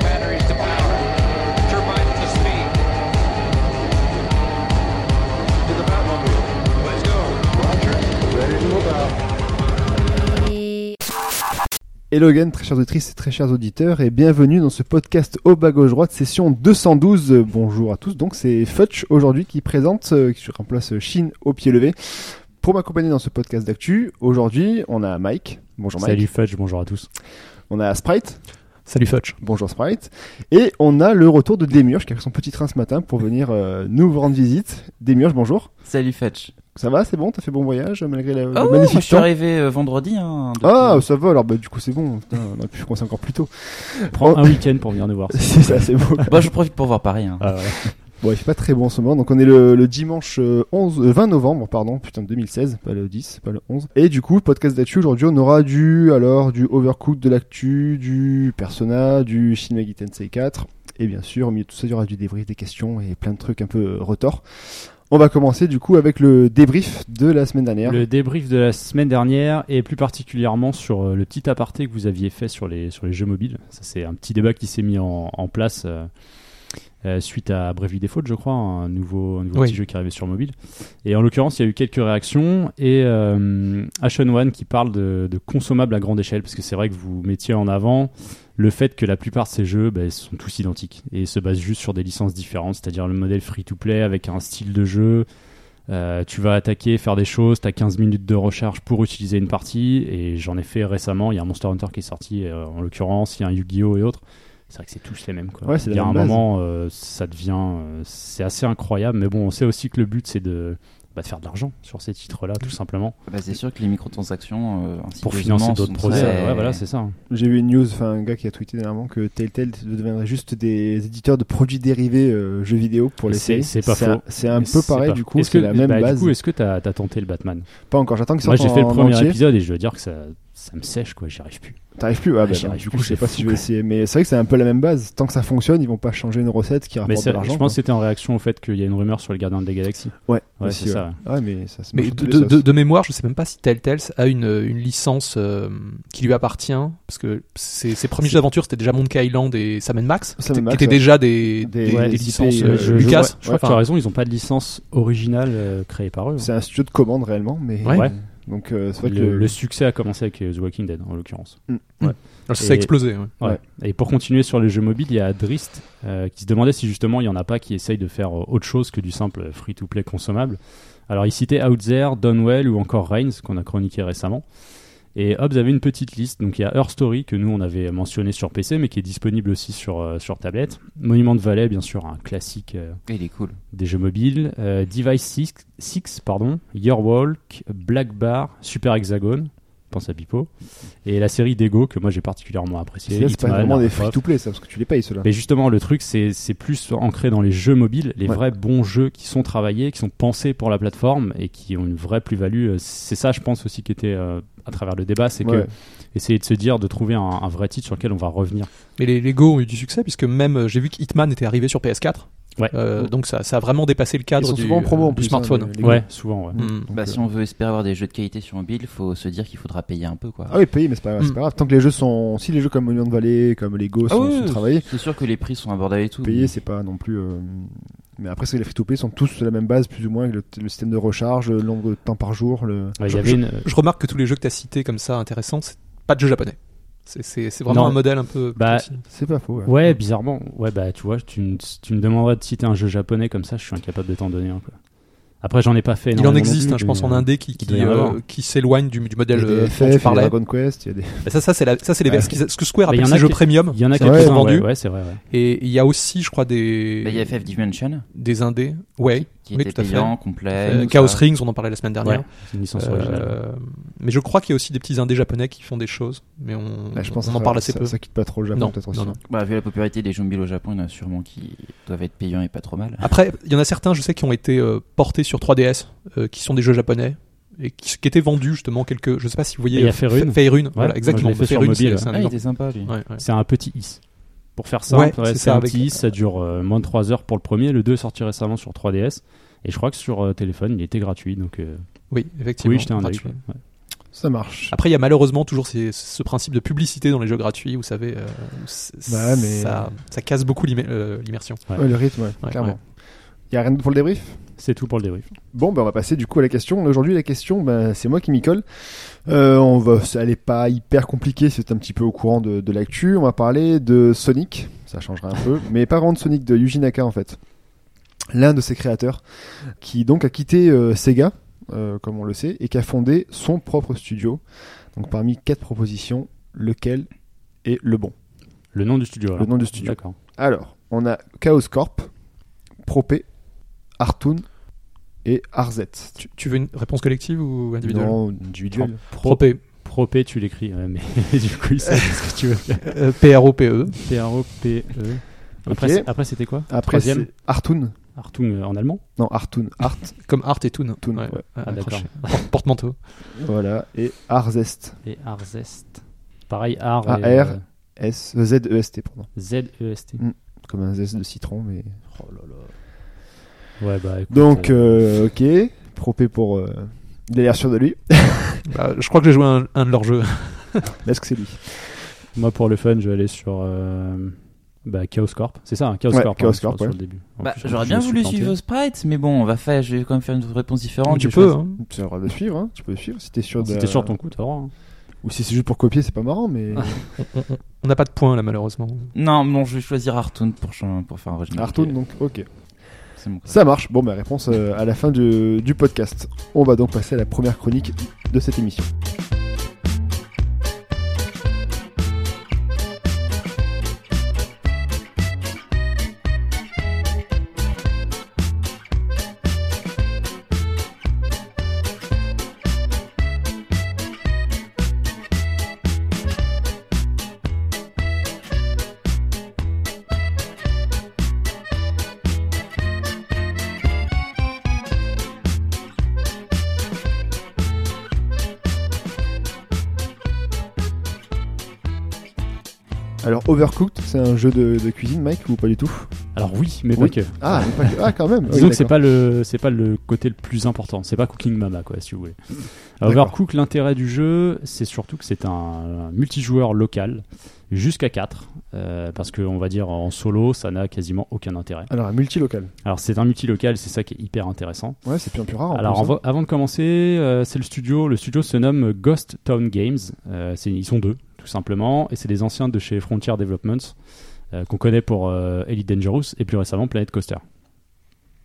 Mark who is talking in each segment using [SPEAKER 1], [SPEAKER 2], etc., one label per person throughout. [SPEAKER 1] batteries to power. Turbines to speed. To the Batmobile. Let's go.
[SPEAKER 2] Hello again, très chers auditrices et très chers auditeurs, et bienvenue dans ce podcast au bas gauche droite, session 212. Euh, Bonjour à tous, donc c'est Futch aujourd'hui qui présente, euh, qui remplace Chine au pied levé. Pour m'accompagner dans ce podcast d'actu, aujourd'hui on a Mike, bonjour Mike,
[SPEAKER 3] Salut Fudge, bonjour à tous.
[SPEAKER 2] on a Sprite,
[SPEAKER 3] Salut Fudge.
[SPEAKER 2] bonjour Sprite, et on a le retour de Démurge qui a pris son petit train ce matin pour venir euh, nous rendre visite. Démurge, bonjour.
[SPEAKER 4] Salut Fetch.
[SPEAKER 2] Ça va, c'est bon, t'as fait bon voyage euh, malgré la, le
[SPEAKER 4] Oh,
[SPEAKER 2] magnifique
[SPEAKER 4] moi, je suis
[SPEAKER 2] temps
[SPEAKER 4] arrivé euh, vendredi. Hein, donc,
[SPEAKER 2] Ah,
[SPEAKER 4] euh,
[SPEAKER 2] ça va, alors bah, du coup c'est bon, Putain, on aurait pu commencer encore plus tôt. Oh.
[SPEAKER 3] Prends un week-end pour venir nous voir.
[SPEAKER 2] C'est ça, c'est beau.
[SPEAKER 4] bah, je profite pour voir Paris. Hein.
[SPEAKER 3] Ah ouais.
[SPEAKER 2] Bon, il fait pas très bon en ce moment. Donc on est le, le dimanche euh, 11, euh, 20 novembre, pardon, putain, 2016, pas le 10, pas le 11. Et du coup, podcast d'actu aujourd'hui, on aura du, alors, du Overcook de l'actu, du Persona, du Shin Megami Tensei 4. Et bien sûr, au milieu de tout ça, il y aura du débrief des questions et plein de trucs un peu euh, retors. On va commencer du coup avec le débrief de la semaine dernière.
[SPEAKER 3] Le débrief de la semaine dernière et plus particulièrement sur euh, le petit aparté que vous aviez fait sur les, sur les jeux mobiles. Ça, c'est un petit débat qui s'est mis en, en place euh, euh, suite à Bravely Default, je crois, hein, un nouveau, un nouveau
[SPEAKER 4] Oui.
[SPEAKER 3] petit jeu qui arrivait sur mobile. Et en l'occurrence, il y a eu quelques réactions et euh, Ashen One qui parle de, de consommables à grande échelle parce que c'est vrai que vous mettiez en avant le fait que la plupart de ces jeux ben, sont tous identiques et se basent juste sur des licences différentes, c'est-à-dire le modèle free-to-play avec un style de jeu. Euh, tu vas attaquer, faire des choses, tu as 15 minutes de recharge pour utiliser une partie, et j'en ai fait récemment, il y a un Monster Hunter qui est sorti, euh, en l'occurrence, il y a un Yu-Gi-Oh! et autres. C'est vrai que c'est tous les mêmes. Quoi.
[SPEAKER 2] Ouais, c'est la
[SPEAKER 3] il y a
[SPEAKER 2] même
[SPEAKER 3] un
[SPEAKER 2] base.
[SPEAKER 3] moment, euh, ça devient... euh, c'est assez incroyable, mais bon, on sait aussi que le but, c'est de, bah, de faire de l'argent sur ces titres-là, tout simplement,
[SPEAKER 4] Bah, c'est sûr que les microtransactions. euh, ainsi
[SPEAKER 3] pour
[SPEAKER 4] que les
[SPEAKER 3] financer
[SPEAKER 4] augments
[SPEAKER 3] d'autres
[SPEAKER 4] sont
[SPEAKER 3] projets.
[SPEAKER 4] très-
[SPEAKER 3] Ouais, voilà, c'est ça. hein.
[SPEAKER 2] J'ai vu une news, enfin un gars qui a tweeté dernièrement que Telltale deviendrait juste des éditeurs de produits dérivés euh, jeux vidéo pour les
[SPEAKER 3] C'est-
[SPEAKER 2] séries.
[SPEAKER 3] c'est pas
[SPEAKER 2] un-
[SPEAKER 3] faux.
[SPEAKER 2] C'est un
[SPEAKER 3] Mais
[SPEAKER 2] peu
[SPEAKER 3] c'est
[SPEAKER 2] pareil
[SPEAKER 3] pas-
[SPEAKER 2] du coup,
[SPEAKER 3] Est-ce
[SPEAKER 2] c'est
[SPEAKER 3] que-
[SPEAKER 2] la même
[SPEAKER 3] bah,
[SPEAKER 2] base.
[SPEAKER 3] Du coup, est-ce que t'as as tenté le Batman
[SPEAKER 2] Pas encore, j'attends qu'ils
[SPEAKER 3] Moi,
[SPEAKER 2] sortent
[SPEAKER 3] j'ai fait le
[SPEAKER 2] en
[SPEAKER 3] premier
[SPEAKER 2] entier.
[SPEAKER 3] épisode et je dois dire que ça, ça me sèche, quoi, j'y arrive plus.
[SPEAKER 2] T'arrives plus, ouais,
[SPEAKER 3] Ah,
[SPEAKER 2] bah,
[SPEAKER 3] j'y
[SPEAKER 2] non,
[SPEAKER 3] arrive
[SPEAKER 2] du
[SPEAKER 3] plus,
[SPEAKER 2] coup, je sais
[SPEAKER 3] c'est
[SPEAKER 2] pas
[SPEAKER 3] fou,
[SPEAKER 2] si je vais
[SPEAKER 3] quoi.
[SPEAKER 2] essayer. Mais c'est vrai que c'est un peu la même base. Tant que ça fonctionne, ils vont pas changer une recette qui
[SPEAKER 3] Mais
[SPEAKER 2] rapporte
[SPEAKER 3] ça-
[SPEAKER 2] de
[SPEAKER 3] je
[SPEAKER 2] l'argent. hein.
[SPEAKER 3] pense que c'était en réaction au fait qu'il y a une rumeur sur le gardien des galaxies.
[SPEAKER 2] quoi. Ouais,
[SPEAKER 3] Ouais,
[SPEAKER 2] aussi,
[SPEAKER 3] c'est ça. ouais.
[SPEAKER 2] Ouais, mais ça se
[SPEAKER 5] Mais
[SPEAKER 2] marche
[SPEAKER 5] de,
[SPEAKER 2] toutes les
[SPEAKER 5] de- de-
[SPEAKER 2] sauces.
[SPEAKER 5] de mémoire, je sais même pas si Telltale a une, une licence euh, qui lui appartient, parce que ses, ses premiers jeux d'aventure c'était déjà Monkey Island et Sam Max,
[SPEAKER 2] Sam
[SPEAKER 5] qui
[SPEAKER 2] Max,
[SPEAKER 5] étaient
[SPEAKER 2] ouais.
[SPEAKER 5] déjà des,
[SPEAKER 2] Des-
[SPEAKER 5] des,
[SPEAKER 2] ouais,
[SPEAKER 5] des
[SPEAKER 2] des
[SPEAKER 5] licences
[SPEAKER 2] IP,
[SPEAKER 5] euh,
[SPEAKER 2] euh,
[SPEAKER 3] je, je-
[SPEAKER 5] Lucas.
[SPEAKER 3] ouais, je crois que tu as
[SPEAKER 5] Enfin,
[SPEAKER 3] raison, ils n'ont pas de licence originale euh, créée par eux.
[SPEAKER 2] C'est un studio de commande réellement, mais.
[SPEAKER 5] Ouais.
[SPEAKER 3] Ouais.
[SPEAKER 2] Donc, euh, c'est vrai
[SPEAKER 3] Le,
[SPEAKER 2] que. le-
[SPEAKER 3] le succès a commencé avec euh, The Walking Dead en l'occurrence.
[SPEAKER 5] ça
[SPEAKER 3] Et-
[SPEAKER 5] a explosé. ouais.
[SPEAKER 3] Ouais.
[SPEAKER 2] Ouais.
[SPEAKER 3] Et pour continuer sur les jeux mobiles, il y a Drist euh, qui se demandait si justement il n'y en a pas qui essayent de faire euh, autre chose que du simple free-to-play consommable. Alors il citait Outzer, Donwell ou encore Reigns qu'on a chroniqué récemment. Et Hobbs avait une petite liste. Donc il y a Her Story que nous on avait mentionné sur PC mais qui est disponible aussi sur, euh, sur tablette. Monument de Valley, bien sûr, un classique. euh,
[SPEAKER 4] Il est cool.
[SPEAKER 3] des jeux mobiles, euh, Device 6, Six, pardon, Your Walk, Black Bar, Super Hexagon, je pense à Bipo, et la série Dego que moi j'ai particulièrement apprécié.
[SPEAKER 2] C'est pas
[SPEAKER 3] Hitman,
[SPEAKER 2] vraiment des
[SPEAKER 3] Lara Croft.
[SPEAKER 2] free-to-play, ça, parce que tu les payes, ceux-là.
[SPEAKER 3] Mais justement, le truc, c'est c'est plus ancré dans les jeux mobiles, les
[SPEAKER 2] Ouais.
[SPEAKER 3] vrais bons jeux qui sont travaillés, qui sont pensés pour la plateforme et qui ont une vraie plus-value. Euh, C'est ça, je pense aussi, qui était euh, à travers le débat, c'est
[SPEAKER 2] Ouais.
[SPEAKER 3] que essayer de se dire, de trouver un, un vrai titre sur lequel on va revenir.
[SPEAKER 5] Mais les Lego ont eu du succès, puisque même euh, j'ai vu que Hitman était arrivé sur PS4,
[SPEAKER 3] Ouais.
[SPEAKER 5] Euh, donc ça, ça a vraiment dépassé le
[SPEAKER 2] Ils
[SPEAKER 5] cadre
[SPEAKER 2] sont
[SPEAKER 5] du, euh,
[SPEAKER 2] souvent en promo en
[SPEAKER 5] du
[SPEAKER 2] plus. hein,
[SPEAKER 5] smartphone.
[SPEAKER 2] les- les
[SPEAKER 3] Ouais,
[SPEAKER 2] gars.
[SPEAKER 3] souvent. ouais.
[SPEAKER 5] Mm.
[SPEAKER 2] Donc,
[SPEAKER 4] Bah,
[SPEAKER 2] euh,
[SPEAKER 4] si on veut espérer avoir des jeux de qualité sur mobile, faut se dire qu'il faudra payer un peu quoi.
[SPEAKER 2] Ah oui, payer, mais c'est pas, c'est
[SPEAKER 5] Mm.
[SPEAKER 2] pas grave. Tant que les jeux sont. Si les jeux comme Monument Valley, comme Lego
[SPEAKER 5] Ah
[SPEAKER 2] sont,
[SPEAKER 5] oui,
[SPEAKER 2] sont
[SPEAKER 5] oui.
[SPEAKER 2] travaillés,
[SPEAKER 4] C'est sûr que les prix sont abordables et tout.
[SPEAKER 2] payer, c'est pas non plus. euh, Mais après, c'est que les free-to-play sont tous sur la même base, plus ou moins, avec le, le système de recharge, le nombre de temps par jour. Le...
[SPEAKER 3] Ouais, il y avait une- euh,
[SPEAKER 5] Je remarque que tous les jeux que tu as cités comme ça intéressants, c'est pas de jeux japonais. C'est- C'est c'est vraiment
[SPEAKER 3] Non.
[SPEAKER 5] un modèle un peu.
[SPEAKER 3] Bah,
[SPEAKER 2] C'est pas faux. ouais.
[SPEAKER 3] Ouais, bizarrement. Ouais, bah tu vois, tu, me- tu me demanderais de citer un jeu japonais comme ça, je suis incapable de t'en donner un. Quoi. Après, j'en ai pas fait.
[SPEAKER 5] il en
[SPEAKER 3] énormément
[SPEAKER 5] existe,
[SPEAKER 3] non
[SPEAKER 5] hein, je
[SPEAKER 3] plus,
[SPEAKER 5] pense,
[SPEAKER 3] mais,
[SPEAKER 5] en
[SPEAKER 3] euh,
[SPEAKER 5] indé qui,
[SPEAKER 3] il
[SPEAKER 5] qui,
[SPEAKER 3] doit y en
[SPEAKER 5] euh,
[SPEAKER 3] avoir.
[SPEAKER 5] qui s'éloigne du, du modèle
[SPEAKER 2] Il y a
[SPEAKER 5] euh,
[SPEAKER 2] des
[SPEAKER 5] dont tu
[SPEAKER 2] FF, il y a
[SPEAKER 5] parlais.
[SPEAKER 2] Dragon Quest, il y a des.
[SPEAKER 5] Bah, ça, ça c'est la- ça, c'est les
[SPEAKER 2] Ouais.
[SPEAKER 5] versions qui- ce que Square
[SPEAKER 3] Bah, il y
[SPEAKER 5] appelle
[SPEAKER 3] en a
[SPEAKER 5] ces jeux
[SPEAKER 3] qui-
[SPEAKER 5] premium.
[SPEAKER 3] Il y en a
[SPEAKER 5] C'est vrai,
[SPEAKER 3] quelques-uns,
[SPEAKER 5] c'est vendu.
[SPEAKER 3] ouais, ouais, c'est vrai. ouais.
[SPEAKER 5] Et il y a aussi, je crois, des,
[SPEAKER 4] Bah, il y a FF Dimension
[SPEAKER 5] des indés. Ouais.
[SPEAKER 4] qui
[SPEAKER 5] Oui,
[SPEAKER 4] était
[SPEAKER 5] tout à fait.
[SPEAKER 4] payant, complet.
[SPEAKER 5] Euh,
[SPEAKER 4] tout
[SPEAKER 5] Chaos
[SPEAKER 4] ça.
[SPEAKER 5] Rings, on en parlait la semaine dernière.
[SPEAKER 3] Ouais, c'est une licence
[SPEAKER 5] Euh,
[SPEAKER 3] originale.
[SPEAKER 5] mais je crois qu'il y a aussi des petits indés japonais qui font des choses, mais on,
[SPEAKER 2] Là, Bah, je pense
[SPEAKER 5] on
[SPEAKER 2] que
[SPEAKER 5] en
[SPEAKER 2] ça-
[SPEAKER 5] parle assez
[SPEAKER 2] ça,
[SPEAKER 5] peu.
[SPEAKER 2] Ça quitte pas trop le Japon,
[SPEAKER 5] Non,
[SPEAKER 2] peut-être
[SPEAKER 5] non,
[SPEAKER 2] aussi.
[SPEAKER 5] non.
[SPEAKER 4] Bah, vu la popularité des jeux mobiles au Japon, il y en a sûrement qui doivent être payants et pas trop mal.
[SPEAKER 5] Après, il y en a certains, je sais, qui ont été euh, portés sur 3DS, euh, qui sont des jeux japonais et qui, qui étaient vendus justement quelques. Je sais pas si vous voyez.
[SPEAKER 3] Il y a
[SPEAKER 5] euh,
[SPEAKER 3] Faerun.
[SPEAKER 5] Fa- Faerun, voilà,
[SPEAKER 3] moi, je
[SPEAKER 5] exactement.
[SPEAKER 3] l'ai fait sur
[SPEAKER 5] Faerun,
[SPEAKER 3] mobile.
[SPEAKER 5] c'est c'est un
[SPEAKER 4] Ah, il
[SPEAKER 5] exemple.
[SPEAKER 4] était sympa lui.
[SPEAKER 5] Ouais, ouais.
[SPEAKER 3] C'est un petit is. Pour faire simple,
[SPEAKER 5] Ouais,
[SPEAKER 3] ouais,
[SPEAKER 5] c'est
[SPEAKER 3] c'est
[SPEAKER 5] ça,
[SPEAKER 3] un
[SPEAKER 5] avec-
[SPEAKER 3] petit, ça dure euh, moins de 3 heures pour le premier. Le 2 est sorti récemment sur 3DS. Et je crois que sur euh, téléphone, il était gratuit. Donc, euh,
[SPEAKER 5] Oui, effectivement.
[SPEAKER 3] oui, j'étais un œil.
[SPEAKER 5] gratuit.
[SPEAKER 3] quoi. Ouais.
[SPEAKER 2] Ça marche.
[SPEAKER 5] Après, il y a malheureusement toujours ces- ce principe de publicité dans les jeux gratuits, vous savez, euh, où c-
[SPEAKER 2] Bah, mais-
[SPEAKER 5] ça, ça casse beaucoup l'immer- euh, l'immersion.
[SPEAKER 3] Ouais.
[SPEAKER 2] Ouais, le rythme, ouais,
[SPEAKER 5] Ouais,
[SPEAKER 2] clairement. Il Y a rien d'autre pour le débrief
[SPEAKER 3] C'est tout pour le débrief.
[SPEAKER 2] Bon, ben on va passer du coup à la question. Aujourd'hui, la question, ben, c'est moi qui m'y colle. Euh, on va, elle est pas hyper compliquée, c'est un petit peu au courant de, de l'actu. On va parler de Sonic, ça changera un peu, mais pas vraiment de Sonic, de Yuji Naka en fait. L'un de ses créateurs, qui donc a quitté euh, Sega, euh, comme on le sait, et qui a fondé son propre studio. Donc parmi quatre propositions, lequel est le bon
[SPEAKER 3] Le nom du studio. alors.
[SPEAKER 2] nom du studio.
[SPEAKER 3] D'accord.
[SPEAKER 2] Alors, on a Chaos Corp, Propé, Artoon et Arzet.
[SPEAKER 5] Tu, tu veux une réponse collective ou individuelle
[SPEAKER 2] Non, individuel.
[SPEAKER 5] Propé.
[SPEAKER 3] Propé, tu l'écris. ouais, mais du coup, il sait ce que tu veux faire.
[SPEAKER 5] Euh, P-R-O-P-E.
[SPEAKER 3] P-R-O-P-E. E. Après,
[SPEAKER 2] Ok.
[SPEAKER 3] c'est- après, c'était quoi
[SPEAKER 2] Après,
[SPEAKER 3] Troisième.
[SPEAKER 2] c'est Artoon.
[SPEAKER 3] Artung euh, en allemand
[SPEAKER 2] Non, Artoon. Art,
[SPEAKER 5] Comme Art et Toon.
[SPEAKER 2] Toon,
[SPEAKER 5] Ouais.
[SPEAKER 2] ouais.
[SPEAKER 5] Ah,
[SPEAKER 3] Ah, d'accord.
[SPEAKER 5] accroché. Porte- Porte-manteau.
[SPEAKER 2] voilà. Et Arzest.
[SPEAKER 3] Et Arzest. Pareil, Ar.
[SPEAKER 2] A-R.
[SPEAKER 3] et,
[SPEAKER 2] S, euh, Z-E-S-T, pardon.
[SPEAKER 3] Z-E-S-T.
[SPEAKER 2] Comme un zeste de citron, mais. oh
[SPEAKER 3] Ouais, bah écoute,
[SPEAKER 2] Donc,
[SPEAKER 3] euh,
[SPEAKER 2] euh, ok. Propé pour. euh, Il a l'air sûr de lui.
[SPEAKER 5] Bah, je crois que j'ai joué à un, un de leurs jeux.
[SPEAKER 2] Est-ce que c'est lui
[SPEAKER 3] Moi, pour le fun, je vais aller sur euh, bah, Chaos Corp. C'est ça, hein, Chaos
[SPEAKER 2] Ouais,
[SPEAKER 3] Corp.
[SPEAKER 2] Chaos
[SPEAKER 3] hein, sur-
[SPEAKER 2] Corp,
[SPEAKER 3] sur
[SPEAKER 2] ouais.
[SPEAKER 3] le début. En
[SPEAKER 4] Bah,
[SPEAKER 3] plus,
[SPEAKER 4] J'aurais
[SPEAKER 3] je
[SPEAKER 4] bien
[SPEAKER 3] me suis
[SPEAKER 4] voulu
[SPEAKER 3] planté.
[SPEAKER 4] suivre vos sprites, mais bon, on va faire, je vais quand même faire une réponse différente.
[SPEAKER 5] tu
[SPEAKER 4] des
[SPEAKER 5] peux.
[SPEAKER 4] choses.
[SPEAKER 5] hein.
[SPEAKER 2] Tu as le droit de suivre, hein. tu peux le suivre si t'es sûr de.
[SPEAKER 3] Si t'es sur ton coup, t'as le droit. hein.
[SPEAKER 2] Ou si c'est juste pour copier, c'est pas marrant, mais.
[SPEAKER 3] Ah,
[SPEAKER 5] On n'a pas de points là, malheureusement.
[SPEAKER 4] Non, non, je vais choisir Artoon pour, ch- pour faire un original.
[SPEAKER 2] Artoon, donc, ok.
[SPEAKER 4] C'est mon
[SPEAKER 2] Ça marche. Bon, bah, réponse euh, à la fin du, du podcast. On va donc passer à la première chronique de cette émission. Alors, Overcooked, c'est un jeu de, de cuisine, Mike, ou pas du tout
[SPEAKER 3] Alors, oui, mais
[SPEAKER 2] Oui.
[SPEAKER 3] pas que.
[SPEAKER 2] Ah, mais pas que- ah, quand même.
[SPEAKER 3] Disons
[SPEAKER 2] Oui,
[SPEAKER 3] que c'est
[SPEAKER 2] d'accord.
[SPEAKER 3] pas le c'est pas le côté le plus important. C'est pas Cooking Mama quoi, si vous voulez.
[SPEAKER 2] D'accord.
[SPEAKER 3] Overcook, l'intérêt du jeu, c'est surtout que c'est un, un multijoueur local jusqu'à 4 parce que on va dire en solo, ça n'a quasiment aucun intérêt.
[SPEAKER 2] Alors, un multilocal.
[SPEAKER 3] Alors c'est un multilocal, c'est ça qui est hyper intéressant.
[SPEAKER 2] Ouais, c'est plus, plus rare. en
[SPEAKER 3] Alors
[SPEAKER 2] plus, hein.
[SPEAKER 3] en- avant de commencer, euh, c'est le studio. Le studio se nomme Ghost Town Games. Euh, c'est- ils sont deux, tout simplement, et c'est des anciens de chez Frontier Developments euh, qu'on connaît pour euh, Elite Dangerous et plus récemment Planet Coaster.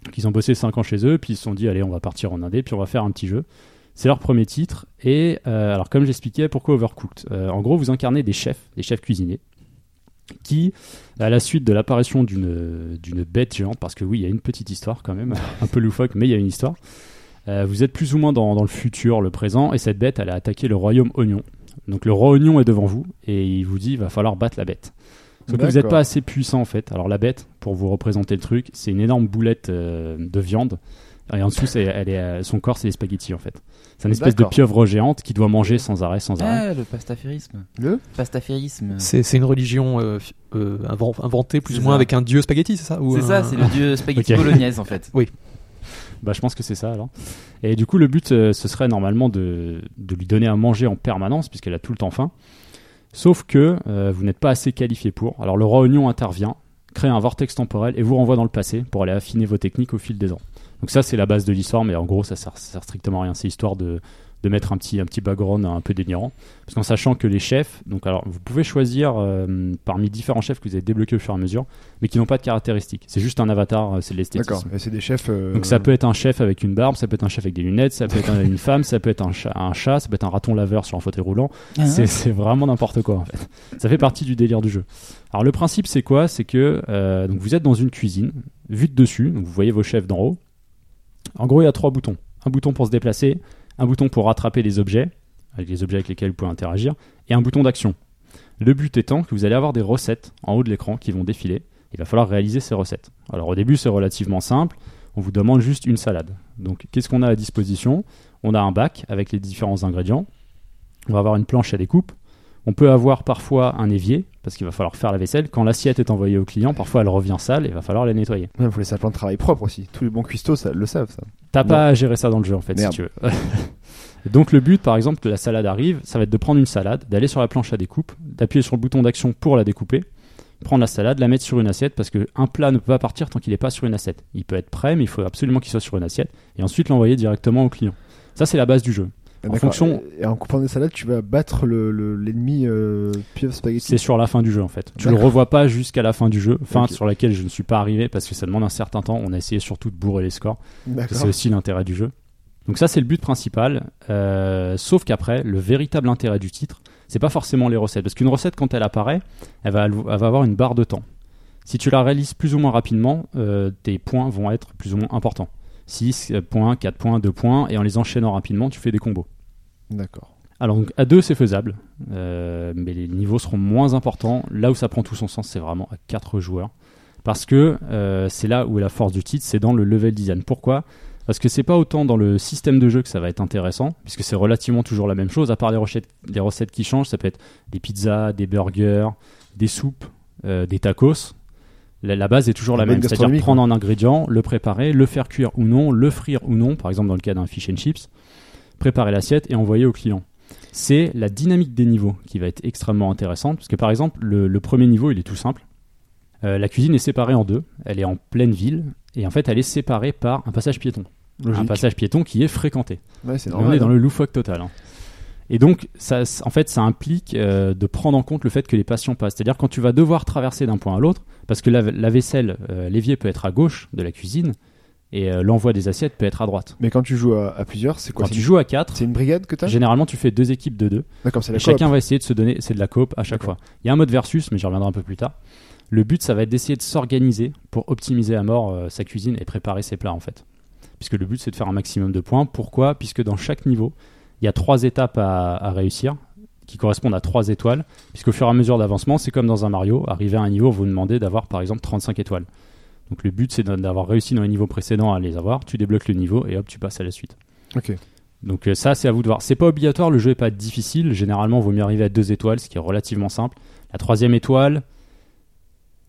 [SPEAKER 3] Donc, ils ont bossé 5 ans chez eux, puis ils se sont dit allez, on va partir en Indé, puis on va faire un petit jeu. C'est leur premier titre. Et euh, alors comme j'expliquais, pourquoi Overcooked Euh, En gros, vous incarnez des chefs, des chefs cuisiniers qui, à la suite de l'apparition d'une d'une bête géante, parce que oui, il y a une petite histoire quand même, un peu loufoque, mais il y a une histoire, euh, vous êtes plus ou moins dans, dans le futur, le présent, et cette bête, elle a attaqué le royaume Oignon. Donc le roi Oignon est devant vous, et il vous dit, il va falloir battre la bête. Sauf que vous n'êtes
[SPEAKER 2] D'accord.
[SPEAKER 3] pas assez puissant en fait. Alors la bête, pour vous représenter le truc, c'est une énorme boulette euh, de viande, et en dessous, c'est- elle est, euh, son corps, c'est des spaghettis en fait. C'est une espèce de
[SPEAKER 2] D'accord.
[SPEAKER 3] pieuvre géante qui doit manger sans arrêt, sans arrêt.
[SPEAKER 4] Ah, le pastaférisme.
[SPEAKER 2] Le
[SPEAKER 4] Pastaférisme.
[SPEAKER 5] C'est c'est une religion euh, fi- euh, inven- inventée plus
[SPEAKER 4] C'est
[SPEAKER 5] ou moins
[SPEAKER 4] ça.
[SPEAKER 5] avec un dieu spaghetti, c'est ça Ou
[SPEAKER 4] C'est
[SPEAKER 5] un-
[SPEAKER 4] ça, c'est le dieu spaghetti
[SPEAKER 3] Ok.
[SPEAKER 4] bolognaise en fait.
[SPEAKER 3] Bah, je pense que c'est ça alors. Et du coup, le but, euh, ce serait normalement de, de lui donner à manger en permanence, puisqu'elle a tout le temps faim. Sauf que euh, vous n'êtes pas assez qualifié pour. Alors, le roi oignon intervient, crée un vortex temporel et vous renvoie dans le passé pour aller affiner vos techniques au fil des ans. Donc, ça, c'est la base de l'histoire, mais en gros, ça sert, ça sert strictement à rien. C'est histoire de, de mettre un petit, un petit background un peu délirant. Parce qu'en sachant que les chefs, donc alors, vous pouvez choisir euh, parmi différents chefs que vous avez débloqués au fur et à mesure, mais qui n'ont pas de caractéristiques. C'est juste un avatar, euh, c'est de l'esthétisme.
[SPEAKER 2] D'accord, et c'est des chefs. euh,
[SPEAKER 3] Donc ça peut être un chef avec une barbe, ça peut être un chef avec des lunettes, ça peut être un- une femme, ça peut être un chat, un chat, ça peut être un raton laveur sur un fauteuil roulant.
[SPEAKER 4] Ah.
[SPEAKER 3] C'est- C'est vraiment n'importe quoi en fait. Ça fait partie du délire du jeu. Alors le principe c'est quoi C'est que euh, donc vous êtes dans une cuisine, vue de dessus, donc vous voyez vos chefs d'en haut. En gros il y a trois boutons. Un bouton pour se déplacer, un bouton pour rattraper les objets, avec les objets avec lesquels vous pouvez interagir, et un bouton d'action. Le but étant que vous allez avoir des recettes en haut de l'écran qui vont défiler. Il va falloir réaliser ces recettes. Alors au début c'est relativement simple on vous demande juste une salade. Donc, qu'est-ce qu'on a à disposition On a un bac avec les différents ingrédients. On va avoir une planche à découpe On peut avoir parfois un évier, parce qu'il va falloir faire la vaisselle. Quand l'assiette est envoyée au client, parfois elle revient sale et il va falloir la nettoyer.
[SPEAKER 2] Il faut laisser un plan de travail propre aussi. Tous les bons cuistots ça, le savent, ça.
[SPEAKER 3] T'as
[SPEAKER 2] Non.
[SPEAKER 3] pas à gérer ça dans le jeu en fait,
[SPEAKER 2] Merde.
[SPEAKER 3] si tu veux. Donc le but, par exemple, que la salade arrive, ça va être de prendre une salade, d'aller sur la planche à découpe, d'appuyer sur le bouton d'action pour la découper, prendre la salade, la mettre sur une assiette, parce qu'un plat ne peut pas partir tant qu'il n'est pas sur une assiette. Il peut être prêt, mais il faut absolument qu'il soit sur une assiette, et ensuite l'envoyer directement au client. Ça, c'est la base du jeu.
[SPEAKER 2] Ah,
[SPEAKER 3] En
[SPEAKER 2] d'accord.
[SPEAKER 3] fonction-
[SPEAKER 2] Et en coupant des salades, tu vas battre le- le- l'ennemi euh, Pieuf Spaghetti.
[SPEAKER 3] C'est sur la fin du jeu en fait. Tu le
[SPEAKER 2] D'accord.
[SPEAKER 3] revois pas jusqu'à la fin du jeu, fin
[SPEAKER 2] Ok.
[SPEAKER 3] sur laquelle je ne suis pas arrivé parce que ça demande un certain temps. On a essayé surtout de bourrer les scores.
[SPEAKER 2] D'accord.
[SPEAKER 3] C'est aussi l'intérêt du jeu. Donc ça, c'est le but principal. Euh, sauf qu'après, le véritable intérêt du titre, c'est pas forcément les recettes. Parce qu'une recette, quand elle apparaît, elle va, elle va avoir une barre de temps. Si tu la réalises plus ou moins rapidement, euh, tes points vont être plus ou moins importants. 6 points, 4 points, 2 points, et en les enchaînant rapidement, tu fais des combos.
[SPEAKER 2] D'accord.
[SPEAKER 3] Alors donc à deux c'est faisable, euh, mais les niveaux seront moins importants. Là où ça prend tout son sens, c'est vraiment à quatre joueurs, parce que euh, c'est là où est la force du titre, c'est dans le level design. Pourquoi Parce que c'est pas autant dans le système de jeu que ça va être intéressant, puisque c'est relativement toujours la même chose. À part les recettes, les recettes qui changent, ça peut être des pizzas, des burgers, des soupes, euh, des tacos. La, la base est toujours la,
[SPEAKER 2] La
[SPEAKER 3] même,
[SPEAKER 2] base
[SPEAKER 3] c'est-à-dire
[SPEAKER 2] gastronomique,
[SPEAKER 3] prendre un ingrédient, le préparer, le faire cuire ou non, le frire ou non, par exemple dans le cas d'un fish and chips, préparer l'assiette et envoyer au client c'est la dynamique des niveaux qui va être extrêmement intéressante. Parce que par exemple, le, le premier niveau, il est tout simple. Euh, la cuisine est séparée en deux. Elle est en pleine ville. Et en fait, elle est séparée par un passage piéton. Un
[SPEAKER 2] Logique.
[SPEAKER 3] passage piéton qui est fréquenté.
[SPEAKER 2] Ouais, c'est
[SPEAKER 3] Mais
[SPEAKER 2] normal.
[SPEAKER 3] on est dans le loufoque total. hein. Et donc, ça, c- en fait, ça implique euh, de prendre en compte le fait que les patients passent. C'est-à-dire quand tu vas devoir traverser d'un point à l'autre, parce que la, la vaisselle, euh, l'évier peut être à gauche de la cuisine, et euh, l'envoi des assiettes peut être à droite.
[SPEAKER 2] Mais quand tu joues à, à plusieurs, c'est quoi
[SPEAKER 3] Quand
[SPEAKER 2] c'est
[SPEAKER 3] tu
[SPEAKER 2] une-
[SPEAKER 3] joues à 4,
[SPEAKER 2] C'est une brigade que t'as
[SPEAKER 3] généralement tu fais deux équipes de deux.
[SPEAKER 2] D'accord, c'est la
[SPEAKER 3] Et
[SPEAKER 2] coop.
[SPEAKER 3] chacun va essayer de se donner, c'est de la coop à chaque fois. Il y a un mode versus, mais j'y reviendrai un peu plus tard. Le but, ça va être d'essayer de s'organiser pour optimiser à mort euh, sa cuisine et préparer ses plats en fait. Puisque le but, c'est de faire un maximum de points. Pourquoi Puisque dans chaque niveau, il y a trois étapes à, à réussir qui correspondent à trois étoiles. Puisqu'au fur et à mesure d'avancement, c'est comme dans un Mario. Arriver à un niveau, vous demandez d'avoir par exemple 35 étoiles. Donc le but, c'est d'avoir réussi dans les niveaux précédents à les avoir. Tu débloques le niveau et hop, tu passes à la suite.
[SPEAKER 2] Ok.
[SPEAKER 3] Donc euh, ça, c'est à vous de voir. C'est pas obligatoire, le jeu est pas difficile. Généralement, il vaut mieux arriver à deux étoiles, ce qui est relativement simple. La troisième étoile,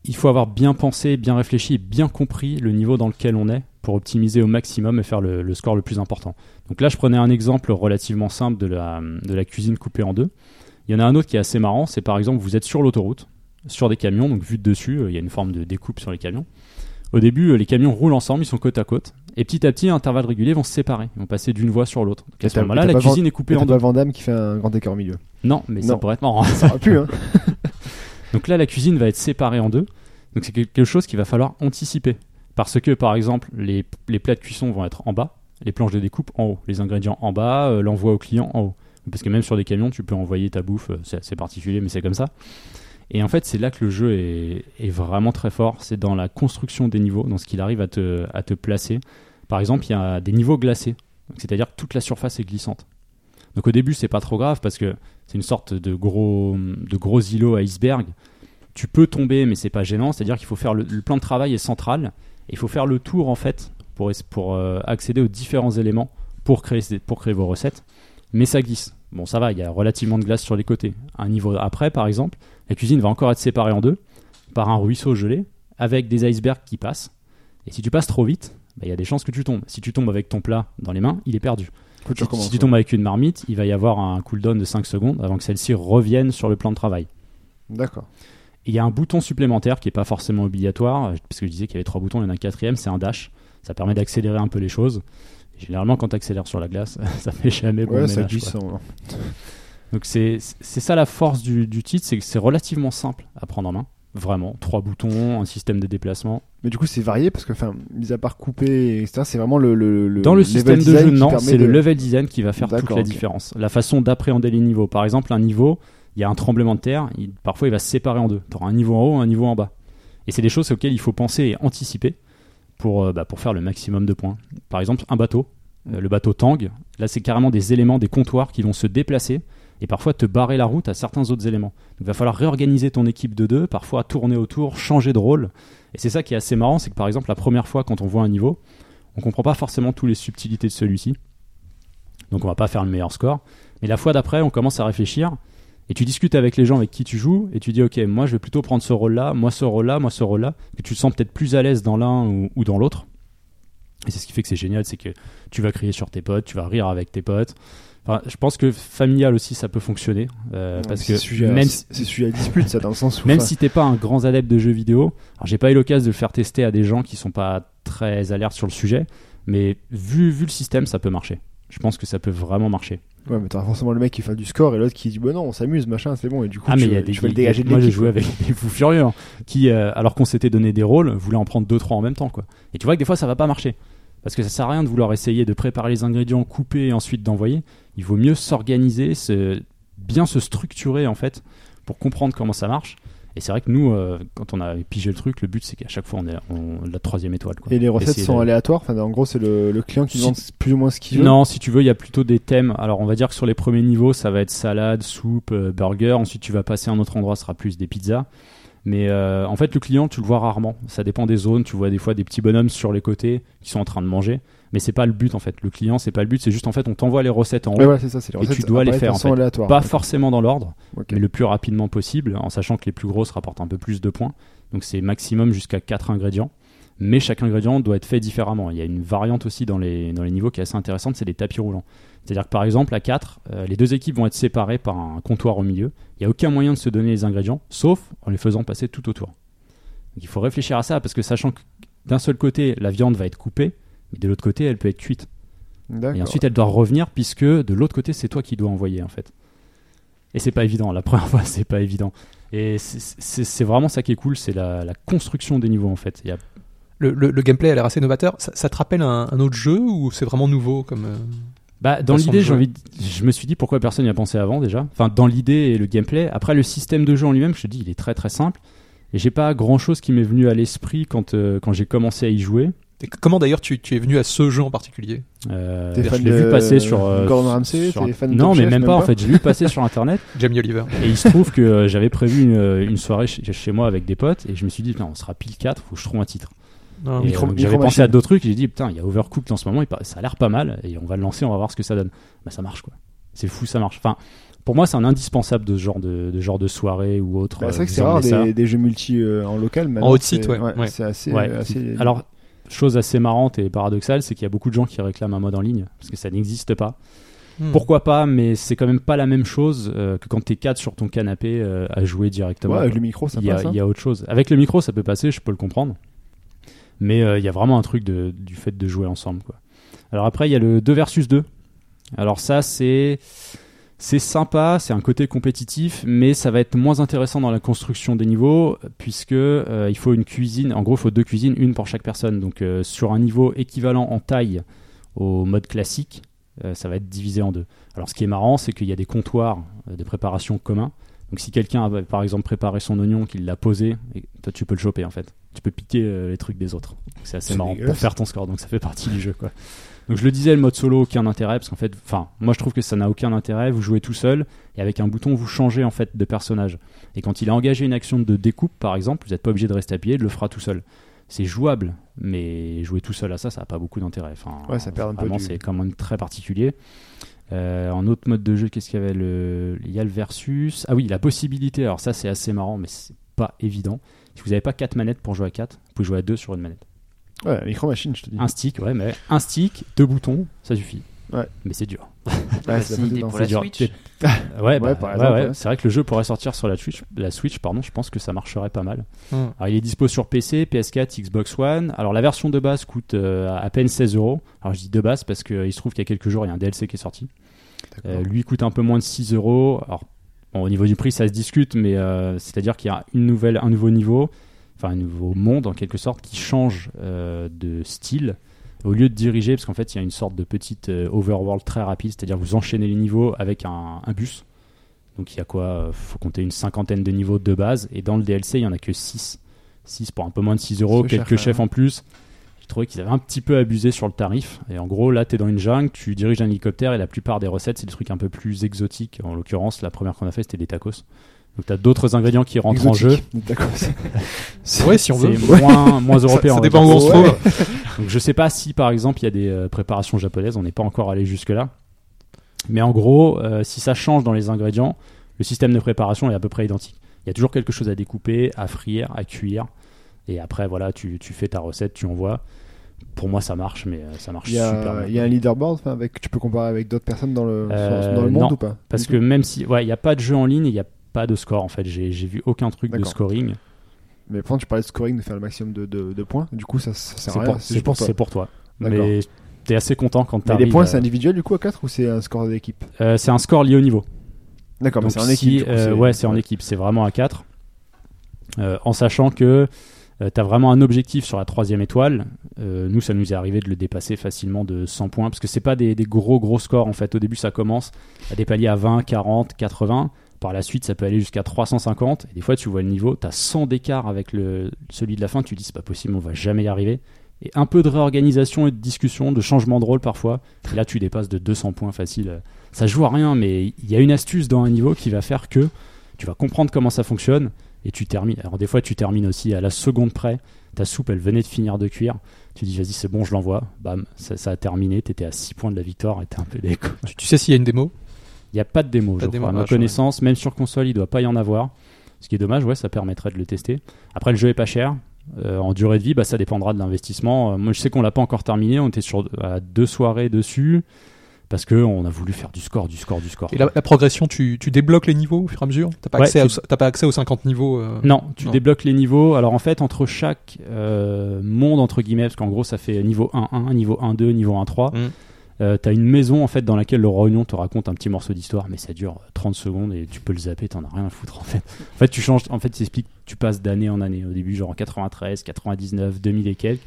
[SPEAKER 3] il faut avoir bien pensé, bien réfléchi, et bien compris le niveau dans lequel on est pour optimiser au maximum et faire le, le score le plus important. Donc là, je prenais un exemple relativement simple de la, de la cuisine coupée en deux. Il y en a un autre qui est assez marrant, c'est par exemple, vous êtes sur l'autoroute, sur des camions, donc vu de dessus, euh, il y a une forme de découpe sur les camions. Au début, euh, les camions roulent ensemble, ils sont côte à côte, et petit à petit, à intervalles réguliers, ils vont se séparer, ils vont passer d'une voie sur l'autre. Donc
[SPEAKER 2] Et
[SPEAKER 3] à ce
[SPEAKER 2] t'as-
[SPEAKER 3] moment-là,
[SPEAKER 2] t'as
[SPEAKER 3] la
[SPEAKER 2] pas
[SPEAKER 3] cuisine
[SPEAKER 2] vend-
[SPEAKER 3] est
[SPEAKER 2] Et
[SPEAKER 3] coupée en
[SPEAKER 2] t'as
[SPEAKER 3] deux.
[SPEAKER 2] pas Van Damme qui fait un grand écart au milieu.
[SPEAKER 3] Non, mais ça
[SPEAKER 2] Non.
[SPEAKER 3] pourrait être marrant.
[SPEAKER 2] Ça aurait pu, hein.
[SPEAKER 3] Donc là, la cuisine va être séparée en deux. Donc c'est quelque chose qu'il va falloir anticiper. Parce que, par exemple, les, les plats de cuisson vont être en bas, les planches de découpe en haut, les ingrédients en bas, euh, l'envoi au client en haut. Parce que même sur des camions, tu peux envoyer ta bouffe, euh, c'est assez particulier, mais c'est comme ça. Et en fait, c'est là que le jeu est, est vraiment très fort. C'est dans la construction des niveaux, dans ce qu'il arrive à te, à te placer. Par exemple, il y a des niveaux glacés. Donc, C'est-à-dire que toute la surface est glissante. Donc au début, c'est pas trop grave parce que c'est une sorte de gros, de gros îlot à iceberg tu peux tomber, mais c'est pas gênant. C'est-à-dire qu'il faut faire le, le plan de travail est central et il faut faire le tour en fait pour, es- pour euh, accéder aux différents éléments pour créer, ces- pour créer vos recettes. Mais ça glisse. Bon, ça va, il y a relativement de glace sur les côtés. Un niveau après, par exemple, la cuisine va encore être séparée en deux par un ruisseau gelé avec des icebergs qui passent. Et si tu passes trop vite, bah, il y a des chances que tu tombes. Si tu tombes avec ton plat dans les mains, il est perdu.
[SPEAKER 2] Faut que tu
[SPEAKER 3] Si,
[SPEAKER 2] recommences.
[SPEAKER 3] si tu tombes avec une marmite, il va y avoir un cooldown de 5 secondes avant que celle-ci revienne sur le plan de travail.
[SPEAKER 2] D'accord.
[SPEAKER 3] Et Il y a un bouton supplémentaire qui n'est pas forcément obligatoire, euh, parce que je disais qu'il y avait trois boutons, il y en a un quatrième, c'est un dash. Ça permet d'accélérer un peu les choses. Généralement, quand tu accélères sur la glace, ça fait jamais bon
[SPEAKER 2] ouais,
[SPEAKER 3] ménage,
[SPEAKER 2] ça
[SPEAKER 3] quoi.
[SPEAKER 2] glisse. hein.
[SPEAKER 3] Donc c'est c'est ça la force du, du titre, c'est que c'est relativement simple à prendre en main. Vraiment, trois boutons, un système de déplacement.
[SPEAKER 2] Mais du coup, c'est varié parce que, enfin, mis à part couper, etc., c'est vraiment le. le,
[SPEAKER 3] Dans le
[SPEAKER 2] level
[SPEAKER 3] système de
[SPEAKER 2] design
[SPEAKER 3] jeu,
[SPEAKER 2] qui
[SPEAKER 3] non,
[SPEAKER 2] permet
[SPEAKER 3] c'est
[SPEAKER 2] de-
[SPEAKER 3] le level design qui va faire toute la
[SPEAKER 2] D'accord, ok.
[SPEAKER 3] différence. La façon d'appréhender les niveaux. Par exemple, un niveau, il y a un tremblement de terre, il- parfois il va se séparer en deux. Tu un niveau en haut, un niveau en bas. Et c'est des choses auxquelles il faut penser et anticiper pour, euh, bah, pour faire le maximum de points. Par exemple, un bateau, euh, le bateau Tang, là c'est carrément des éléments, des comptoirs qui vont se déplacer et parfois te barrer la route à certains autres éléments. Donc il va falloir réorganiser ton équipe de deux, parfois tourner autour, changer de rôle. Et c'est ça qui est assez marrant, c'est que par exemple la première fois quand on voit un niveau, on comprend pas forcément toutes les subtilités de celui-ci. Donc on va pas faire le meilleur score. Mais la fois d'après, on commence à réfléchir Et tu discutes avec les gens avec qui tu joues et tu dis, ok, moi je vais plutôt prendre ce rôle-là, moi ce rôle-là, moi ce rôle-là. Que tu te sens peut-être plus à l'aise dans l'un ou, ou dans l'autre. Et c'est ce qui fait que c'est génial, c'est que tu vas crier sur tes potes, tu vas rire avec tes potes. Enfin, je pense que familial aussi, ça peut fonctionner. euh, parce que
[SPEAKER 2] c'est sujet à-
[SPEAKER 3] même si-
[SPEAKER 2] c'est c'est sujet à dispute, ça, dans le sens où.
[SPEAKER 3] même
[SPEAKER 2] enfin,
[SPEAKER 3] si t'es pas un grand adepte de jeux vidéo, alors j'ai pas eu l'occasion de le faire tester à des gens qui sont pas très alertes sur le sujet, mais vu, vu le système, ça peut marcher. Je pense que ça peut vraiment marcher.
[SPEAKER 2] Ouais, mais t'as forcément le mec qui fait du score et l'autre qui dit, bon, non, on s'amuse, machin, c'est bon. Et du coup,
[SPEAKER 3] ah,
[SPEAKER 2] tu,
[SPEAKER 3] mais il y a
[SPEAKER 2] veux-
[SPEAKER 3] des.
[SPEAKER 2] tu veux le
[SPEAKER 3] des-
[SPEAKER 2] dégager de
[SPEAKER 3] moi, j'ai
[SPEAKER 2] l'équipe.
[SPEAKER 3] joué avec des fous furieux hein, qui, euh, alors qu'on s'était donné des rôles, voulaient en prendre deux trois en même temps, quoi. Et tu vois que des fois, ça va pas marcher. Parce que ça sert à rien de vouloir essayer de préparer les ingrédients, couper et ensuite d'envoyer. Il vaut mieux s'organiser, se- bien se structurer en fait pour comprendre comment ça marche. Et c'est vrai que nous, euh, quand on a pigé le truc, le but c'est qu'à chaque fois on est on- la troisième étoile. Quoi.
[SPEAKER 2] Et les recettes
[SPEAKER 3] Essayer
[SPEAKER 2] sont
[SPEAKER 3] de-
[SPEAKER 2] aléatoires. Enfin, en gros, c'est le, le client qui
[SPEAKER 3] Si-
[SPEAKER 2] demande plus ou moins ce qu'il veut.
[SPEAKER 3] Non, si tu veux, il y a plutôt des thèmes. Alors, on va dire que sur les premiers niveaux, ça va être salade, soupe, euh, burger. Ensuite, tu vas passer à un autre endroit, ce sera plus des pizzas. Mais euh, en fait, le client, tu le vois rarement. Ça dépend des zones. Tu vois des fois des petits bonhommes sur les côtés qui sont en train de manger. Mais c'est pas le but en fait. Le client, c'est pas le but. C'est juste en fait, on t'envoie les recettes en haut.
[SPEAKER 2] Ouais, voilà, c'est ça, c'est les
[SPEAKER 3] Et tu
[SPEAKER 2] recettes.
[SPEAKER 3] dois les
[SPEAKER 2] apparaissent
[SPEAKER 3] faire, en
[SPEAKER 2] façon
[SPEAKER 3] fait.
[SPEAKER 2] aléatoire.
[SPEAKER 3] Pas forcément dans l'ordre,
[SPEAKER 2] Ok.
[SPEAKER 3] mais le plus rapidement possible, en sachant que les plus grosses rapportent un peu plus de points. Donc c'est maximum jusqu'à 4 ingrédients. Mais chaque ingrédient doit être fait différemment. Il y a une variante aussi dans les, dans les niveaux qui est assez intéressante, c'est les tapis roulants. C'est-à-dire que par exemple, à 4, les deux équipes vont être séparées par un comptoir au milieu. Il n'y a aucun moyen de se donner les ingrédients, sauf en les faisant passer tout autour. Donc il faut réfléchir à ça, parce que sachant que d'un seul côté, la viande va être coupée, mais de l'autre côté, elle peut être cuite. Et
[SPEAKER 2] D'accord.
[SPEAKER 3] ensuite, elle doit revenir puisque de l'autre côté, c'est toi qui dois envoyer en fait. Et c'est pas évident. La première fois, c'est pas évident. Et c'est- c'est c'est vraiment ça qui est cool, c'est la, la construction des niveaux en fait. Il y a-
[SPEAKER 5] Le, le- le gameplay a l'air assez novateur. Ça, ça te rappelle un, un autre jeu ou c'est vraiment nouveau comme euh,
[SPEAKER 3] bah, dans
[SPEAKER 5] Façon de
[SPEAKER 3] l'idée, j'ai
[SPEAKER 5] jouer.
[SPEAKER 3] envie, de- je me suis dit pourquoi personne n'y a pensé avant déjà. Enfin, dans l'idée et le gameplay. Après, le système de jeu en lui-même, je te dis, il est très très simple. Et j'ai pas grand chose qui m'est venu à l'esprit quand euh, quand j'ai commencé à y jouer.
[SPEAKER 5] et c- Comment d'ailleurs tu, tu es venu à ce jeu en particulier
[SPEAKER 3] Euh,
[SPEAKER 2] T'es
[SPEAKER 3] je
[SPEAKER 2] fan
[SPEAKER 3] l'ai vu
[SPEAKER 2] de
[SPEAKER 3] passer sur euh,
[SPEAKER 2] Gordon Ramsay,
[SPEAKER 3] sur un-
[SPEAKER 2] t'es fan de
[SPEAKER 3] Non,
[SPEAKER 2] Top
[SPEAKER 3] mais
[SPEAKER 2] Chef,
[SPEAKER 3] même
[SPEAKER 2] même
[SPEAKER 3] pas en
[SPEAKER 2] pas
[SPEAKER 3] fait. J'ai vu passer sur internet.
[SPEAKER 5] Jamie Oliver.
[SPEAKER 3] Et il se trouve que euh, j'avais prévu une, euh, une soirée chez, chez moi avec des potes et je me suis dit, putain, on sera pile 4, faut que je trouve un titre.
[SPEAKER 5] Non,
[SPEAKER 3] Et,
[SPEAKER 2] Micro-
[SPEAKER 3] euh, donc, j'avais
[SPEAKER 2] micro-machine.
[SPEAKER 3] pensé à d'autres trucs, et j'ai dit, putain, il y a Overcooked en ce moment, il par- ça a l'air pas mal et on va le lancer, on va voir ce que ça donne. Bah, ça marche quoi. C'est fou, ça marche. Enfin, pour moi, c'est un indispensable de ce genre de, de genre de soirée ou autre.
[SPEAKER 2] Bah,
[SPEAKER 3] euh,
[SPEAKER 2] c'est vrai que
[SPEAKER 3] vous
[SPEAKER 2] c'est rare
[SPEAKER 3] emmenez ça.
[SPEAKER 2] des, des jeux multi euh, en local. maintenant,
[SPEAKER 5] En haut de
[SPEAKER 2] c'est-
[SPEAKER 5] site, ouais. Ouais.
[SPEAKER 2] C'est assez.
[SPEAKER 3] Ouais.
[SPEAKER 2] euh, assez-
[SPEAKER 3] Alors, chose assez marrante et paradoxale, c'est qu'il y a beaucoup de gens qui réclament un mode en ligne parce que ça n'existe pas.
[SPEAKER 5] Hmm.
[SPEAKER 3] Pourquoi pas, mais c'est quand même pas la même chose euh, que quand t'es 4 sur ton canapé euh, à jouer directement.
[SPEAKER 2] Ouais,
[SPEAKER 3] quoi.
[SPEAKER 2] avec le micro, ça
[SPEAKER 3] il y, a,
[SPEAKER 2] passe. hein.
[SPEAKER 3] il y a autre chose. Avec le micro, ça peut passer, je peux le comprendre. Mais euh, il y a vraiment un truc de- du fait de jouer ensemble. Quoi. Alors après, il y a le 2 versus 2. Alors ça, c'est c'est sympa, c'est un côté compétitif, mais ça va être moins intéressant dans la construction des niveaux, puisque euh, il faut une cuisine, en gros, il faut deux cuisines, une pour chaque personne. Donc euh, sur un niveau équivalent en taille au mode classique, euh, ça va être divisé en deux. Alors ce qui est marrant, c'est qu'il y a des comptoirs euh, de préparation communs. Donc si quelqu'un a par exemple préparé son oignon, qu'il l'a posé, et toi tu peux le choper en fait. Tu peux piquer euh, les trucs des autres. Donc, C'est assez
[SPEAKER 2] C'est
[SPEAKER 3] marrant pour
[SPEAKER 2] dégueulasse.
[SPEAKER 3] faire ton score, donc ça fait partie du jeu quoi. Donc je le disais, le mode solo aucun intérêt parce qu'en fait, enfin moi je trouve que ça n'a aucun intérêt. Vous jouez tout seul et avec un bouton vous changez en fait de personnage. Et quand il a engagé une action de découpe par exemple, vous n'êtes pas obligé de rester à pied, il le fera tout seul. C'est jouable, mais jouer tout seul à ça, ça n'a pas beaucoup d'intérêt. Enfin,
[SPEAKER 2] Ouais, ça perd un peu
[SPEAKER 3] vraiment,
[SPEAKER 2] du-
[SPEAKER 3] c'est quand même très particulier. Euh, en autre mode de jeu, qu'est-ce qu'il y avait le... Il y a le versus. Ah oui, la possibilité. Alors ça, c'est assez marrant, mais c'est pas évident. Si vous n'avez pas quatre manettes pour jouer à 4, vous pouvez jouer à deux sur une manette.
[SPEAKER 2] hein. Ouais, micro-machine, je te
[SPEAKER 5] Ah,
[SPEAKER 2] dis.
[SPEAKER 3] Un stick, ouais, mais un stick, deux boutons, ça suffit.
[SPEAKER 2] Ouais.
[SPEAKER 3] Mais c'est dur.
[SPEAKER 2] Ouais,
[SPEAKER 4] Bah,
[SPEAKER 2] c'est
[SPEAKER 4] c'est
[SPEAKER 2] pas
[SPEAKER 4] une idée
[SPEAKER 2] dedans.
[SPEAKER 4] pour
[SPEAKER 3] C'est
[SPEAKER 4] la
[SPEAKER 3] dur.
[SPEAKER 4] Switch.
[SPEAKER 3] T'es- Ouais, bah,
[SPEAKER 2] Ouais, par
[SPEAKER 3] ouais,
[SPEAKER 2] exemple,
[SPEAKER 3] ouais.
[SPEAKER 2] ouais.
[SPEAKER 3] c'est vrai que le jeu pourrait sortir sur la Switch. La Switch, pardon, je pense que ça marcherait pas mal.
[SPEAKER 2] Mm.
[SPEAKER 5] Hmm.
[SPEAKER 3] Alors, il est dispo sur PC, PS4, Xbox One. Alors, la version de base coûte euh, à peine 16 euros. Alors, je dis de base parce qu'il se trouve qu'il y a quelques jours, il y a un DLC qui est sorti.
[SPEAKER 2] D'accord.
[SPEAKER 3] Euh, lui coûte un peu moins de 6 euros. Alors, bon, au niveau du prix, ça se discute, mais euh, c'est-à-dire qu'il y a une nouvelle, un nouveau niveau, enfin un nouveau monde en quelque sorte, qui change euh, de style. Au lieu de diriger, parce qu'en fait, il y a une sorte de petite euh, overworld très rapide, c'est-à-dire vous enchaînez les niveaux avec un, un bus. Donc il y a quoi euh, Faut compter une cinquantaine de niveaux de base, et dans le DLC, il y en a que 6. 6 pour un peu moins de 6 euros,
[SPEAKER 2] C'est cher,
[SPEAKER 3] quelques
[SPEAKER 2] quand même.
[SPEAKER 3] chefs en plus. J'ai trouvé qu'ils avaient un petit peu abusé sur le tarif. Et en gros, là, tu es dans une jungle, tu diriges un hélicoptère et la plupart des recettes, c'est des trucs un peu plus exotiques. En l'occurrence, la première qu'on a fait, c'était des tacos. Donc tu as d'autres ingrédients qui rentrent en jeu.
[SPEAKER 2] Exotique. D'accord.
[SPEAKER 5] Ouais, si on veut.
[SPEAKER 3] C'est moins, moins européen.
[SPEAKER 5] Ça, ça
[SPEAKER 3] on va
[SPEAKER 5] dépend où
[SPEAKER 3] dire.
[SPEAKER 5] on se
[SPEAKER 2] Ouais.
[SPEAKER 5] trouve.
[SPEAKER 3] Donc je sais pas si par exemple il y a des euh, préparations japonaises, on n'est pas encore allé jusque là. Mais en gros, euh, si ça change dans les ingrédients, le système de préparation est à peu près identique. Il y a toujours quelque chose à découper, à frire, à cuire. Et après, voilà, tu, tu fais ta recette, tu envoies. Pour moi, ça marche, mais euh, ça marche
[SPEAKER 2] Il y
[SPEAKER 3] super
[SPEAKER 2] a,
[SPEAKER 3] bien.
[SPEAKER 2] il y a un leaderboard enfin, avec, tu peux comparer avec d'autres personnes dans le,
[SPEAKER 3] Euh,
[SPEAKER 2] dans le monde
[SPEAKER 3] non,
[SPEAKER 2] ou pas
[SPEAKER 3] Parce que même si, ouais, il n'y a pas de jeu en ligne, il n'y a pas de score en fait. J'ai j'ai vu aucun truc de
[SPEAKER 2] D'accord.
[SPEAKER 3] scoring.
[SPEAKER 2] Mais pourtant, tu parlais de scoring, de faire le maximum de, de, de points. Du coup, ça, ça sert à
[SPEAKER 3] C'est
[SPEAKER 2] rien.
[SPEAKER 3] pour,
[SPEAKER 2] C'est
[SPEAKER 3] c'est
[SPEAKER 2] juste pour toi.
[SPEAKER 3] c'est pour toi.
[SPEAKER 2] D'accord.
[SPEAKER 3] Mais t'es assez content quand
[SPEAKER 2] Mais
[SPEAKER 3] t'arrives.
[SPEAKER 2] les points, c'est
[SPEAKER 3] euh,
[SPEAKER 2] individuel du coup à 4 ou c'est un score d'équipe
[SPEAKER 3] euh, c'est un score lié au niveau.
[SPEAKER 2] D'accord, mais
[SPEAKER 3] Donc
[SPEAKER 2] c'est en
[SPEAKER 3] si,
[SPEAKER 2] équipe. du coup,
[SPEAKER 3] euh,
[SPEAKER 2] c'est-
[SPEAKER 3] ouais, c'est en équipe. C'est vraiment à 4. en sachant que tu as vraiment un objectif sur la troisième étoile. Euh, nous, ça nous est arrivé de le dépasser facilement de 100 points. Parce que c'est pas des, des gros, gros scores en fait. Au début, ça commence à des paliers à 20, 40, 80. Par la suite, ça peut aller jusqu'à 350. Et des fois, tu vois le niveau, tu as 100 d'écart avec le, celui de la fin. Tu dis, c'est pas possible, on va jamais y arriver. Et un peu de réorganisation et de discussion, de changement de rôle parfois. Et là, tu dépasses de 200 points euh, facile ça joue à rien, mais il y a une astuce dans un niveau qui va faire que tu vas comprendre comment ça fonctionne et tu termines. Alors des fois, tu termines aussi à la seconde près. Ta soupe, elle venait de finir de cuire. Tu dis, vas-y, c'est bon, je l'envoie. Bam, ça, ça a terminé. T'étais à 6 points de la victoire et t'es un peu déco.
[SPEAKER 5] Tu, tu sais s'il y a une démo
[SPEAKER 3] Il n'y a pas de démo,
[SPEAKER 5] Pas
[SPEAKER 3] je
[SPEAKER 5] de démo,
[SPEAKER 3] crois. À ma
[SPEAKER 5] vache,
[SPEAKER 3] connaissance, même sur console, il doit pas y en avoir. Ce qui est dommage, ouais, ça permettrait de le tester. Après, le jeu est pas cher. Euh, en durée de vie, bah, ça dépendra de l'investissement. Euh, moi, je sais qu'on l'a pas encore terminé. On était sur à deux soirées dessus parce que on a voulu faire du score, du score, du score.
[SPEAKER 5] Et la, la progression, tu, tu débloques les niveaux au fur et à mesure T'as pas,
[SPEAKER 3] Ouais,
[SPEAKER 5] accès à-
[SPEAKER 3] tu-
[SPEAKER 5] t'as pas accès aux 50 niveaux euh,
[SPEAKER 3] Non, tu
[SPEAKER 5] Non.
[SPEAKER 3] débloques les niveaux. Alors en fait, entre chaque euh, monde, entre guillemets, parce qu'en gros, ça fait niveau 1-1, niveau 1-2, niveau 1-3,
[SPEAKER 5] Mm.
[SPEAKER 3] euh, t'as une maison en fait dans laquelle le roi Union te raconte un petit morceau d'histoire, mais ça dure 30 secondes et tu peux le zapper, t'en as rien à foutre en fait. En fait, tu changes, en fait, tu expliques, tu passes d'année en année. Au début, genre en 93, 99, 2000 et quelques,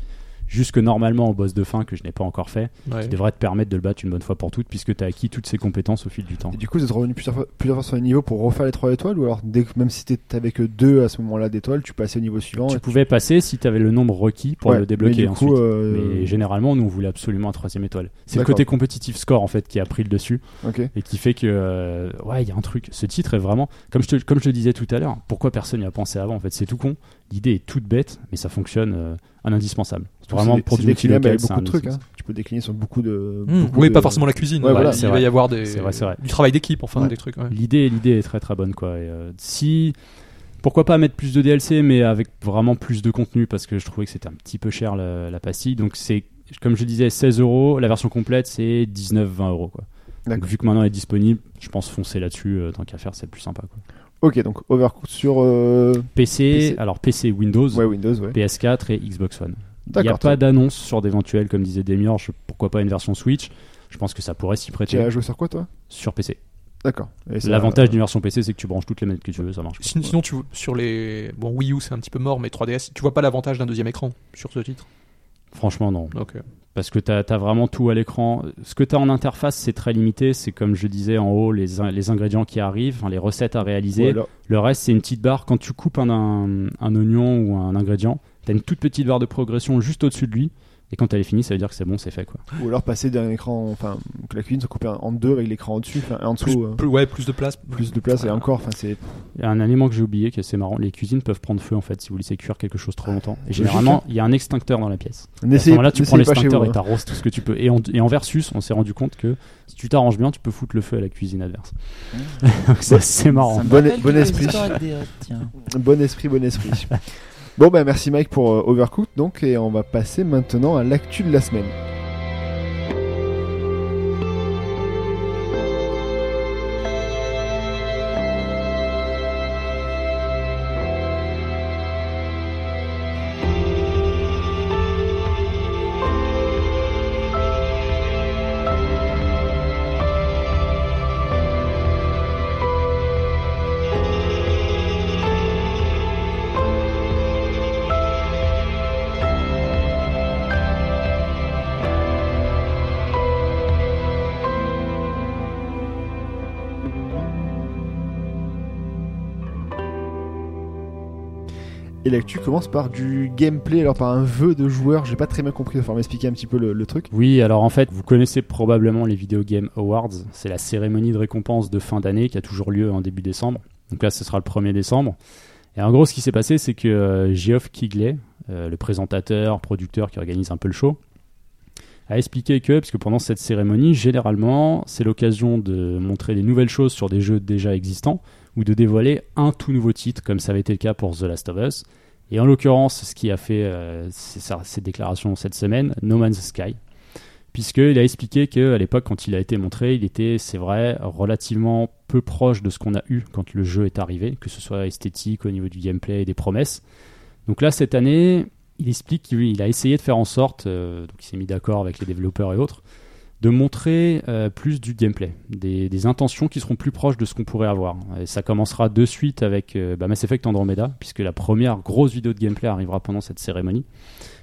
[SPEAKER 3] jusque normalement au boss de fin que je n'ai pas encore fait,
[SPEAKER 5] ouais.
[SPEAKER 3] qui devrait te permettre de le battre une bonne fois pour toutes puisque t'as acquis toutes ses compétences au fil du temps.
[SPEAKER 2] Et du coup, vous êtes revenu plusieurs fois, plusieurs fois sur les niveaux pour refaire les 3 étoiles ou alors dès que- même si t'es- t'avais que 2 à ce moment-là d'étoiles, tu passais au niveau suivant
[SPEAKER 3] Tu
[SPEAKER 2] et-
[SPEAKER 3] pouvais passer si t'avais le nombre requis pour
[SPEAKER 2] Ouais,
[SPEAKER 3] le débloquer
[SPEAKER 2] mais du
[SPEAKER 3] ensuite.
[SPEAKER 2] coup, euh,
[SPEAKER 3] Mais généralement, nous, on voulait absolument un troisième étoile. C'est le
[SPEAKER 2] D'accord.
[SPEAKER 3] côté compétitif score, en fait, qui a pris le dessus
[SPEAKER 2] ok.
[SPEAKER 3] et qui fait que, euh, ouais, il y a un truc. Ce titre est vraiment, comme je te, comme je te disais tout à l'heure, pourquoi personne n'y a pensé avant, en fait, c'est tout con. L'idée est toute bête, mais ça fonctionne euh, un indispensable. Vraiment,
[SPEAKER 2] C'est-
[SPEAKER 3] pour
[SPEAKER 2] c'est
[SPEAKER 3] du
[SPEAKER 2] déclinable
[SPEAKER 3] multilocal,
[SPEAKER 2] avec
[SPEAKER 3] c'est
[SPEAKER 2] beaucoup
[SPEAKER 3] un
[SPEAKER 2] de trucs.
[SPEAKER 3] essence.
[SPEAKER 2] hein. Tu peux décliner sur beaucoup de.
[SPEAKER 5] Mmh,
[SPEAKER 2] beaucoup
[SPEAKER 5] oui,
[SPEAKER 2] de-
[SPEAKER 5] pas forcément la cuisine.
[SPEAKER 2] Ouais, voilà,
[SPEAKER 5] il
[SPEAKER 3] c'est
[SPEAKER 5] va
[SPEAKER 3] vrai.
[SPEAKER 5] y avoir des,
[SPEAKER 3] C'est vrai, c'est vrai.
[SPEAKER 5] du travail d'équipe, enfin,
[SPEAKER 2] Ouais.
[SPEAKER 5] des trucs. ouais.
[SPEAKER 3] L'idée, l'idée est très très bonne, quoi. Et, euh, si, pourquoi pas mettre plus de DLC, mais avec vraiment plus de contenu, parce que je trouvais que c'était un petit peu cher la, la pastille. Donc c'est, comme je disais, 16 euros. La version complète, c'est 19-20 euros, quoi. Donc,
[SPEAKER 2] D'accord.
[SPEAKER 3] vu que maintenant elle est disponible, je pense foncer là-dessus, euh, tant qu'à faire, c'est plus sympa. quoi.
[SPEAKER 2] Ok, donc Overcooked sur euh,
[SPEAKER 3] PC,
[SPEAKER 2] PC.
[SPEAKER 3] alors PC, Windows,
[SPEAKER 2] ouais, Windows, ouais.
[SPEAKER 3] PS4 et Xbox One. Il n'y a
[SPEAKER 2] D'accord.
[SPEAKER 3] pas d'annonce sur d'éventuels, comme disait Demior, je- pourquoi pas une version Switch. Je pense que ça pourrait s'y
[SPEAKER 2] Tu
[SPEAKER 3] prêter
[SPEAKER 2] as joué sur quoi toi
[SPEAKER 3] sur PC.
[SPEAKER 2] D'accord. Et ça- euh,
[SPEAKER 3] L'avantage d'une version PC, c'est que tu branches toutes les manettes que tu veux, ça marche.
[SPEAKER 5] Sin- Sinon, tu, sur les. Bon, Wii U, c'est un petit peu mort, mais 3DS, tu vois pas l'avantage d'un deuxième écran sur ce titre.
[SPEAKER 3] Franchement, non.
[SPEAKER 5] Donc, euh,
[SPEAKER 3] parce que tu as, vraiment tout à l'écran. Ce que tu as en interface, c'est très limité. C'est comme je disais en haut, les, in- les ingrédients qui arrivent, enfin, les recettes à réaliser.
[SPEAKER 2] Ou alors-
[SPEAKER 3] Le reste, c'est une petite barre. Quand tu coupes un, un, un oignon ou un ingrédient, tu as une toute petite barre de progression juste au-dessus de lui. Et quand elle est finie, ça veut dire que c'est bon, c'est fait. Quoi.
[SPEAKER 2] Ou alors passer d'un écran, enfin, que la cuisine soit coupée en deux avec l'écran au-dessus, enfin, en
[SPEAKER 5] plus,
[SPEAKER 2] dessous, euh,
[SPEAKER 5] plus- ouais, plus de place.
[SPEAKER 2] plus de place et encore, enfin, c'est.
[SPEAKER 3] Il y a un élément que j'ai oublié, qui est assez marrant. Les cuisines peuvent prendre feu en fait si vous laissez cuire quelque chose trop longtemps. Et généralement, il y a un extincteur dans la pièce. Et à ce
[SPEAKER 2] N'essayez
[SPEAKER 3] moment-là, tu prends
[SPEAKER 2] n'essayez pas chez
[SPEAKER 3] l'extincteur
[SPEAKER 2] vous.
[SPEAKER 3] et
[SPEAKER 2] hein.
[SPEAKER 3] t'arroses tout ce que tu peux. Et en, et en versus, on s'est rendu compte que si tu t'arranges bien, tu peux foutre le feu à la cuisine adverse. Donc c'est assez marrant.
[SPEAKER 4] Ça me
[SPEAKER 2] Bon-
[SPEAKER 4] rappelle
[SPEAKER 2] bon
[SPEAKER 4] que
[SPEAKER 2] esprit.
[SPEAKER 4] l'histoire avec des rats, tiens. Bah,
[SPEAKER 2] hein. Bon esprit, bon esprit. bon, bah, merci Mike pour euh, Overcooked, donc, et on va passer maintenant à l'actu de la semaine. Et l'actu commence par du gameplay, alors par un vœu de joueur, j'ai pas très bien compris, il va falloir m'expliquer un petit peu le, le truc.
[SPEAKER 3] Oui, alors en fait, vous connaissez probablement les Video Game Awards. C'est la cérémonie de récompense de fin d'année qui a toujours lieu en début décembre. Donc là, ce sera le 1er décembre. Et en gros, ce qui s'est passé, c'est que euh, Geoff Keighley, euh, le présentateur, producteur qui organise un peu le show, a expliqué que, parce que pendant cette cérémonie, généralement, c'est l'occasion de montrer des nouvelles choses sur des jeux déjà existants ou de dévoiler un tout nouveau titre, comme ça avait été le cas pour The Last of Us. Et en l'occurrence, ce qui a fait euh, c'est ça- cette déclaration cette semaine, No Man's Sky, puisqu'il a expliqué qu'à l'époque, quand il a été montré, il était, c'est vrai, relativement peu proche de ce qu'on a eu quand le jeu est arrivé, que ce soit esthétique, au niveau du gameplay et des promesses. Donc là, cette année, il explique qu'il il a essayé de faire en sorte, euh, donc il s'est mis d'accord avec les développeurs et autres, de montrer euh, plus du gameplay, des, des intentions qui seront plus proches de ce qu'on pourrait avoir. Et ça commencera de suite avec euh, bah, Mass Effect Andromeda, puisque la première grosse vidéo de gameplay arrivera pendant cette cérémonie.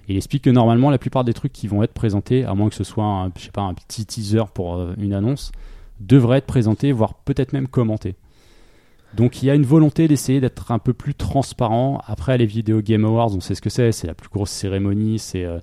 [SPEAKER 3] Il explique que normalement, la plupart des trucs qui vont être présentés, à moins que ce soit un, je sais pas, un petit teaser pour euh, une annonce, devraient être présentés, voire peut-être même commentés. Donc il y a une volonté d'essayer d'être un peu plus transparent. Après les vidéos Game Awards, on sait ce que c'est, c'est la plus grosse cérémonie, c'est... euh,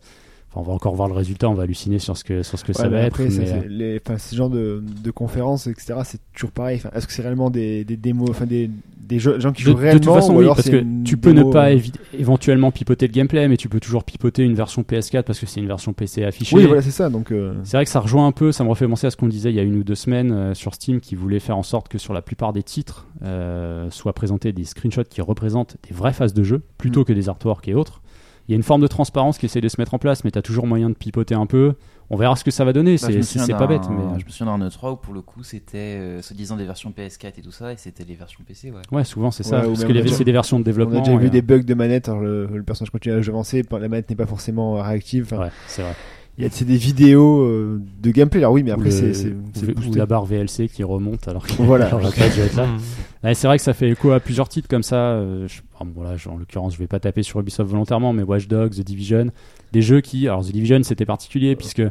[SPEAKER 3] enfin, on va encore voir le résultat, on va halluciner sur ce que, sur ce que ça
[SPEAKER 2] Ouais,
[SPEAKER 3] va
[SPEAKER 2] mais
[SPEAKER 3] être.
[SPEAKER 2] après, ça,
[SPEAKER 3] mais, euh,
[SPEAKER 2] c'est les- enfin, ce genre de, de conférences, etc., c'est toujours pareil. Enfin, Est-ce que c'est réellement des, des démos, enfin des, des jeux- gens qui
[SPEAKER 3] de,
[SPEAKER 2] jouent
[SPEAKER 3] de
[SPEAKER 2] réellement
[SPEAKER 3] toute façon,
[SPEAKER 2] ou
[SPEAKER 3] oui,
[SPEAKER 2] alors
[SPEAKER 3] parce
[SPEAKER 2] c'est
[SPEAKER 3] que
[SPEAKER 2] une
[SPEAKER 3] tu peux
[SPEAKER 2] démo,
[SPEAKER 3] ne pas
[SPEAKER 2] euh,
[SPEAKER 3] évi- éventuellement pipoter le gameplay, mais tu peux toujours pipoter une version PS4 parce que c'est une version PC affichée.
[SPEAKER 2] Oui, voilà, c'est ça. Donc, euh,
[SPEAKER 3] C'est vrai que ça rejoint un peu, ça me refait penser à ce qu'on disait il y a une ou deux semaines euh, sur Steam qui voulait faire en sorte que sur la plupart des titres euh, soient présentés des screenshots qui représentent des vraies phases de jeu plutôt
[SPEAKER 2] Mm.
[SPEAKER 3] que des artworks et autres. Il y a une forme de transparence qui essaie de se mettre en place, mais tu as toujours moyen de pipoter un peu. On verra ce que ça va donner,
[SPEAKER 4] Bah, je
[SPEAKER 3] c'est
[SPEAKER 4] me
[SPEAKER 3] c'est-
[SPEAKER 4] souviens
[SPEAKER 3] c'est pas
[SPEAKER 4] d'un-
[SPEAKER 3] bête. Mais... euh,
[SPEAKER 4] Je me souviens d'un E3 où pour le coup c'était euh, soi-disant des versions PS4 et tout ça, et c'était les versions PC, ouais.
[SPEAKER 3] Ouais, souvent c'est
[SPEAKER 2] Ouais,
[SPEAKER 3] ça,
[SPEAKER 2] ou
[SPEAKER 3] parce
[SPEAKER 2] même
[SPEAKER 3] que
[SPEAKER 2] on a
[SPEAKER 3] les-
[SPEAKER 2] déjà-
[SPEAKER 3] c'est des versions de
[SPEAKER 2] on
[SPEAKER 3] développement. euh,
[SPEAKER 2] a déjà vu
[SPEAKER 3] et,
[SPEAKER 2] des bugs de manette. Alors, le, le personnage continue à avancer, la manette n'est pas forcément euh, réactive.
[SPEAKER 3] euh,
[SPEAKER 2] Enfin,
[SPEAKER 3] Ouais, c'est vrai.
[SPEAKER 2] Il y a c'est des vidéos euh, de gameplay. Alors oui, mais
[SPEAKER 3] Ou
[SPEAKER 2] après
[SPEAKER 3] le-
[SPEAKER 2] c'est c'est-
[SPEAKER 3] ou
[SPEAKER 2] c'est
[SPEAKER 3] le- ou
[SPEAKER 2] boosté.
[SPEAKER 3] la barre VLC qui remonte alors qu'il
[SPEAKER 2] Voilà.
[SPEAKER 3] alors j'aurais pas dû être là.
[SPEAKER 5] Mm.
[SPEAKER 3] Ouais, c'est vrai que ça fait écho à plusieurs titres comme ça. euh, je- ah, bon, là, je- en l'occurrence, je vais pas taper sur Ubisoft volontairement, mais Watch Dogs, The Division, des jeux qui, alors The Division, c'était particulier puisque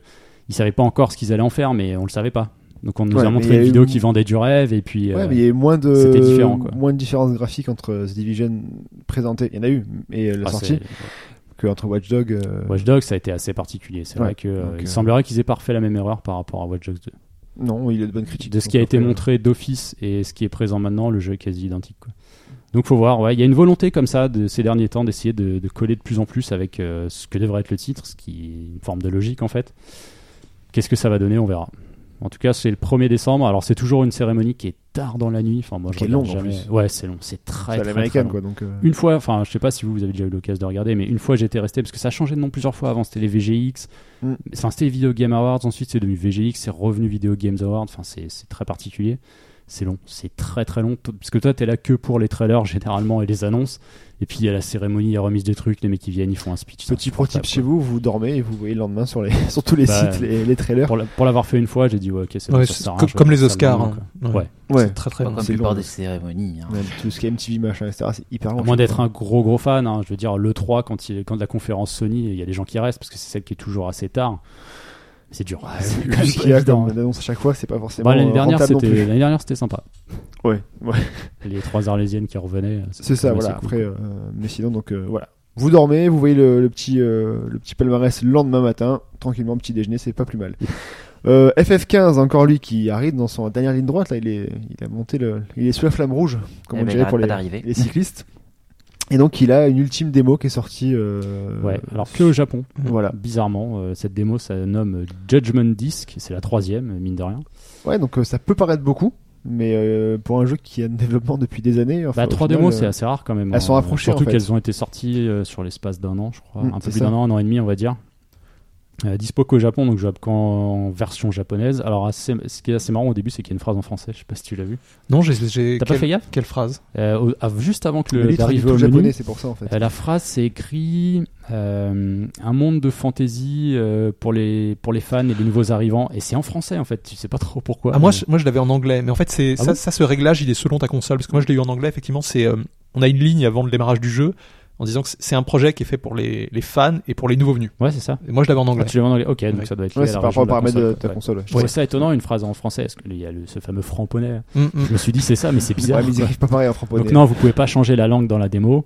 [SPEAKER 3] ils savaient pas encore ce qu'ils allaient en faire, mais on le savait pas. Donc on nous
[SPEAKER 2] Ouais,
[SPEAKER 3] a
[SPEAKER 2] mais
[SPEAKER 3] montré
[SPEAKER 2] il y a
[SPEAKER 3] une
[SPEAKER 2] eu-
[SPEAKER 3] vidéo qui vendait du rêve et puis.
[SPEAKER 2] Ouais,
[SPEAKER 3] euh,
[SPEAKER 2] mais il y a eu moins de
[SPEAKER 3] c'était différent, quoi.
[SPEAKER 2] moins de différences graphiques entre euh, The Division présenté, il y en a eu, et euh, la
[SPEAKER 3] ah,
[SPEAKER 2] sortie,
[SPEAKER 3] c'est-
[SPEAKER 2] que entre Watch Dog. euh,
[SPEAKER 3] Watch Dogs, ça a été assez particulier. C'est
[SPEAKER 2] Ouais,
[SPEAKER 3] vrai que euh,
[SPEAKER 4] donc,
[SPEAKER 3] il
[SPEAKER 4] euh,
[SPEAKER 3] semblerait qu'ils aient pas refait la même erreur par rapport à Watch Dogs 2.
[SPEAKER 2] Non, il a de bonnes critiques.
[SPEAKER 3] de ce qui a
[SPEAKER 2] Donc,
[SPEAKER 3] été
[SPEAKER 2] après, euh,
[SPEAKER 3] montré d'office et ce qui est présent maintenant, le jeu est quasi identique. Quoi. Donc faut voir, ouais, il y a une volonté comme ça de ces derniers temps d'essayer de, de coller de plus en plus avec euh, ce que devrait être le titre, ce qui est une forme de logique en fait. Qu'est-ce que ça va donner, on verra. En tout cas, c'est le 1er décembre. Alors c'est toujours une cérémonie qui est tard dans la nuit. Enfin moi, je
[SPEAKER 2] Qui est
[SPEAKER 3] regarde
[SPEAKER 2] longue, en
[SPEAKER 3] jamais.
[SPEAKER 2] plus.
[SPEAKER 3] Ouais, c'est long, c'est
[SPEAKER 2] C'est
[SPEAKER 3] très.
[SPEAKER 2] à
[SPEAKER 3] très,
[SPEAKER 2] l'américaine
[SPEAKER 3] très long.
[SPEAKER 2] quoi. Donc euh,
[SPEAKER 3] Une fois, enfin, je sais pas si vous, vous avez déjà eu l'occasion de regarder, mais une fois j'étais resté parce que ça a changé de nom plusieurs fois. Avant c'était les VGX,
[SPEAKER 2] Mm.
[SPEAKER 3] enfin c'était les Video Game Awards, ensuite c'est devenu VGX, c'est revenu Video Games Awards, enfin c'est c'est très particulier. C'est long, c'est très très long, t- parce que toi t'es là que pour les trailers généralement et les annonces, et puis il y a la cérémonie, il y a remise des trucs, les mecs qui viennent, ils font un speech. c'est
[SPEAKER 2] Petit pro tip
[SPEAKER 3] insupportable,
[SPEAKER 2] chez vous, vous dormez et vous voyez le lendemain sur, les, sur tous les
[SPEAKER 3] Bah,
[SPEAKER 2] sites, les, les
[SPEAKER 3] quoi.
[SPEAKER 2] trailers.
[SPEAKER 3] Pour la- Pour l'avoir fait une fois, j'ai dit ouais, ok, c'est bon,
[SPEAKER 5] Ouais,
[SPEAKER 3] ça
[SPEAKER 5] c'est
[SPEAKER 3] sert à
[SPEAKER 5] comme,
[SPEAKER 3] rien, je
[SPEAKER 5] comme
[SPEAKER 3] vais
[SPEAKER 5] les
[SPEAKER 3] faire ça
[SPEAKER 5] Oscars.
[SPEAKER 3] demain,
[SPEAKER 5] hein.
[SPEAKER 3] quoi.
[SPEAKER 5] Ouais.
[SPEAKER 3] Ouais.
[SPEAKER 2] Ouais.
[SPEAKER 5] C'est très très
[SPEAKER 3] Euh,
[SPEAKER 4] Pas
[SPEAKER 5] long.
[SPEAKER 4] comme la
[SPEAKER 2] c'est
[SPEAKER 4] plupart
[SPEAKER 2] long,
[SPEAKER 4] des
[SPEAKER 2] ouais.
[SPEAKER 4] cérémonies. hein.
[SPEAKER 2] Ouais, Tout ce qui est MTV machin, etc. C'est hyper long.
[SPEAKER 3] À moins d'être un gros gros fan, hein, je veux dire, l'E3, quand, il, quand la conférence Sony, il y a des gens qui restent parce que c'est celle qui est toujours assez tard. C'est dur. C'est quand même
[SPEAKER 2] Vu ce
[SPEAKER 3] pas
[SPEAKER 2] qu'il y a
[SPEAKER 3] évident,
[SPEAKER 2] comme
[SPEAKER 3] hein.
[SPEAKER 2] annonce à chaque fois, c'est pas forcément.
[SPEAKER 3] Bah, l'année,
[SPEAKER 2] euh,
[SPEAKER 3] dernière,
[SPEAKER 2] rentable non
[SPEAKER 3] c'était,
[SPEAKER 2] plus.
[SPEAKER 3] l'année dernière, c'était sympa.
[SPEAKER 2] Ouais, ouais.
[SPEAKER 3] Les trois Arlésiennes qui revenaient.
[SPEAKER 2] C'est ça,
[SPEAKER 3] quand même
[SPEAKER 2] voilà.
[SPEAKER 3] assez euh, cool.
[SPEAKER 2] Après, euh, mais sinon, donc euh, voilà. Vous dormez, vous voyez le, le petit, euh, le petit palmarès le lendemain matin, tranquillement, petit déjeuner, c'est pas plus mal. Euh, FF15, encore lui qui arrive dans son dernière ligne droite, là, il est, il a monté le, il est sous la flamme rouge, comme
[SPEAKER 4] Eh
[SPEAKER 2] on
[SPEAKER 4] ben, il
[SPEAKER 2] dirait pour
[SPEAKER 4] arrête
[SPEAKER 2] les,
[SPEAKER 4] pas d'arriver.
[SPEAKER 2] les cyclistes. Et donc, il a une ultime démo qui est sortie. euh, Ah.
[SPEAKER 3] Ouais, alors que au Japon,
[SPEAKER 2] Voilà.
[SPEAKER 3] bizarrement, euh, cette démo, ça nomme euh, Judgment Disc, c'est la troisième, euh, mine de rien.
[SPEAKER 2] Ouais, donc euh, ça peut paraître beaucoup, mais euh, pour un jeu qui a un développement depuis des années. enfin,
[SPEAKER 3] Bah,
[SPEAKER 2] au
[SPEAKER 3] trois
[SPEAKER 2] final,
[SPEAKER 3] démos,
[SPEAKER 2] euh,
[SPEAKER 3] c'est assez rare quand même.
[SPEAKER 2] elles
[SPEAKER 3] hein.
[SPEAKER 2] sont rapprochées,
[SPEAKER 3] Surtout
[SPEAKER 2] en fait.
[SPEAKER 3] qu'elles ont été sorties euh, sur l'espace d'un an, je crois.
[SPEAKER 2] Mm,
[SPEAKER 3] un peu
[SPEAKER 2] c'est
[SPEAKER 3] plus
[SPEAKER 2] ça.
[SPEAKER 3] d'un an, un an et demi, on va dire. Euh, dispo qu'au Japon, donc je vois qu'en version japonaise. Alors, assez- ce qui est assez marrant au début, c'est qu'il y a une phrase en français, je sais pas si tu l'as vu.
[SPEAKER 5] Non, j'ai- j'ai.
[SPEAKER 3] T'as pas
[SPEAKER 5] quelle-
[SPEAKER 3] fait gaffe
[SPEAKER 5] Quelle phrase
[SPEAKER 3] Euh, au- av- Juste avant que
[SPEAKER 2] le
[SPEAKER 3] le
[SPEAKER 2] livre est
[SPEAKER 3] d'arriver
[SPEAKER 2] tout
[SPEAKER 3] au menu,
[SPEAKER 2] japonais, c'est pour ça en fait.
[SPEAKER 3] Euh, la phrase, c'est écrit euh, un monde de fantaisie euh, pour les pour les fans et les nouveaux arrivants. Et c'est en français en fait. Tu sais pas trop pourquoi.
[SPEAKER 5] Ah, moi,
[SPEAKER 3] mais-
[SPEAKER 5] je, moi, je l'avais en anglais, mais en fait, c'est
[SPEAKER 3] Ah
[SPEAKER 5] ça,
[SPEAKER 3] bon
[SPEAKER 5] ça, ce réglage, il est selon ta console, parce que moi, je l'ai eu en anglais. Effectivement, c'est euh, on a une ligne avant le démarrage du jeu en disant que c'est- c'est un projet qui est fait pour les, les fans et pour les nouveaux venus.
[SPEAKER 3] Ouais, c'est ça.
[SPEAKER 5] Et moi, je l'avais en
[SPEAKER 3] Ah,
[SPEAKER 5] anglais.
[SPEAKER 3] tu l'as en anglais. Ok, donc
[SPEAKER 5] Ouais.
[SPEAKER 3] ça doit être. lié
[SPEAKER 2] Ouais,
[SPEAKER 3] à
[SPEAKER 2] c'est
[SPEAKER 3] la
[SPEAKER 2] par rapport
[SPEAKER 3] région
[SPEAKER 2] au
[SPEAKER 3] de la
[SPEAKER 2] paramètre de
[SPEAKER 3] console,
[SPEAKER 2] ta
[SPEAKER 3] quoi. Ouais.
[SPEAKER 2] console. ouais.
[SPEAKER 3] Je trouvais ça étonnant une phrase en français. Parce qu'il y a le- ce fameux franc-poney.
[SPEAKER 5] Mm, mm.
[SPEAKER 3] Je me suis dit c'est ça, mais c'est bizarre.
[SPEAKER 2] Ouais, mais ils
[SPEAKER 3] quoi.
[SPEAKER 2] écrivent pas pareil en franc-ponais.
[SPEAKER 3] Donc non, vous pouvez pas changer la langue dans la démo.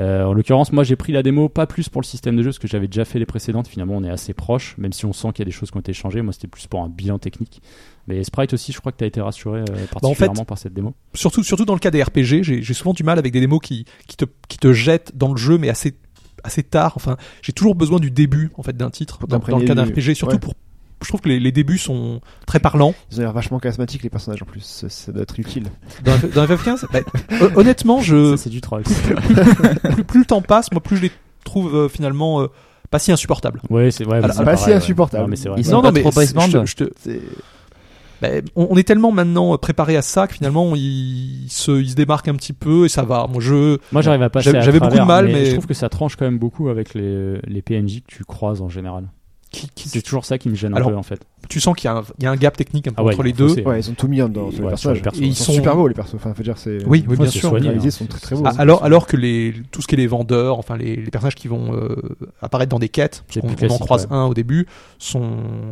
[SPEAKER 3] Euh, en l'occurrence, moi j'ai pris la démo pas plus pour le système de jeu, parce que j'avais déjà fait les précédentes. Finalement, on est assez proche, même si on sent qu'il y a des choses qui ont été changées. Moi, c'était plus pour un bilan technique. Mais Sprite aussi, je crois que tu as été rassuré
[SPEAKER 5] Bah,
[SPEAKER 3] euh, particulièrement par cette démo.
[SPEAKER 5] Surtout, surtout dans le cas des RPG, j'ai j'ai souvent du mal avec des démos qui, qui, te, qui te jettent dans le jeu, mais assez, assez tard. Enfin, j'ai toujours besoin du début en fait d'un titre
[SPEAKER 2] Pour
[SPEAKER 5] dans, dans le
[SPEAKER 2] t'imprégner
[SPEAKER 5] cas d'un
[SPEAKER 2] du-
[SPEAKER 5] RPG, surtout
[SPEAKER 2] ouais.
[SPEAKER 5] pour je trouve que les, les débuts sont très parlants.
[SPEAKER 2] Ils ont l'air vachement charismatiques, les personnages en plus. Ça, ça doit être utile.
[SPEAKER 5] Dans, F- dans FF15, bah, hon- honnêtement, je,
[SPEAKER 3] Ça, c'est du troll.
[SPEAKER 5] plus, plus le temps passe, moi plus je les trouve euh, finalement euh, pas si insupportables.
[SPEAKER 3] ouais, c'est vrai.
[SPEAKER 5] Alors,
[SPEAKER 3] c'est
[SPEAKER 5] pas
[SPEAKER 3] pareil,
[SPEAKER 2] si
[SPEAKER 3] ouais.
[SPEAKER 2] insupportable.
[SPEAKER 3] Non, mais c'est vrai.
[SPEAKER 4] Ils
[SPEAKER 3] ouais.
[SPEAKER 4] sont pas trop
[SPEAKER 5] c'est-
[SPEAKER 4] baseband.
[SPEAKER 5] je te- je te-
[SPEAKER 2] C'est-
[SPEAKER 5] ben, on, on est tellement maintenant euh, préparé à ça que finalement ils se, ils se démarquent un petit peu et ça va. Moi je,
[SPEAKER 3] Moi, j'arrive à passer.
[SPEAKER 5] J'avais-
[SPEAKER 3] à
[SPEAKER 5] j'avais beaucoup de
[SPEAKER 3] travers,
[SPEAKER 5] mal, mais-
[SPEAKER 3] je trouve que ça tranche quand même beaucoup avec les, les PNJ que tu croises en général.
[SPEAKER 5] qui- qui-
[SPEAKER 3] C'est toujours ça qui me gêne
[SPEAKER 5] Alors,
[SPEAKER 3] un peu en fait.
[SPEAKER 5] tu sens qu'il y, a un- il y a un gap technique un peu
[SPEAKER 3] Ah ouais,
[SPEAKER 5] entre les
[SPEAKER 3] il faut
[SPEAKER 5] deux.
[SPEAKER 3] c'est-
[SPEAKER 2] Ouais, ils sont tout mignons dans
[SPEAKER 3] Ouais,
[SPEAKER 2] les
[SPEAKER 3] sur les
[SPEAKER 2] personnages.
[SPEAKER 3] persos.
[SPEAKER 5] Et
[SPEAKER 2] Ils
[SPEAKER 5] ils
[SPEAKER 2] sont
[SPEAKER 5] sont-
[SPEAKER 2] super beaux les persos. Enfin, faut dire c'est.
[SPEAKER 5] Oui, oui,
[SPEAKER 3] Ouais,
[SPEAKER 5] bien
[SPEAKER 3] c'est
[SPEAKER 5] sûr.
[SPEAKER 3] soigné,
[SPEAKER 2] réalisés
[SPEAKER 3] hein.
[SPEAKER 2] sont très, très beaux.
[SPEAKER 5] Ah, alors, alors que les, tout ce qui est les vendeurs, enfin les, les personnages qui vont euh, apparaître dans des quêtes,
[SPEAKER 3] C'est
[SPEAKER 5] on,
[SPEAKER 3] plus
[SPEAKER 5] en
[SPEAKER 3] classique,
[SPEAKER 5] croise
[SPEAKER 3] ouais.
[SPEAKER 5] un au début, sont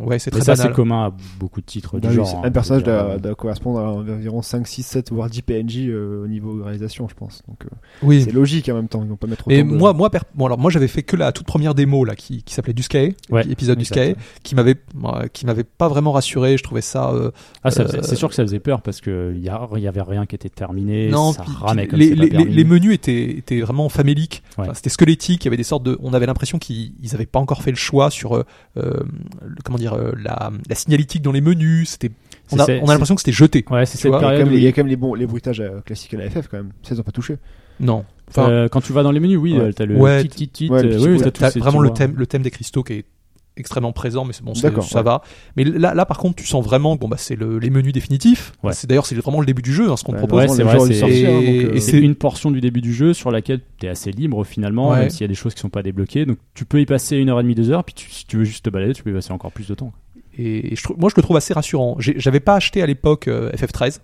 [SPEAKER 5] ouais c'est
[SPEAKER 3] Mais
[SPEAKER 5] très
[SPEAKER 3] ça, c'est
[SPEAKER 5] banal.
[SPEAKER 3] commun à beaucoup de titres
[SPEAKER 2] Bah
[SPEAKER 3] du
[SPEAKER 2] oui,
[SPEAKER 3] genre.
[SPEAKER 2] c'est-
[SPEAKER 3] hein,
[SPEAKER 2] un personnage
[SPEAKER 3] je veux dire,
[SPEAKER 2] doit, doit correspondre à environ 5, 6, 7, voire 10 PNJ euh, au niveau réalisation, je pense. Donc, euh,
[SPEAKER 5] Oui.
[SPEAKER 2] c'est logique en même temps, ils vont pas mettre autant
[SPEAKER 5] Et
[SPEAKER 2] de-
[SPEAKER 5] moi, moi, per- bon, alors moi, j'avais fait que la toute première démo là, qui, qui s'appelait Duskae,
[SPEAKER 3] Ouais,
[SPEAKER 5] épisode
[SPEAKER 3] exact,
[SPEAKER 5] Duskae, qui m'avait, euh, qui m'avait pas vraiment rassuré. Je trouvais ça. euh,
[SPEAKER 3] Ah, ça faisait-
[SPEAKER 5] Euh,
[SPEAKER 3] c'est sûr que ça faisait peur parce que il y, a- il y avait rien qui était terminé.
[SPEAKER 5] non,
[SPEAKER 3] ça
[SPEAKER 5] puis-
[SPEAKER 3] ramait
[SPEAKER 5] puis
[SPEAKER 3] comme
[SPEAKER 5] les,
[SPEAKER 3] c'est pas
[SPEAKER 5] les- les-
[SPEAKER 3] permis.
[SPEAKER 5] les menus étaient, étaient vraiment faméliques.
[SPEAKER 3] Ouais.
[SPEAKER 5] Enfin, c'était squelettique. Il y avait des sortes de. On avait l'impression qu'ils ils avaient pas encore fait le choix sur euh, euh, le- comment dire euh, la, la signalétique dans les menus. C'était. On a,
[SPEAKER 3] C'est-
[SPEAKER 5] on a l'impression que c'était jeté.
[SPEAKER 3] Ouais, c'est
[SPEAKER 5] Tu
[SPEAKER 3] cette
[SPEAKER 5] vois,
[SPEAKER 2] Il y a quand
[SPEAKER 3] période.
[SPEAKER 2] même,
[SPEAKER 3] où
[SPEAKER 2] les- il y a quand même les, bons, les bruitages euh, classiques à la FF quand même. Ça, ils ont pas touché.
[SPEAKER 5] Non.
[SPEAKER 3] Enfin,
[SPEAKER 5] Enfin,
[SPEAKER 3] euh, quand tu vas dans les menus, oui,
[SPEAKER 2] Ouais.
[SPEAKER 3] euh, t'as le
[SPEAKER 5] Ouais,
[SPEAKER 3] tit tit tit.
[SPEAKER 2] ouais, le
[SPEAKER 3] euh,
[SPEAKER 2] petit
[SPEAKER 3] oui,
[SPEAKER 2] coup,
[SPEAKER 3] oui,
[SPEAKER 2] là,
[SPEAKER 3] t'as
[SPEAKER 5] t'as
[SPEAKER 3] tous ces-
[SPEAKER 5] vraiment
[SPEAKER 3] tu
[SPEAKER 5] le
[SPEAKER 3] vois.
[SPEAKER 5] thème, le thème des cristaux qui est extrêmement présent, mais c'est bon, c'est-
[SPEAKER 2] D'accord,
[SPEAKER 5] ça
[SPEAKER 2] ouais.
[SPEAKER 5] va. Mais là, là, par contre, tu sens vraiment, que, bon, bah, c'est le- les menus définitifs.
[SPEAKER 3] Ouais.
[SPEAKER 5] C'est d'ailleurs, c'est vraiment le début du jeu, hein, ce qu'on
[SPEAKER 2] Ouais,
[SPEAKER 5] propose.
[SPEAKER 3] ouais,
[SPEAKER 2] Bah, normalement,
[SPEAKER 3] c'est
[SPEAKER 2] le
[SPEAKER 3] vrai,
[SPEAKER 2] jour du
[SPEAKER 3] c'est-
[SPEAKER 2] sorcier, hein,
[SPEAKER 5] et-
[SPEAKER 2] donc, euh,
[SPEAKER 5] et
[SPEAKER 3] C'est une portion du début du jeu sur laquelle t'es assez libre finalement,
[SPEAKER 5] Ouais.
[SPEAKER 3] même s'il y a des choses qui sont pas débloquées. Donc tu peux y passer une heure et demie, deux heures. Puis tu- si tu veux juste te balader, tu peux y passer encore plus de temps.
[SPEAKER 5] Et je trouve, moi, je le trouve assez rassurant. J'ai- J'avais pas acheté à l'époque euh, FF13.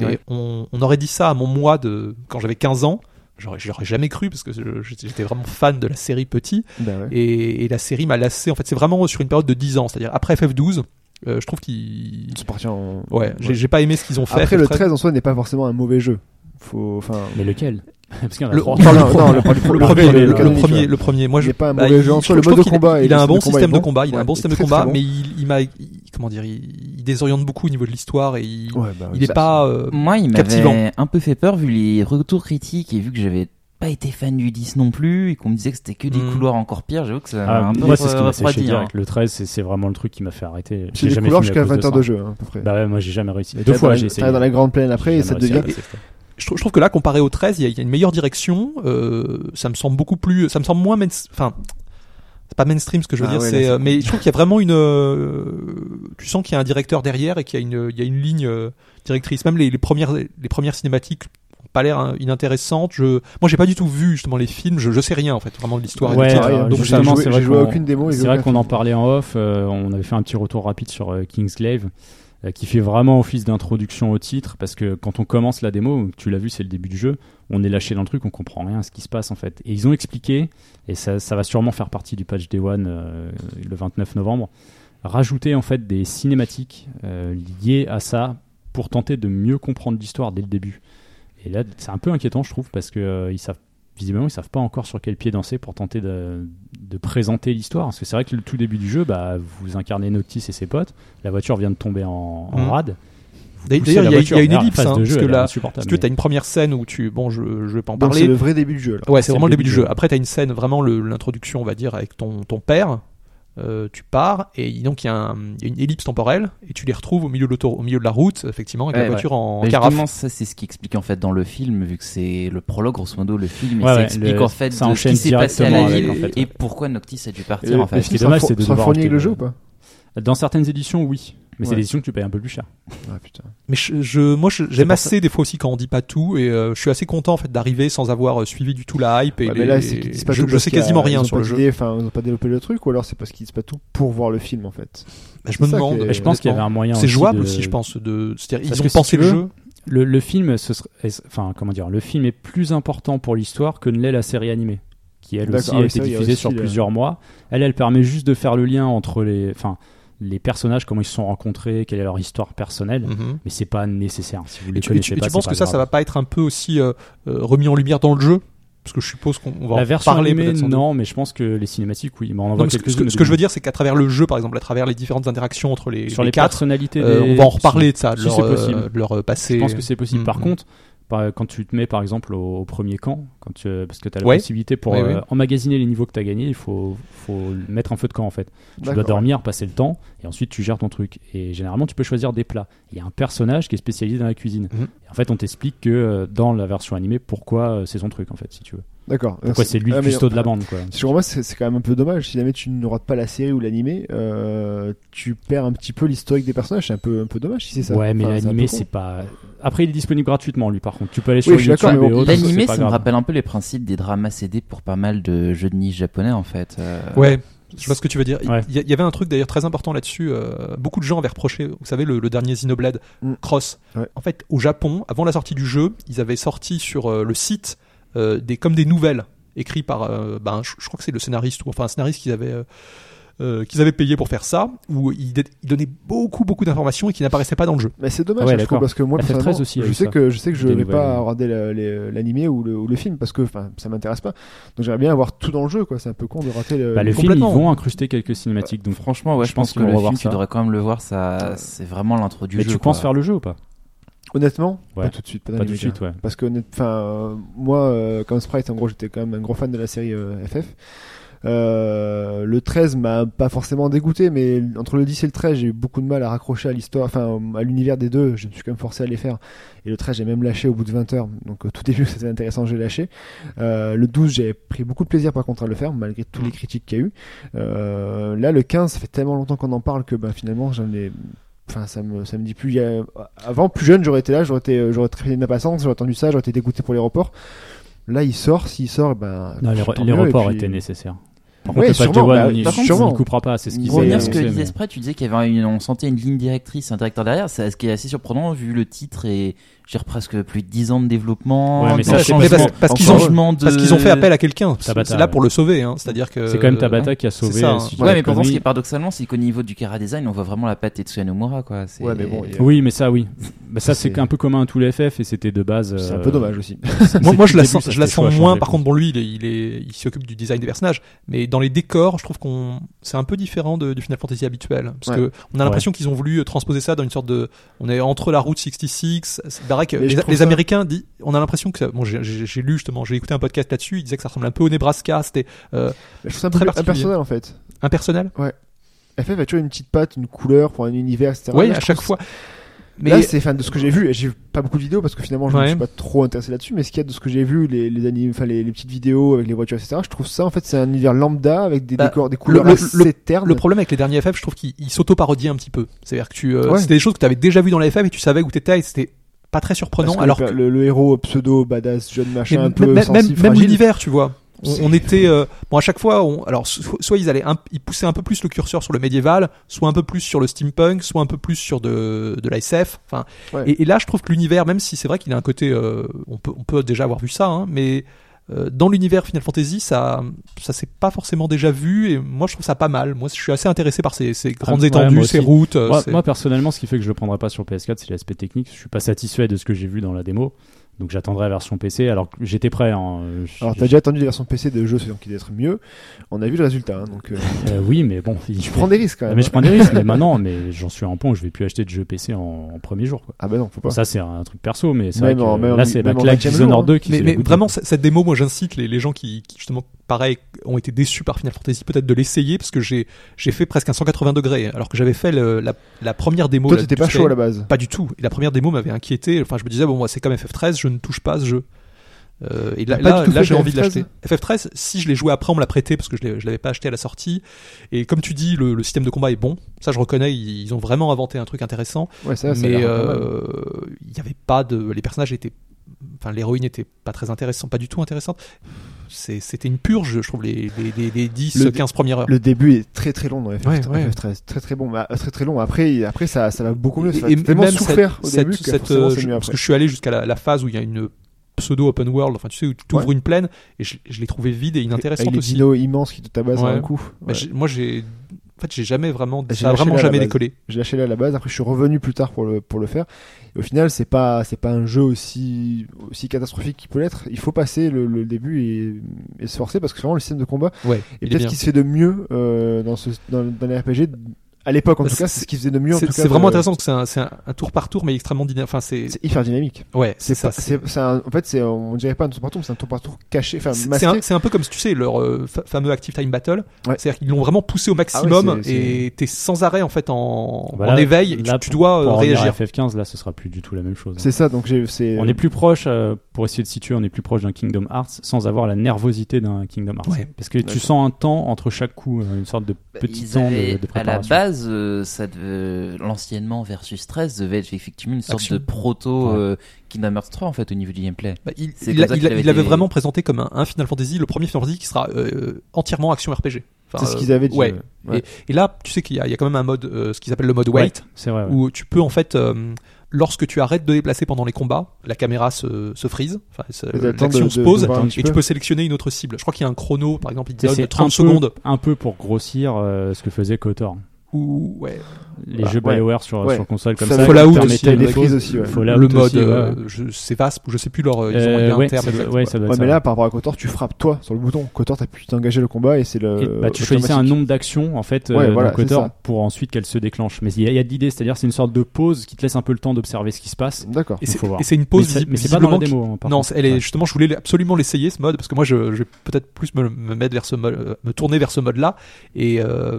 [SPEAKER 5] Et
[SPEAKER 2] Ouais.
[SPEAKER 5] on, on aurait dit ça à mon moi de quand j'avais 15 ans. J'aurais, j'aurais jamais cru parce que je- j'étais vraiment fan de la série petit
[SPEAKER 2] Bah ouais.
[SPEAKER 5] et, et la série m'a lassé. En fait, c'est vraiment sur une période de 10 ans, c'est-à-dire après FF12. euh, je trouve qu'ils.
[SPEAKER 2] Ils sont partis en-
[SPEAKER 5] Ouais, J'ai, j'ai pas aimé ce qu'ils ont fait.
[SPEAKER 2] Après, le
[SPEAKER 5] FF13.
[SPEAKER 2] 13 en soi n'est pas forcément un mauvais jeu. Faut. Enfin.
[SPEAKER 3] Mais lequel Parce qu'il y en a
[SPEAKER 5] Ah, Le-
[SPEAKER 3] trois.
[SPEAKER 5] on parle
[SPEAKER 2] Non,
[SPEAKER 5] du
[SPEAKER 2] non,
[SPEAKER 5] premier.
[SPEAKER 2] le premier,
[SPEAKER 5] Le
[SPEAKER 2] le
[SPEAKER 5] premier,
[SPEAKER 2] premier,
[SPEAKER 5] le,
[SPEAKER 2] le
[SPEAKER 5] premier,
[SPEAKER 2] premier.
[SPEAKER 5] le premier. Moi,
[SPEAKER 2] Il
[SPEAKER 5] je,
[SPEAKER 2] est pas un mauvais jeu en soi,
[SPEAKER 5] je
[SPEAKER 2] le
[SPEAKER 5] trouve
[SPEAKER 2] mode de
[SPEAKER 5] qu'il-
[SPEAKER 2] combat et
[SPEAKER 5] Il a
[SPEAKER 2] le
[SPEAKER 5] un bon système de
[SPEAKER 2] est bon.
[SPEAKER 5] combat. Il a un
[SPEAKER 2] Ouais,
[SPEAKER 5] bon
[SPEAKER 2] il est
[SPEAKER 5] système de
[SPEAKER 2] très,
[SPEAKER 5] combat,
[SPEAKER 2] très bon.
[SPEAKER 5] mais il, il m'a, il- comment dire, il, il désoriente beaucoup au niveau de l'histoire et il,
[SPEAKER 2] Ouais, bah,
[SPEAKER 5] il est
[SPEAKER 2] ça,
[SPEAKER 5] pas. euh,
[SPEAKER 4] Moi, il
[SPEAKER 5] Captivant.
[SPEAKER 4] m'avait un peu fait peur vu les retours critiques et vu que j'avais pas été fan du 10 non plus et qu'on me disait que c'était que des
[SPEAKER 5] Mm.
[SPEAKER 4] couloirs encore pires, j'avoue que ça m'a
[SPEAKER 3] Hmm. Ah,
[SPEAKER 4] Euh, un peu
[SPEAKER 3] moi, c'est ce qui m'a séché
[SPEAKER 4] refroidi. hein.
[SPEAKER 3] direct. Le 13, c'est- c'est vraiment le truc qui m'a fait arrêter.
[SPEAKER 2] C'est
[SPEAKER 3] J'ai
[SPEAKER 2] des
[SPEAKER 3] jamais
[SPEAKER 2] couleurs
[SPEAKER 3] fini à
[SPEAKER 2] jusqu'à
[SPEAKER 3] cause
[SPEAKER 2] 20 heures
[SPEAKER 3] ça.
[SPEAKER 2] de jeu, hein, à peu près.
[SPEAKER 3] Bah ouais, moi j'ai jamais réussi.
[SPEAKER 2] Mais
[SPEAKER 3] Deux
[SPEAKER 2] t'as
[SPEAKER 3] fois
[SPEAKER 2] dans-
[SPEAKER 3] j'ai
[SPEAKER 2] t'as
[SPEAKER 3] essayé.
[SPEAKER 2] dans la grande plaine après,
[SPEAKER 3] J'ai
[SPEAKER 2] et ça
[SPEAKER 3] jamais réussi à
[SPEAKER 2] devient.
[SPEAKER 3] passer ça.
[SPEAKER 5] je, trouve, je trouve que là, comparé au 13, il y a, il y a une meilleure direction. euh, ça me semble beaucoup plus. Ça me semble moins. main- Enfin, c'est pas mainstream ce que je veux
[SPEAKER 2] Ah
[SPEAKER 5] dire.
[SPEAKER 2] ouais, là,
[SPEAKER 5] c'est,
[SPEAKER 2] c'est
[SPEAKER 5] euh, mais je trouve qu'il y a vraiment une. euh, tu sens qu'il y a un directeur derrière et qu'il y a une, il y a une ligne euh, directrice. Même les, les premières, les premières cinématiques ont pas l'air hein, inintéressantes. Je, moi, j'ai pas du tout vu justement les films. Je, je sais rien en fait vraiment de l'histoire. et du
[SPEAKER 3] Ouais,
[SPEAKER 5] titre.
[SPEAKER 3] alors,
[SPEAKER 5] donc
[SPEAKER 3] je-
[SPEAKER 5] ça-
[SPEAKER 2] j'ai
[SPEAKER 3] justement,
[SPEAKER 2] joué, j'ai
[SPEAKER 3] c'est vrai
[SPEAKER 2] joué à
[SPEAKER 3] qu'on-
[SPEAKER 2] aucune démo. et
[SPEAKER 3] C'est
[SPEAKER 2] j'ai
[SPEAKER 3] vrai
[SPEAKER 2] aucun
[SPEAKER 3] qu'on en parlait en off, euh, on avait fait un petit retour rapide sur euh, Kingsglaive, euh, qui fait vraiment office d'introduction au titre, parce que quand on commence la démo, tu l'as vu, c'est le début du jeu, on est lâché dans le truc, on comprend rien à ce qui se passe en fait. Et ils ont expliqué, et ça, ça va sûrement faire partie du patch Day One euh, le 29 novembre, rajouter en fait des cinématiques euh, liées à ça pour tenter de mieux comprendre l'histoire dès le début. Et là, c'est un peu inquiétant, je trouve, parce que euh, ils savent visiblement, ils savent pas encore sur quel pied danser pour tenter de, de présenter l'histoire. Parce que c'est vrai que le tout début du jeu, bah, vous incarnez Noctis et ses potes, la voiture vient de tomber en, en
[SPEAKER 5] Mhm.
[SPEAKER 3] rade. Vous
[SPEAKER 5] D'ailleurs,
[SPEAKER 3] poussez la
[SPEAKER 5] il y a-
[SPEAKER 3] voiture
[SPEAKER 5] il y a une
[SPEAKER 3] vers la
[SPEAKER 5] ellipse,
[SPEAKER 3] phase
[SPEAKER 5] hein,
[SPEAKER 3] de jeu,
[SPEAKER 5] parce que
[SPEAKER 3] elle est
[SPEAKER 5] là,
[SPEAKER 3] insupportable,
[SPEAKER 5] Si tu veux, t'as
[SPEAKER 3] mais-
[SPEAKER 5] une première scène où tu. Bon, je, je vais pas en
[SPEAKER 2] Donc c'est
[SPEAKER 5] parler.
[SPEAKER 2] le vrai début du jeu. alors.
[SPEAKER 5] Ouais, c'est vraiment le début du jeu. Après, t'as une scène, vraiment le- l'introduction, on va dire, avec ton, ton père. Euh, tu pars et donc il y, a un- il y a une ellipse temporelle et tu les retrouves au milieu de, l'auto- au milieu de la route, effectivement, avec
[SPEAKER 4] Ouais,
[SPEAKER 5] la
[SPEAKER 4] ouais.
[SPEAKER 5] voiture en,
[SPEAKER 4] Mais
[SPEAKER 5] carafe.
[SPEAKER 4] Justement, ça c'est ce qui explique en fait dans le film, vu que c'est le prologue, grosso modo, le film, et
[SPEAKER 3] Ouais,
[SPEAKER 4] ça
[SPEAKER 3] ouais,
[SPEAKER 4] explique
[SPEAKER 3] le-
[SPEAKER 4] en fait
[SPEAKER 3] ça
[SPEAKER 4] de ce
[SPEAKER 3] enchaîne
[SPEAKER 4] qui s'est passé à la
[SPEAKER 3] directement
[SPEAKER 4] ville
[SPEAKER 3] avec, en fait,
[SPEAKER 4] et
[SPEAKER 3] ouais.
[SPEAKER 4] pourquoi Noctis a dû
[SPEAKER 2] Et
[SPEAKER 4] partir en
[SPEAKER 2] est-ce
[SPEAKER 4] fait.
[SPEAKER 3] Ce qui est
[SPEAKER 2] qu'ils
[SPEAKER 3] dommage,
[SPEAKER 2] s'en
[SPEAKER 3] c'est de
[SPEAKER 2] fo- s'en
[SPEAKER 3] devoir
[SPEAKER 2] fournit avec le
[SPEAKER 3] acheter
[SPEAKER 2] jeu
[SPEAKER 3] le-
[SPEAKER 2] ou pas
[SPEAKER 3] Dans certaines éditions, oui. Mais c'est
[SPEAKER 2] Ouais.
[SPEAKER 3] des éditions que tu payes un peu plus cher.
[SPEAKER 2] Ah putain.
[SPEAKER 5] Mais je, je- moi, je-
[SPEAKER 3] C'est
[SPEAKER 5] j'aime
[SPEAKER 3] pour
[SPEAKER 5] assez des fois aussi quand on dit pas tout et euh, je suis assez content en fait d'arriver sans avoir euh, suivi du tout la hype. Et
[SPEAKER 2] Ouais,
[SPEAKER 5] les-
[SPEAKER 2] mais là, c'est qu'ils disent pas
[SPEAKER 5] je,
[SPEAKER 2] tout
[SPEAKER 5] je
[SPEAKER 2] parce
[SPEAKER 5] sais
[SPEAKER 2] qu'il y a-
[SPEAKER 5] quasiment
[SPEAKER 2] ils
[SPEAKER 5] rien
[SPEAKER 2] ont
[SPEAKER 5] sur
[SPEAKER 2] pas
[SPEAKER 5] le jeu.
[SPEAKER 2] d'idée, Enfin, ils ont pas développé le truc, ou alors c'est parce qu'ils disent pas tout pour voir le film en fait.
[SPEAKER 5] Bah, je me
[SPEAKER 2] c'est ça
[SPEAKER 5] demande.
[SPEAKER 2] qui est-
[SPEAKER 3] Et je pense qu'il y avait
[SPEAKER 5] honnêtement.
[SPEAKER 3] un moyen.
[SPEAKER 5] C'est jouable
[SPEAKER 3] de-
[SPEAKER 5] aussi, je pense. De, c'est-à-dire,
[SPEAKER 3] Parce
[SPEAKER 5] ils
[SPEAKER 3] que
[SPEAKER 5] ont
[SPEAKER 3] si
[SPEAKER 5] pensé
[SPEAKER 3] tu
[SPEAKER 5] le
[SPEAKER 3] veux,
[SPEAKER 5] jeu.
[SPEAKER 3] Le, le film, ce serait- est-ce- enfin, comment dire, le film est plus important pour l'histoire que ne l'est la série animée, qui elle
[SPEAKER 2] D'accord,
[SPEAKER 3] aussi
[SPEAKER 2] ah
[SPEAKER 3] a
[SPEAKER 2] oui, ça,
[SPEAKER 3] été
[SPEAKER 2] il y a
[SPEAKER 3] diffusée
[SPEAKER 2] aussi
[SPEAKER 3] sur
[SPEAKER 2] le-
[SPEAKER 3] plusieurs mois. Elle, elle permet juste de faire le lien entre les, enfin, les personnages, comment ils se sont rencontrés, quelle est leur histoire personnelle.
[SPEAKER 5] Mhm.
[SPEAKER 3] Mais c'est pas nécessaire. Si vous les
[SPEAKER 5] Et tu, et tu-
[SPEAKER 3] connaissez
[SPEAKER 5] et tu
[SPEAKER 3] pas, c'est
[SPEAKER 5] penses
[SPEAKER 3] pas
[SPEAKER 5] que ça,
[SPEAKER 3] grave.
[SPEAKER 5] ça va pas être un peu aussi euh, euh, remis en lumière dans le jeu Parce que je suppose qu'on on va
[SPEAKER 3] La
[SPEAKER 5] en
[SPEAKER 3] version
[SPEAKER 5] parler
[SPEAKER 3] animée,
[SPEAKER 5] peut-être sans doute.
[SPEAKER 3] non, mais je pense que les cinématiques, oui. Mais on en
[SPEAKER 5] Non,
[SPEAKER 3] voit
[SPEAKER 5] mais ce, que, ce
[SPEAKER 3] quelques-unes
[SPEAKER 5] que-
[SPEAKER 3] au
[SPEAKER 5] ce que je
[SPEAKER 3] début.
[SPEAKER 5] veux dire, c'est qu'à travers le jeu, par exemple, à travers les différentes interactions entre les,
[SPEAKER 3] sur
[SPEAKER 5] les
[SPEAKER 3] les
[SPEAKER 5] quatre,
[SPEAKER 3] personnalités.
[SPEAKER 5] euh,
[SPEAKER 3] des-
[SPEAKER 5] on va en reparler de ça, de
[SPEAKER 3] Si
[SPEAKER 5] leur,
[SPEAKER 3] c'est
[SPEAKER 5] euh,
[SPEAKER 3] possible.
[SPEAKER 5] de leur euh, passé.
[SPEAKER 2] Mm-hmm.
[SPEAKER 3] Je pense que c'est possible.
[SPEAKER 5] Mm,
[SPEAKER 3] Par
[SPEAKER 5] mm.
[SPEAKER 3] contre, par- quand tu te mets par exemple au, au premier camp, quand tu, parce que tu as la
[SPEAKER 5] Ouais.
[SPEAKER 3] possibilité pour
[SPEAKER 5] Ouais,
[SPEAKER 3] euh,
[SPEAKER 5] ouais.
[SPEAKER 3] emmagasiner les niveaux que tu as gagnés, il faut, faut mettre un feu de camp en fait. Tu dois
[SPEAKER 2] D'accord.
[SPEAKER 3] dormir, passer le temps, et ensuite tu gères ton truc. Et généralement, tu peux choisir des plats. Il y a un personnage qui est spécialisé dans la cuisine.
[SPEAKER 2] Mm-hmm.
[SPEAKER 5] Mhm.
[SPEAKER 3] Et en fait, on t'explique que euh, dans la version animée, pourquoi euh, c'est son truc en fait, si tu veux.
[SPEAKER 2] D'accord.
[SPEAKER 3] Pourquoi c'est lui
[SPEAKER 2] Ah,
[SPEAKER 3] le
[SPEAKER 2] mais-
[SPEAKER 3] custo de la bande quoi.
[SPEAKER 2] Sur moi, c'est c'est quand même un peu dommage. Si jamais tu ne rates pas la série ou l'animé, euh, tu perds un petit peu l'historique des personnages. C'est un peu, un peu dommage si c'est ça.
[SPEAKER 3] Ouais, mais
[SPEAKER 2] Enfin, un peu
[SPEAKER 3] l'animé,
[SPEAKER 2] con.
[SPEAKER 3] c'est pas. Après, il est disponible gratuitement, lui, par contre. Tu peux aller sur
[SPEAKER 2] je suis
[SPEAKER 3] YouTube.
[SPEAKER 2] d'accord, mais
[SPEAKER 3] et
[SPEAKER 2] bon,
[SPEAKER 3] autres, c'est
[SPEAKER 4] L'animé,
[SPEAKER 3] pas
[SPEAKER 4] ça me
[SPEAKER 3] grave.
[SPEAKER 4] rappelle un peu les principes des dramas CD pour pas mal de jeux de niche japonais en fait. Euh,
[SPEAKER 5] Ouais, je vois ce que tu veux dire. Il
[SPEAKER 3] Ouais.
[SPEAKER 5] y, a- il y avait un truc d'ailleurs très important là-dessus. euh, beaucoup de gens avaient reproché, vous savez, le, le dernier Xenoblade
[SPEAKER 2] Mm.
[SPEAKER 5] Cross.
[SPEAKER 2] Ouais.
[SPEAKER 5] En fait, au Japon, avant la sortie du jeu, ils avaient sorti sur euh, le site euh, des, comme des nouvelles écrites par, euh, ben, je, je crois que c'est le scénariste, ou enfin un scénariste qu'ils avaient. euh, euh, qu'ils avaient payé pour faire ça, où ils, dé- ils donnaient beaucoup beaucoup d'informations et qui n'apparaissaient pas dans le jeu.
[SPEAKER 2] Mais c'est dommage,
[SPEAKER 3] Ah ouais,
[SPEAKER 2] hein, je trouve,
[SPEAKER 3] d'accord.
[SPEAKER 2] parce que moi,
[SPEAKER 3] La F13
[SPEAKER 2] personnellement,
[SPEAKER 3] aussi,
[SPEAKER 2] je
[SPEAKER 3] avec
[SPEAKER 2] sais
[SPEAKER 3] ça.
[SPEAKER 2] que je sais que je
[SPEAKER 3] Des
[SPEAKER 2] vais pas
[SPEAKER 3] nouvelles.
[SPEAKER 2] regarder la- les- l'animé ou le, ou le film parce que, enfin, ça m'intéresse pas. Donc j'aimerais bien avoir tout dans le jeu, quoi. C'est un peu con de rater le.
[SPEAKER 3] Bah,
[SPEAKER 4] euh,
[SPEAKER 3] le film, ils
[SPEAKER 5] complètement.
[SPEAKER 3] vont incruster quelques cinématiques. Donc,
[SPEAKER 4] Franchement, ouais, je,
[SPEAKER 3] Je
[SPEAKER 4] pense,
[SPEAKER 3] pense
[SPEAKER 4] que
[SPEAKER 3] qu'on
[SPEAKER 4] le
[SPEAKER 3] va
[SPEAKER 4] film,
[SPEAKER 3] voir
[SPEAKER 4] tu
[SPEAKER 3] ça.
[SPEAKER 4] devrais quand même le voir. Ça, c'est vraiment l'intro du
[SPEAKER 3] mais
[SPEAKER 4] jeu.
[SPEAKER 3] tu
[SPEAKER 4] quoi.
[SPEAKER 3] penses faire le jeu ou pas
[SPEAKER 2] Honnêtement,
[SPEAKER 3] Ouais.
[SPEAKER 2] pas tout de suite, pas,
[SPEAKER 3] Pas tout de
[SPEAKER 2] d'animé,
[SPEAKER 3] suite,
[SPEAKER 2] quoi.
[SPEAKER 3] ouais.
[SPEAKER 2] Parce que, honnête- enfin, euh, moi, euh, comme Sprite, en gros, j'étais quand même un gros fan de la série euh, FF. Euh, le 13 m'a pas forcément dégoûté, mais entre le 10 et le 13, j'ai eu beaucoup de mal à raccrocher à l'histoire, enfin, à l'univers des deux. Je me suis quand même forcé à les faire. Et le 13, j'ai même lâché au bout de 20 heures. Donc, au tout début, c'était intéressant, j'ai lâché. Euh, le 12, j'avais pris beaucoup de plaisir par contre à le faire, malgré
[SPEAKER 3] Mm.
[SPEAKER 2] toutes les critiques qu'il y a eu. Euh, là, le 15, ça fait tellement longtemps qu'on en parle que ben, finalement, j'en ai. Enfin, ça me, ça me dit plus. il y a- Avant, plus jeune, j'aurais été là, j'aurais été, j'aurais traîné de ma patience, j'aurais attendu ça, j'aurais été dégoûté pour les reports. Là, il sort, s'il sort, eh ben.
[SPEAKER 3] Non, les,
[SPEAKER 2] tant
[SPEAKER 3] les
[SPEAKER 2] mieux, et
[SPEAKER 3] reports
[SPEAKER 2] puis-
[SPEAKER 3] étaient nécessaires. Par
[SPEAKER 2] Ouais,
[SPEAKER 3] contre, le pack
[SPEAKER 2] sûrement,
[SPEAKER 3] One,
[SPEAKER 2] bah,
[SPEAKER 3] on y-
[SPEAKER 2] par contre,
[SPEAKER 3] on
[SPEAKER 2] sûrement.
[SPEAKER 3] n'y coupera pas. C'est ce qu'ils
[SPEAKER 2] Pour
[SPEAKER 3] avaient
[SPEAKER 2] revenir
[SPEAKER 4] Revenir à ce que
[SPEAKER 3] annoncé,
[SPEAKER 4] disait
[SPEAKER 3] mais-
[SPEAKER 4] Sprite, tu disais qu'il y avait une, on sentait une ligne directrice, un directeur derrière, c'est ce qui est assez surprenant vu le titre et j'ai presque plus de 10 ans de développement,
[SPEAKER 3] Ouais, mais
[SPEAKER 4] de
[SPEAKER 3] ça, c'est
[SPEAKER 4] changement-
[SPEAKER 5] parce- parce qu'ils ont-
[SPEAKER 4] changement de...
[SPEAKER 5] Parce qu'ils ont fait appel à quelqu'un. C'est
[SPEAKER 3] Tabata,
[SPEAKER 5] c'est là
[SPEAKER 3] ouais.
[SPEAKER 5] pour le sauver, hein. c'est-à-dire que
[SPEAKER 3] C'est quand même Tabata qui a sauvé.
[SPEAKER 5] ça,
[SPEAKER 3] euh,
[SPEAKER 5] hein.
[SPEAKER 3] si je dis
[SPEAKER 4] Ouais,
[SPEAKER 3] pas
[SPEAKER 4] mais
[SPEAKER 3] de
[SPEAKER 4] pourtant, ce
[SPEAKER 3] conneries.
[SPEAKER 4] qui est paradoxalement, c'est qu'au niveau du Kara Design, on voit vraiment la patte Tetsuya Nomura, quoi. C'est-
[SPEAKER 2] Ouais, mais bon, il y a-
[SPEAKER 3] Oui, mais ça, oui. Bah, ça, c'est
[SPEAKER 2] C'est-
[SPEAKER 3] un peu commun à tous les FF et c'était de base.
[SPEAKER 2] c'est
[SPEAKER 3] euh,
[SPEAKER 2] un peu dommage aussi.
[SPEAKER 5] Moi, moi, je la
[SPEAKER 3] Début,
[SPEAKER 5] sens,
[SPEAKER 3] ça,
[SPEAKER 5] je la
[SPEAKER 3] c'était chaud à
[SPEAKER 5] sens moins.
[SPEAKER 3] changer,
[SPEAKER 5] Par
[SPEAKER 3] quoi.
[SPEAKER 5] contre, bon, lui, il, est- il, est- il s'occupe du design des personnages, mais dans les décors, je trouve qu'on, c'est un peu différent de- du Final Fantasy habituel, parce
[SPEAKER 2] Ouais.
[SPEAKER 5] que on a l'impression qu'ils ont voulu euh, transposer ça dans une sorte de, on est entre la route 66. c'est Barack,
[SPEAKER 2] Mais
[SPEAKER 5] les,
[SPEAKER 2] je trouve
[SPEAKER 5] les
[SPEAKER 2] ça-
[SPEAKER 5] Américains disent, on a l'impression que, ça- bon, j'ai- j'ai j'ai lu justement, j'ai écouté un podcast là-dessus, il disait que ça ressemble un peu au Nebraska, c'était euh,
[SPEAKER 2] Je trouve ça un
[SPEAKER 5] Très
[SPEAKER 2] peu
[SPEAKER 5] particulier.
[SPEAKER 2] impersonnel en fait.
[SPEAKER 5] impersonnel.
[SPEAKER 2] FF a toujours une petite patte, une couleur pour un univers, etc.
[SPEAKER 5] Oui,
[SPEAKER 2] Là,
[SPEAKER 5] à
[SPEAKER 2] je
[SPEAKER 5] chaque
[SPEAKER 2] trouve
[SPEAKER 5] fois.
[SPEAKER 2] Mais là, c'est enfin, de ce que j'ai vu, et j'ai pas beaucoup de vidéos parce que finalement je
[SPEAKER 5] Ouais.
[SPEAKER 2] me suis pas trop intéressé là-dessus, mais ce qu'il y a de ce que j'ai vu, les, les animes, enfin les, les petites vidéos avec les voitures, etc. Je trouve ça en fait c'est un univers lambda avec des
[SPEAKER 5] Bah,
[SPEAKER 2] décors, des couleurs
[SPEAKER 5] le- le-
[SPEAKER 2] assez ternes.
[SPEAKER 5] Le problème avec les derniers FF, je trouve qu'ils ils s'auto-parodient un petit peu. C'est-à-dire que tu, euh,
[SPEAKER 2] Ouais.
[SPEAKER 5] c'était des choses que tu avais déjà vu dans les FF et tu savais où t'étais et c'était pas très
[SPEAKER 2] Parce
[SPEAKER 5] surprenant.
[SPEAKER 2] que
[SPEAKER 5] alors
[SPEAKER 2] le,
[SPEAKER 5] que-
[SPEAKER 2] le- le héros pseudo badass jeune
[SPEAKER 5] mais
[SPEAKER 2] machin un
[SPEAKER 5] même-
[SPEAKER 2] peu
[SPEAKER 5] même,
[SPEAKER 2] sensible,
[SPEAKER 5] même- même
[SPEAKER 2] fragile.
[SPEAKER 5] l'univers, tu vois. On,
[SPEAKER 2] C'est-
[SPEAKER 5] on était euh, bon à chaque fois. On, alors so- soit ils allaient un- ils poussaient un peu plus le curseur sur le médiéval, soit un peu plus sur le steampunk, soit un peu plus sur de, de la SF. Enfin,
[SPEAKER 2] Ouais.
[SPEAKER 5] et, et là je trouve que l'univers, même si c'est vrai qu'il a un côté, euh, on peut on peut déjà avoir vu ça, hein, mais euh, dans l'univers Final Fantasy, ça ça s'est pas forcément déjà vu. Et moi je trouve ça pas mal. Moi je suis assez intéressé par ces, ces
[SPEAKER 2] Ah,
[SPEAKER 5] grandes
[SPEAKER 3] ouais,
[SPEAKER 5] étendues,
[SPEAKER 3] moi
[SPEAKER 5] ces
[SPEAKER 3] aussi.
[SPEAKER 5] routes. euh,
[SPEAKER 3] Moi,
[SPEAKER 5] ces-
[SPEAKER 3] moi, personnellement, ce qui fait que je le prendrai pas sur PS4, c'est l'aspect technique. Je suis pas satisfait de ce que j'ai vu dans la démo, donc j'attendrai la version PC. Alors que j'étais prêt. hein, euh, je-
[SPEAKER 2] Alors t'as déjà attendu les versions PC de jeux, donc qui doit être mieux. On a vu le résultat, hein, donc euh,
[SPEAKER 3] Euh, oui, mais bon, il
[SPEAKER 2] tu prends des risques quand
[SPEAKER 3] Ah,
[SPEAKER 2] même.
[SPEAKER 3] mais je prends des risques. Mais maintenant, mais j'en suis à un point où je vais plus acheter de jeux PC en, en premier jour. Quoi.
[SPEAKER 2] Ah bah non, faut pas.
[SPEAKER 3] Ça, c'est un truc perso, mais c'est vrai
[SPEAKER 2] Même
[SPEAKER 3] que
[SPEAKER 2] en- même
[SPEAKER 3] là,
[SPEAKER 2] en-
[SPEAKER 3] c'est la
[SPEAKER 2] même en
[SPEAKER 3] claque
[SPEAKER 2] 20e
[SPEAKER 3] Dishonored
[SPEAKER 2] jour,
[SPEAKER 3] 2 qui
[SPEAKER 5] mais,
[SPEAKER 3] fait
[SPEAKER 5] mais
[SPEAKER 3] goûter.
[SPEAKER 5] vraiment c- cette démo moi j'incite les, les gens qui, qui, justement pareil ont été déçus par Final Fantasy peut-être de l'essayer parce que j'ai j'ai fait presque un 180 degrés alors que j'avais fait le- la, la première démo
[SPEAKER 2] Toi
[SPEAKER 5] là,
[SPEAKER 2] t'étais
[SPEAKER 5] tout
[SPEAKER 2] pas
[SPEAKER 5] ce qui
[SPEAKER 2] chaud à
[SPEAKER 5] est-
[SPEAKER 2] la base.
[SPEAKER 5] pas du tout et la première démo m'avait inquiété enfin je me disais bon moi c'est comme FF13 je ne touche pas à ce jeu Euh, et là,
[SPEAKER 2] T'as pas
[SPEAKER 5] là,
[SPEAKER 2] du tout
[SPEAKER 5] là,
[SPEAKER 2] fait
[SPEAKER 5] j'ai envie de
[SPEAKER 2] FF13?
[SPEAKER 5] l'acheter FF13 si je l'ai joué après on me l'a prêté parce que je l'ai- je l'avais pas acheté à la sortie et comme tu dis le, le système de combat est bon ça je reconnais ils- ils ont vraiment inventé un truc intéressant
[SPEAKER 2] Ouais, ça, ça a
[SPEAKER 5] mais
[SPEAKER 2] l'air pas mal.
[SPEAKER 5] euh, il n'y avait pas de les personnages étaient enfin l'héroïne n'était pas très intéressante pas du tout intéressante C'est- c'était une purge je trouve les, les, les, les 10
[SPEAKER 2] Le-
[SPEAKER 5] 15 premières heures
[SPEAKER 2] Le début est très très long dans FF,
[SPEAKER 5] Ouais, ouais.
[SPEAKER 2] FF13, très très bon, bah, très très long. Après, après ça, ça va beaucoup mieux. Ça va
[SPEAKER 5] Et- et
[SPEAKER 2] tellement
[SPEAKER 5] même
[SPEAKER 2] souffert
[SPEAKER 5] cette-
[SPEAKER 2] au début
[SPEAKER 5] cette-
[SPEAKER 2] que
[SPEAKER 5] cette,
[SPEAKER 2] forcément,
[SPEAKER 5] euh,
[SPEAKER 2] c'est
[SPEAKER 5] je-
[SPEAKER 2] mieux
[SPEAKER 5] parce
[SPEAKER 2] après.
[SPEAKER 5] que je suis allé jusqu'à la, la phase où il y a une pseudo open world enfin tu sais où tu ouvres une plaine et je, je l'ai trouvé vide et
[SPEAKER 2] Avec
[SPEAKER 5] inintéressante
[SPEAKER 2] les
[SPEAKER 5] aussi
[SPEAKER 2] dinos immenses qui te tabassent
[SPEAKER 5] Ouais.
[SPEAKER 2] à un coup.
[SPEAKER 5] Bah,
[SPEAKER 2] Ouais.
[SPEAKER 5] j'ai- moi j'ai en fait j'ai jamais vraiment
[SPEAKER 2] J'ai
[SPEAKER 5] ça a
[SPEAKER 2] lâché
[SPEAKER 5] vraiment
[SPEAKER 2] là, à la
[SPEAKER 5] jamais
[SPEAKER 2] base.
[SPEAKER 5] décollé
[SPEAKER 2] J'ai lâché là à la base. Après, je suis revenu plus tard pour le pour le faire. Et au final, c'est pas c'est pas un jeu aussi aussi catastrophique qu'il peut l'être. Il faut passer le, le début et, et se forcer parce que vraiment le système de combat
[SPEAKER 5] ouais
[SPEAKER 2] est
[SPEAKER 5] il est
[SPEAKER 2] peut-être
[SPEAKER 5] bien
[SPEAKER 2] ce qui se fait de mieux euh, dans ce dans, dans les RPG À l'époque, en
[SPEAKER 5] Bah,
[SPEAKER 2] tout cas, c'est
[SPEAKER 5] c'est-
[SPEAKER 2] ce qui faisait de mieux. en
[SPEAKER 5] C'est
[SPEAKER 2] tout cas,
[SPEAKER 5] c'est vraiment
[SPEAKER 2] de-
[SPEAKER 5] intéressant parce que c'est un- c'est un, un tour par tour, mais extrêmement dynamique. Enfin, c'est.
[SPEAKER 2] C'est hyper dynamique.
[SPEAKER 5] Ouais, c'est ça.
[SPEAKER 2] pas-
[SPEAKER 5] c'est-
[SPEAKER 2] c'est- c'est un- en fait, c'est, on dirait pas un tour par tour, mais c'est un tour par tour caché, enfin,
[SPEAKER 5] C'est c'est
[SPEAKER 2] masqué.
[SPEAKER 5] un, c'est un peu comme tu sais leur euh, fa- fameux Active Time Battle,
[SPEAKER 2] Ouais.
[SPEAKER 5] c'est-à-dire qu'ils l'ont vraiment poussé au maximum
[SPEAKER 2] Ah ouais, c'est-
[SPEAKER 5] et t'es sans arrêt en fait en,
[SPEAKER 3] Bah là,
[SPEAKER 5] en éveil et tu-
[SPEAKER 3] là,
[SPEAKER 5] tu, dois euh,
[SPEAKER 3] Pour revenir à
[SPEAKER 5] réagir.
[SPEAKER 3] FF15, là, ce sera plus du tout la même chose. hein.
[SPEAKER 2] C'est ça, donc j'ai, c'est.
[SPEAKER 3] On est plus proche, euh, pour essayer de situer, on est plus proche d'un Kingdom Hearts sans avoir la nervosité d'un Kingdom Hearts.
[SPEAKER 5] Ouais.
[SPEAKER 3] Parce que tu
[SPEAKER 2] Ouais.
[SPEAKER 3] sens un temps entre chaque coup, euh, une sorte de petit
[SPEAKER 4] Bah, Ils
[SPEAKER 3] temps de-
[SPEAKER 4] avaient-
[SPEAKER 3] de,
[SPEAKER 4] à la
[SPEAKER 3] préparation.
[SPEAKER 4] base, euh, ça devait- l'anciennement versus 13 devait être effectivement une sorte
[SPEAKER 5] Action.
[SPEAKER 4] de proto
[SPEAKER 3] Ouais.
[SPEAKER 4] euh, Kingdom Hearts 3 en fait au niveau du gameplay.
[SPEAKER 5] Bah, il
[SPEAKER 4] C'est
[SPEAKER 5] il
[SPEAKER 4] comme
[SPEAKER 5] a-
[SPEAKER 4] ça
[SPEAKER 5] il
[SPEAKER 4] qu'il
[SPEAKER 5] a-
[SPEAKER 4] avait
[SPEAKER 5] il l'avait
[SPEAKER 4] été-
[SPEAKER 5] vraiment présenté comme un, un Final Fantasy, le premier Final Fantasy qui sera euh, entièrement action RPG. Enfin,
[SPEAKER 2] C'est ce
[SPEAKER 5] euh,
[SPEAKER 2] qu'ils avaient dit.
[SPEAKER 5] ouais.
[SPEAKER 2] ouais. Ouais.
[SPEAKER 5] Et là, tu sais qu'il y, a il y a quand même un mode, euh, ce qu'ils appellent le mode
[SPEAKER 3] Ouais,
[SPEAKER 5] wait,
[SPEAKER 3] C'est vrai. ouais.
[SPEAKER 5] où tu peux en fait, euh, lorsque tu arrêtes de déplacer pendant les combats, la caméra se, se freeze, enfin, se-
[SPEAKER 2] Et d'attendre
[SPEAKER 5] l'action
[SPEAKER 2] de-
[SPEAKER 5] se
[SPEAKER 2] de-
[SPEAKER 5] pose,
[SPEAKER 2] de voir un petit
[SPEAKER 5] et tu
[SPEAKER 2] peu.
[SPEAKER 5] peux sélectionner une autre cible. Je crois qu'il y a un chrono, par exemple, il te
[SPEAKER 3] C'est-
[SPEAKER 5] donne
[SPEAKER 3] C'est
[SPEAKER 5] 30
[SPEAKER 3] un peu-
[SPEAKER 5] secondes.
[SPEAKER 3] un peu pour grossir euh, ce que faisait Kotor.
[SPEAKER 5] Ou ouais,
[SPEAKER 3] Les
[SPEAKER 2] Voilà,
[SPEAKER 3] jeux
[SPEAKER 2] ouais.
[SPEAKER 3] BioWare sur,
[SPEAKER 2] Ouais.
[SPEAKER 3] sur console comme
[SPEAKER 2] Ça
[SPEAKER 3] ça.
[SPEAKER 2] me
[SPEAKER 3] qui
[SPEAKER 5] Fallout
[SPEAKER 3] permettaient
[SPEAKER 5] aussi,
[SPEAKER 3] des
[SPEAKER 2] les
[SPEAKER 3] choses.
[SPEAKER 2] prises aussi, ouais.
[SPEAKER 3] Fallout
[SPEAKER 5] le mode,
[SPEAKER 3] aussi, ouais.
[SPEAKER 5] euh, je- c'est VASP, ou je sais plus leur, ils ont
[SPEAKER 3] Euh,
[SPEAKER 5] mis un
[SPEAKER 3] ouais,
[SPEAKER 5] terme.
[SPEAKER 3] ça
[SPEAKER 5] exact,
[SPEAKER 3] doit- ouais,
[SPEAKER 5] quoi.
[SPEAKER 3] ça doit
[SPEAKER 2] Ouais,
[SPEAKER 3] être
[SPEAKER 2] mais
[SPEAKER 3] ça.
[SPEAKER 2] là, par rapport à Kotor, tu frappes toi sur le bouton. Kotor, t'as pu t'engager le combat et c'est
[SPEAKER 3] Et,
[SPEAKER 2] le.
[SPEAKER 3] bah, tu choisissais un
[SPEAKER 2] Euh, automatique.
[SPEAKER 3] nombre d'actions en fait
[SPEAKER 2] Ouais,
[SPEAKER 3] euh,
[SPEAKER 2] voilà,
[SPEAKER 3] dans
[SPEAKER 2] c'est
[SPEAKER 3] Kotor
[SPEAKER 2] ça.
[SPEAKER 3] pour ensuite qu'elles se déclenchent. Mais il y a, il y a de l'idée, c'est-à-dire c'est une sorte de pause qui te laisse un peu le temps d'observer ce qui se passe.
[SPEAKER 2] D'accord.
[SPEAKER 5] Et
[SPEAKER 3] Il faut
[SPEAKER 5] c'est-
[SPEAKER 3] voir.
[SPEAKER 5] et c'est une
[SPEAKER 3] Mais
[SPEAKER 5] pause
[SPEAKER 3] ça-
[SPEAKER 5] visi-
[SPEAKER 3] mais c'est pas dans la
[SPEAKER 5] visiblement qui-
[SPEAKER 3] démo. hein, par
[SPEAKER 5] non,
[SPEAKER 3] contre.
[SPEAKER 5] c'est- elle est,
[SPEAKER 3] Ouais.
[SPEAKER 5] justement, je voulais absolument l'essayer ce mode parce que moi, je, je vais peut-être plus me, me mettre vers ce mode, euh, me tourner vers ce mode-là. Et euh,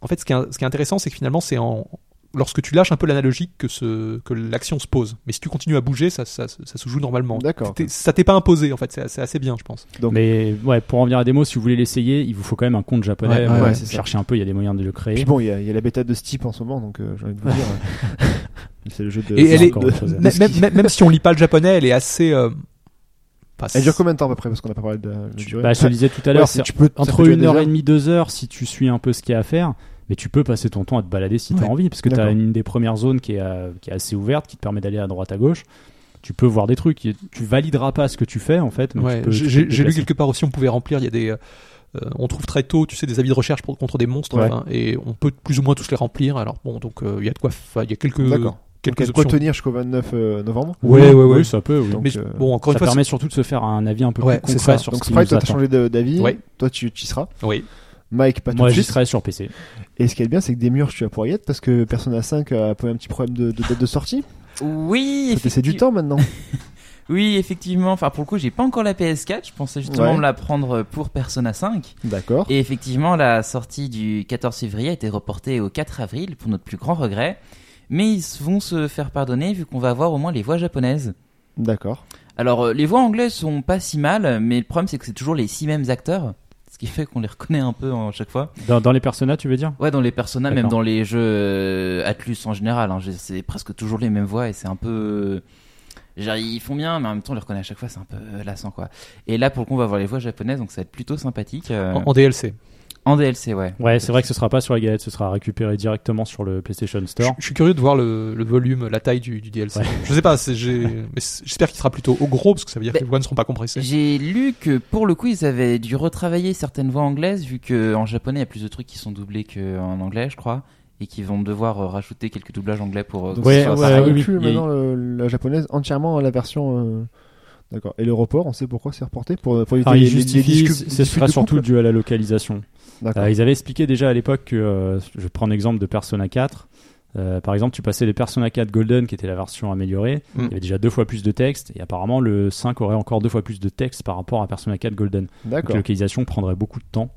[SPEAKER 5] en fait, ce qui est, ce qui est intéressant, c'est que finalement, c'est en lorsque tu lâches un peu l'analogique que ce que l'action se pose. Mais si tu continues à bouger, ça, ça, ça se joue normalement.
[SPEAKER 2] D'accord.
[SPEAKER 5] T'es- Ça t'est pas imposé en fait. C'est c'est assez bien, je pense.
[SPEAKER 2] Donc-
[SPEAKER 3] Mais ouais, pour en venir à la démo, si vous voulez l'essayer, il vous faut quand même un compte japonais.
[SPEAKER 2] Ouais, ouais,
[SPEAKER 3] euh,
[SPEAKER 2] ouais, c'est ça.
[SPEAKER 3] cherchez un peu, il y a des moyens de le créer.
[SPEAKER 2] Puis bon, il y, a- il y a la bêta de Steep en ce moment, donc euh, j'ai envie de vous dire. euh, c'est le jeu de.
[SPEAKER 5] Et elle
[SPEAKER 3] c'est
[SPEAKER 5] est-
[SPEAKER 3] encore autre chose.
[SPEAKER 2] de-
[SPEAKER 5] Même,
[SPEAKER 2] ce qui-
[SPEAKER 5] même- même si on lit pas le japonais, elle est assez. euh, pas-
[SPEAKER 2] Elle dure combien de temps à peu près Parce qu'on n'a pas parlé de la la durée.
[SPEAKER 3] Bah, je te le disais tout à l'heure,
[SPEAKER 2] Ouais, si
[SPEAKER 3] c'est
[SPEAKER 2] tu peux- ça peut
[SPEAKER 3] entre
[SPEAKER 2] durer
[SPEAKER 3] une
[SPEAKER 2] des
[SPEAKER 3] heure et
[SPEAKER 2] heures.
[SPEAKER 3] demie, deux heures, si tu suis un peu ce qu'il y a à faire. Mais tu peux passer ton temps à te balader si t'as
[SPEAKER 5] Ouais.
[SPEAKER 3] envie, parce que t'as
[SPEAKER 2] D'accord.
[SPEAKER 3] une des premières zones qui est, euh, qui est assez ouverte, qui te permet d'aller à droite à gauche. Tu peux voir des trucs. Tu valideras pas ce que tu fais en fait. mais
[SPEAKER 5] Ouais,
[SPEAKER 3] tu peux- tu
[SPEAKER 5] j'ai-
[SPEAKER 3] peux
[SPEAKER 5] j'ai
[SPEAKER 3] te
[SPEAKER 5] j'ai lu
[SPEAKER 3] déplacer.
[SPEAKER 5] quelque part aussi, on pouvait remplir. Il y a des, euh, on trouve très tôt, tu sais, des avis de recherche pour, contre des monstres,
[SPEAKER 2] Ouais.
[SPEAKER 5] enfin, et on peut plus ou moins tous les remplir. Alors bon, donc euh, il y a de quoi, fa- il y a quelques,
[SPEAKER 2] D'accord. Donc, il y
[SPEAKER 5] quelques
[SPEAKER 2] a de quoi
[SPEAKER 5] options.
[SPEAKER 2] tenir jusqu'au 29 euh, novembre.
[SPEAKER 5] Ouais, ouais, ouais.
[SPEAKER 3] Oui, ça peut. oui.
[SPEAKER 2] Donc,
[SPEAKER 5] Mais
[SPEAKER 2] euh,
[SPEAKER 5] bon, encore
[SPEAKER 3] ça
[SPEAKER 5] une fois,
[SPEAKER 3] permet surtout de se faire un avis un peu
[SPEAKER 5] Ouais,
[SPEAKER 3] plus
[SPEAKER 5] c'est
[SPEAKER 3] concret
[SPEAKER 5] ça.
[SPEAKER 3] sur
[SPEAKER 2] Donc
[SPEAKER 3] ce qui nous
[SPEAKER 2] Sprite, toi, t'as
[SPEAKER 3] attend.
[SPEAKER 2] changé de- d'avis.
[SPEAKER 5] Ouais.
[SPEAKER 2] Toi, tu tu y seras.
[SPEAKER 5] c'est- oui,
[SPEAKER 2] Mike, pas tout
[SPEAKER 3] Moi,
[SPEAKER 2] de
[SPEAKER 3] j'y
[SPEAKER 2] suite.
[SPEAKER 3] serais sur PC.
[SPEAKER 2] Et ce qui est bien, c'est que des murs, tu vas pouvoir y être parce que Persona 5 a pas eu un petit problème de, de date de sortie.
[SPEAKER 4] Oui,
[SPEAKER 2] C'est c'est du
[SPEAKER 4] effecti-
[SPEAKER 2] temps maintenant.
[SPEAKER 4] Oui, effectivement. Enfin, pour le coup, j'ai pas encore la PS4. Je pensais justement
[SPEAKER 2] Ouais.
[SPEAKER 4] me la prendre pour Persona 5.
[SPEAKER 2] D'accord.
[SPEAKER 4] Et effectivement, la sortie du 14 février a été reportée au 4 avril pour notre plus grand regret. Mais ils vont se faire pardonner vu qu'on va avoir au moins les voix japonaises.
[SPEAKER 2] D'accord.
[SPEAKER 4] Alors, euh, les voix anglaises sont pas si mal, mais le problème c'est que c'est toujours les six mêmes acteurs. Ce qui fait qu'on les reconnaît un peu en chaque fois.
[SPEAKER 3] Dans, dans les personnages, tu veux dire
[SPEAKER 4] Ouais, dans les personnages, même
[SPEAKER 3] D'accord.
[SPEAKER 4] dans les jeux euh, Atlus en général, hein, j'ai- c'est presque toujours les mêmes voix et c'est un peu. Genre, ils font bien, mais en même temps, on les reconnaît à chaque fois, c'est un peu lassant quoi. Et là, pour le coup, on va voir les voix japonaises, donc ça va être plutôt sympathique. euh,
[SPEAKER 5] en, en DLC.
[SPEAKER 4] en DLC, ouais.
[SPEAKER 3] Ouais, c'est vrai que ce sera pas sur la galette, ce sera récupéré directement sur le PlayStation
[SPEAKER 5] Je,
[SPEAKER 3] Store.
[SPEAKER 5] je suis curieux de voir le, le volume, la taille du, du DLC.
[SPEAKER 3] Ouais.
[SPEAKER 5] Je sais pas, c'est- j'ai- mais c'est- j'espère qu'il sera plutôt au gros parce que ça veut dire
[SPEAKER 4] Ben,
[SPEAKER 5] que les voix ne seront pas compressées.
[SPEAKER 4] J'ai lu que pour le coup, ils avaient dû retravailler certaines voix anglaises, vu que en japonais, il y a plus de trucs qui sont doublés qu'en anglais, je crois, et qu'ils vont devoir euh, rajouter quelques doublages anglais pour. euh, que
[SPEAKER 2] Donc,
[SPEAKER 4] ce
[SPEAKER 3] Ouais,
[SPEAKER 2] ça,
[SPEAKER 4] soit
[SPEAKER 2] ça
[SPEAKER 3] Ah ouais,
[SPEAKER 4] pareil.
[SPEAKER 3] ouais, oui,
[SPEAKER 2] inclut
[SPEAKER 3] oui.
[SPEAKER 2] maintenant le- la japonaise entièrement à la version. euh, D'accord. Et le report, on sait pourquoi c'est reporté pour, pour éviter
[SPEAKER 3] Enfin,
[SPEAKER 2] les,
[SPEAKER 3] ils
[SPEAKER 2] les- les
[SPEAKER 3] justifient,
[SPEAKER 2] discu-
[SPEAKER 3] Ah, ce
[SPEAKER 2] disputes
[SPEAKER 3] sera
[SPEAKER 2] de
[SPEAKER 3] surtout
[SPEAKER 2] couple.
[SPEAKER 3] dû à la localisation.
[SPEAKER 2] D'accord.
[SPEAKER 3] Euh, ils avaient expliqué déjà à l'époque que, euh, je prends l'exemple de Persona 4. Euh, par exemple, tu passais de Persona 4 Golden, qui était la version améliorée,
[SPEAKER 5] Mm.
[SPEAKER 3] il y avait déjà deux fois plus de texte, et apparemment le 5 aurait encore deux fois plus de texte par rapport à Persona 4 Golden. Donc la
[SPEAKER 2] D'accord.
[SPEAKER 3] localisation prendrait beaucoup de temps,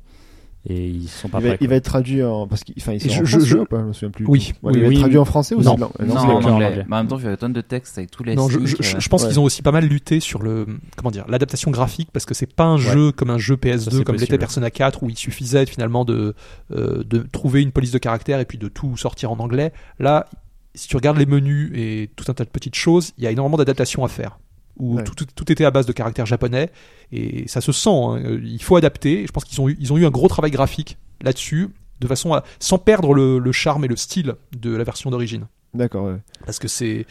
[SPEAKER 3] et ils sont pas
[SPEAKER 2] Il va,
[SPEAKER 3] prêts.
[SPEAKER 2] il
[SPEAKER 3] quoi.
[SPEAKER 2] va être traduit en parce qu'il enfin il
[SPEAKER 5] Et
[SPEAKER 2] sort
[SPEAKER 5] je-
[SPEAKER 2] en
[SPEAKER 5] je-
[SPEAKER 2] français
[SPEAKER 5] je-
[SPEAKER 2] ou pas je me souviens plus.
[SPEAKER 5] Oui,
[SPEAKER 2] Ouais,
[SPEAKER 3] oui,
[SPEAKER 2] il va
[SPEAKER 3] oui.
[SPEAKER 2] être traduit en français ou
[SPEAKER 3] Non.
[SPEAKER 2] c'est de l'an- Euh,
[SPEAKER 4] Non,
[SPEAKER 2] c'est de l'anglais.
[SPEAKER 4] en
[SPEAKER 3] en
[SPEAKER 4] anglais.
[SPEAKER 3] anglais.
[SPEAKER 4] Mais en même temps, il y a autant de textes avec tous les.
[SPEAKER 5] Non, je,
[SPEAKER 4] SNIC,
[SPEAKER 5] je- je-
[SPEAKER 4] euh,
[SPEAKER 5] je pense
[SPEAKER 2] Ouais.
[SPEAKER 5] qu'ils ont aussi pas mal lutté sur le comment dire l'adaptation graphique parce que c'est pas un
[SPEAKER 3] Ouais.
[SPEAKER 5] jeu comme un jeu PS2
[SPEAKER 3] Ça, c'est
[SPEAKER 5] comme l'était
[SPEAKER 3] possible.
[SPEAKER 5] Persona 4 où il suffisait finalement de euh, de trouver une police de caractère et puis de tout sortir en anglais. Là, si tu regardes les menus et tout un tas de petites choses, il y a énormément d'adaptations à faire. Où
[SPEAKER 2] Ouais.
[SPEAKER 5] tout, tout- tout était à base de caractères japonais et ça se sent. hein. Euh, Il faut adapter. Et Je pense qu'ils ont eu, ils ont eu un gros travail graphique là-dessus de façon à sans perdre le- le charme et le style de la version d'origine
[SPEAKER 2] D'accord. ouais.
[SPEAKER 5] parce que c'est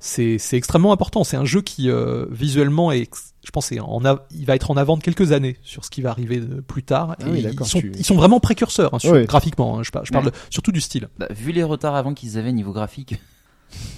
[SPEAKER 5] c'est c'est extrêmement important. C'est un jeu qui euh, visuellement est, ex- je pense, est en av- il va être en avant de quelques années sur ce qui va arriver euh, plus tard.
[SPEAKER 2] Ah oui,
[SPEAKER 5] ils
[SPEAKER 2] d'accord,
[SPEAKER 5] sont
[SPEAKER 2] tu-
[SPEAKER 5] ils sont vraiment précurseurs hein, sur-
[SPEAKER 2] Ouais.
[SPEAKER 5] graphiquement. hein. je, par- je parle surtout du style.
[SPEAKER 4] bah, vu les retards avant qu'ils avaient niveau graphique,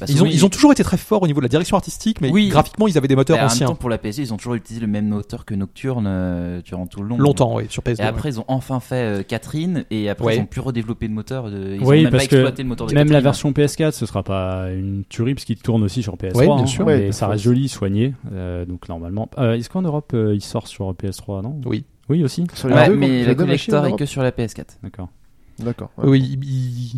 [SPEAKER 4] Parce que
[SPEAKER 5] Ils ont,
[SPEAKER 4] oui,
[SPEAKER 5] ils ont toujours été très forts au niveau de la direction artistique, mais
[SPEAKER 4] Oui.
[SPEAKER 5] graphiquement, ils avaient des moteurs
[SPEAKER 4] bah, en même temps,
[SPEAKER 5] anciens.
[SPEAKER 4] pour la PS2, ils ont toujours utilisé le même moteur que Nocturne euh, durant tout le long.
[SPEAKER 5] Longtemps, oui, sur PS2.
[SPEAKER 4] Et après, ils ont enfin fait euh, Catherine, et après,
[SPEAKER 5] Ouais.
[SPEAKER 4] ils ont pu redévelopper le moteur. De... Ils
[SPEAKER 3] Oui,
[SPEAKER 4] ont même
[SPEAKER 3] parce
[SPEAKER 4] pas
[SPEAKER 3] que
[SPEAKER 4] exploité le moteur de
[SPEAKER 3] Même la
[SPEAKER 4] Catherine.
[SPEAKER 3] version PS4, ce sera pas une tuerie parce qu'il tourne aussi sur PS3.
[SPEAKER 5] Oui, bien
[SPEAKER 3] hein,
[SPEAKER 5] sûr.
[SPEAKER 3] mais
[SPEAKER 2] Ouais,
[SPEAKER 3] ça reste joli, soigné. euh, donc normalement, Euh, est-ce qu'en Europe euh, il sort sur PS3 Non.
[SPEAKER 5] Oui.
[SPEAKER 3] Oui aussi.
[SPEAKER 2] Sur les
[SPEAKER 4] Ouais,
[SPEAKER 2] deux,
[SPEAKER 4] mais
[SPEAKER 2] les
[SPEAKER 4] le
[SPEAKER 2] deux machines,
[SPEAKER 4] collector est
[SPEAKER 2] Europe.
[SPEAKER 4] que sur la PS4.
[SPEAKER 3] D'accord.
[SPEAKER 2] D'accord. ouais.
[SPEAKER 5] Oui, ils,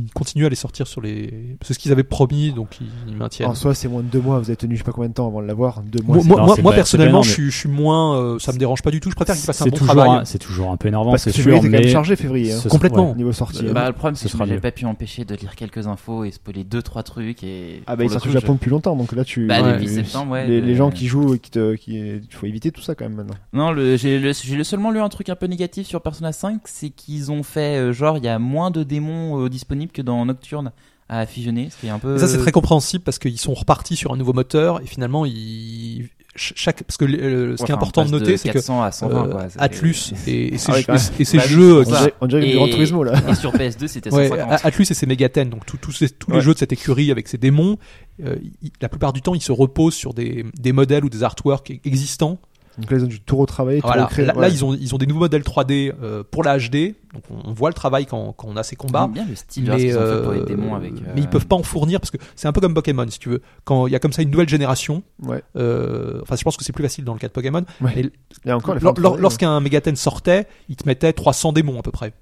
[SPEAKER 5] ils continuent à les sortir sur les. C'est ce qu'ils avaient promis, donc ils, ils maintiennent.
[SPEAKER 2] En soi, c'est moins de deux mois. Vous avez tenu je sais pas combien de temps avant de l'avoir. Deux mois.
[SPEAKER 5] moi,
[SPEAKER 2] Oh, c'est-
[SPEAKER 5] moi-
[SPEAKER 3] non,
[SPEAKER 5] moi-
[SPEAKER 3] c'est
[SPEAKER 5] moi,
[SPEAKER 3] pas-
[SPEAKER 5] personnellement,
[SPEAKER 3] c'est
[SPEAKER 5] je
[SPEAKER 3] pas
[SPEAKER 5] suis, je suis moins. euh, ça me dérange pas du tout. Je préfère qu'ils fassent un
[SPEAKER 3] C'est
[SPEAKER 5] bon
[SPEAKER 3] toujours,
[SPEAKER 5] travail.
[SPEAKER 3] un- c'est toujours un peu énervant,
[SPEAKER 2] Parce
[SPEAKER 3] c'est
[SPEAKER 2] que février
[SPEAKER 3] sûr.
[SPEAKER 2] était quand
[SPEAKER 3] mais
[SPEAKER 2] même chargé février. hein,
[SPEAKER 3] ce-
[SPEAKER 5] Complètement.
[SPEAKER 2] Niveau sortie.
[SPEAKER 4] Bah, le problème,
[SPEAKER 3] ce
[SPEAKER 4] c'est que
[SPEAKER 3] sera
[SPEAKER 4] j'ai
[SPEAKER 3] mieux.
[SPEAKER 4] pas pu empêcher de lire quelques infos et spoiler deux trois trucs. Et
[SPEAKER 2] Ah bah
[SPEAKER 4] pour
[SPEAKER 2] ils
[SPEAKER 4] le
[SPEAKER 2] sortent au
[SPEAKER 4] coup, je-
[SPEAKER 2] Japon depuis longtemps donc là tu
[SPEAKER 4] Bah,
[SPEAKER 5] depuis
[SPEAKER 4] septembre, ouais,
[SPEAKER 2] les,
[SPEAKER 4] de-
[SPEAKER 2] les gens qui jouent et qui te qui il faut éviter tout ça quand même maintenant.
[SPEAKER 4] Non, le- j'ai le- j'ai le- seulement lu un truc un peu négatif sur Persona 5, c'est qu'ils ont fait euh, genre il y a moins de démons euh, disponibles que dans Nocturne à fusionner, ce qui est un peu.
[SPEAKER 5] Et ça, c'est très compréhensible parce qu'ils sont repartis sur un nouveau moteur et finalement, ils. ch- Chaque, parce que euh, ce qui est important de noter, c'est que
[SPEAKER 4] 400 à 120,
[SPEAKER 5] euh,
[SPEAKER 4] quoi, c'est-
[SPEAKER 5] Atlus et, et ses,
[SPEAKER 2] Ah ouais, quand même.
[SPEAKER 5] et ses
[SPEAKER 4] Bah oui,
[SPEAKER 5] jeux.
[SPEAKER 4] c'est
[SPEAKER 2] On
[SPEAKER 4] ça.
[SPEAKER 5] qui-
[SPEAKER 2] dirait, on dirait du
[SPEAKER 4] Et-
[SPEAKER 2] Gran Turismo là.
[SPEAKER 4] Et sur PS2, c'était
[SPEAKER 5] Ouais,
[SPEAKER 4] 150.
[SPEAKER 5] A- Atlus et ses Megaten, donc tous- tous ces- tous
[SPEAKER 2] Ouais.
[SPEAKER 5] les jeux de cette écurie avec ses démons, euh, ils- la plupart du temps, ils se reposent sur des, des modèles ou des artworks e- existants.
[SPEAKER 2] Donc là ils ont dû tout retravailler, tout
[SPEAKER 5] Voilà.
[SPEAKER 2] recréer.
[SPEAKER 5] là, là,
[SPEAKER 2] ouais.
[SPEAKER 5] ils, ont, ils ont des nouveaux modèles 3D euh, pour la HD, donc on, on voit le travail quand, quand on a ces combats.
[SPEAKER 4] J'aime bien le style de ce qu'ils ont fait pour les
[SPEAKER 5] euh,
[SPEAKER 4] démons avec. euh,
[SPEAKER 5] mais ils peuvent pas en fournir parce que c'est un peu comme Pokémon si tu veux. Quand il y a comme ça une nouvelle génération,
[SPEAKER 2] Ouais.
[SPEAKER 5] euh, enfin je pense que c'est plus facile dans le cas de Pokémon.
[SPEAKER 2] Il y a encore les
[SPEAKER 5] Lor-
[SPEAKER 2] fins de
[SPEAKER 5] lor-
[SPEAKER 2] travail,
[SPEAKER 5] Lorsqu'un Megaten sortait, ils te mettaient 300 démons à peu près.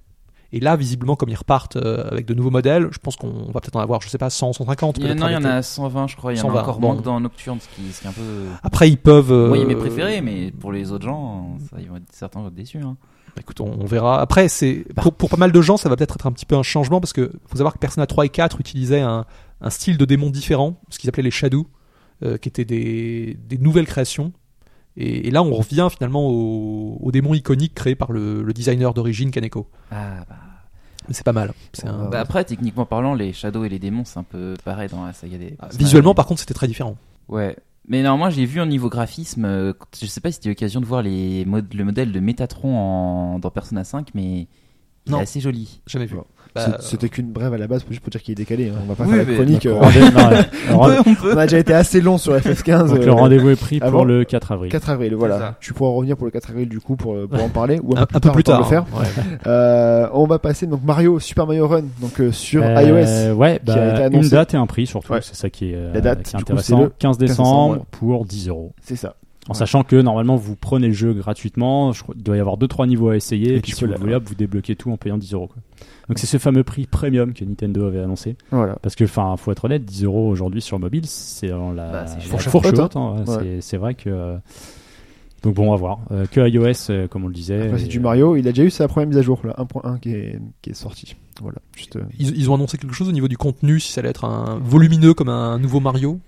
[SPEAKER 5] Et là, visiblement, comme ils repartent euh, avec de nouveaux modèles, je pense qu'on va peut-être en avoir, je sais pas, 100, 150.
[SPEAKER 4] Il y en
[SPEAKER 5] peut-être,
[SPEAKER 4] a, il y en
[SPEAKER 5] avec eux.
[SPEAKER 4] a 120, je crois. Il y en a
[SPEAKER 5] 120,
[SPEAKER 4] encore
[SPEAKER 5] bon.
[SPEAKER 4] moins que dans Nocturne, ce qui, ce qui est un peu.
[SPEAKER 5] Après, ils peuvent. euh,
[SPEAKER 4] Moi, il y a mes préférés, mais pour les autres gens, ça, ils vont être, certains vont être déçus. Hein.
[SPEAKER 5] Bah, écoute, on, on verra. Après, c'est pour, pour pas mal de gens, ça va peut-être être un petit peu un changement parce que faut savoir que Persona 3 et 4 utilisaient un, un style de démon différent, ce qu'ils appelaient les Shadows, euh, qui étaient des, des nouvelles créations. Et, et là, on revient finalement aux au démons iconiques créés par le, le designer d'origine Kaneko.
[SPEAKER 4] Ah, bah.
[SPEAKER 5] Mais c'est pas mal. C'est un-
[SPEAKER 4] Bah après, techniquement parlant, les shadows et les démons, c'est un peu pareil dans la saga des.
[SPEAKER 5] Ah, Visuellement, par contre, c'était très différent.
[SPEAKER 4] Ouais. Mais néanmoins, j'ai vu au niveau graphisme, euh, je sais pas si tu as eu l'occasion de voir les mod- le modèle de Metatron en, dans Persona 5, mais il
[SPEAKER 5] Non.
[SPEAKER 4] est assez joli.
[SPEAKER 5] Jamais vu.
[SPEAKER 2] Bon.
[SPEAKER 5] Bah,
[SPEAKER 2] C'est- C'était qu'une brève à la base juste pour dire qu'il est décalé. hein. On va pas
[SPEAKER 4] Oui,
[SPEAKER 2] faire la
[SPEAKER 4] mais-
[SPEAKER 2] chronique.
[SPEAKER 3] Le
[SPEAKER 2] euh,
[SPEAKER 3] rendez- non, ouais. Le
[SPEAKER 4] On
[SPEAKER 3] rendez-
[SPEAKER 4] peut, on peut.
[SPEAKER 2] on a déjà été assez long sur FF15.
[SPEAKER 3] donc,
[SPEAKER 2] euh,
[SPEAKER 3] le rendez-vous est pris
[SPEAKER 2] avant-
[SPEAKER 3] pour le 4 avril.
[SPEAKER 2] 4 avril,
[SPEAKER 4] C'est ça.
[SPEAKER 2] voilà. Tu pourras revenir pour le 4 avril du coup pour, euh, pour en parler ou
[SPEAKER 5] un,
[SPEAKER 2] un,
[SPEAKER 5] un peu plus
[SPEAKER 2] on va
[SPEAKER 5] tard.
[SPEAKER 2] le faire.
[SPEAKER 5] hein. Ouais.
[SPEAKER 2] Euh, on va passer donc Mario Super Mario Run donc euh, sur
[SPEAKER 3] Euh,
[SPEAKER 2] iOS.
[SPEAKER 3] ouais, bah,
[SPEAKER 2] a été annoncé.
[SPEAKER 3] une date et un prix surtout,
[SPEAKER 2] Ouais.
[SPEAKER 3] c'est ça qui est, euh,
[SPEAKER 2] La date,
[SPEAKER 3] qui est
[SPEAKER 2] du coup,
[SPEAKER 3] intéressant.
[SPEAKER 2] c'est le
[SPEAKER 3] 15
[SPEAKER 2] décembre,
[SPEAKER 3] décembre
[SPEAKER 2] ouais.
[SPEAKER 3] pour 10 euros.
[SPEAKER 2] C'est ça.
[SPEAKER 3] En
[SPEAKER 2] Ouais.
[SPEAKER 3] sachant que normalement vous prenez le jeu gratuitement, je crois- il doit y avoir 2-3 niveaux à essayer, et,
[SPEAKER 2] Et
[SPEAKER 3] puis
[SPEAKER 2] tu
[SPEAKER 3] si
[SPEAKER 2] peux
[SPEAKER 3] vous
[SPEAKER 2] la-
[SPEAKER 3] voulez, hop, vous débloquez tout en payant 10 euros. quoi. Donc c'est ce fameux prix premium que Nintendo avait annoncé.
[SPEAKER 2] Voilà.
[SPEAKER 3] Parce que, enfin, faut être honnête, 10 euros aujourd'hui sur mobile, c'est dans la,
[SPEAKER 4] Bah, c'est
[SPEAKER 3] la
[SPEAKER 4] cher.
[SPEAKER 3] fourche
[SPEAKER 2] Fourche
[SPEAKER 3] haute. hein, ouais,
[SPEAKER 2] Ouais.
[SPEAKER 3] c'est- C'est vrai que. euh, Donc bon, à voir. Euh, que iOS, euh, comme on le disait.
[SPEAKER 2] Après, c'est
[SPEAKER 3] et-
[SPEAKER 2] du Mario. Il a déjà eu sa première mise à jour, là, 1.1 qui est, qui est sorti. Voilà. Juste, euh.
[SPEAKER 5] Ils, ils ont annoncé quelque chose au niveau du contenu, si ça allait être un volumineux comme un nouveau Mario.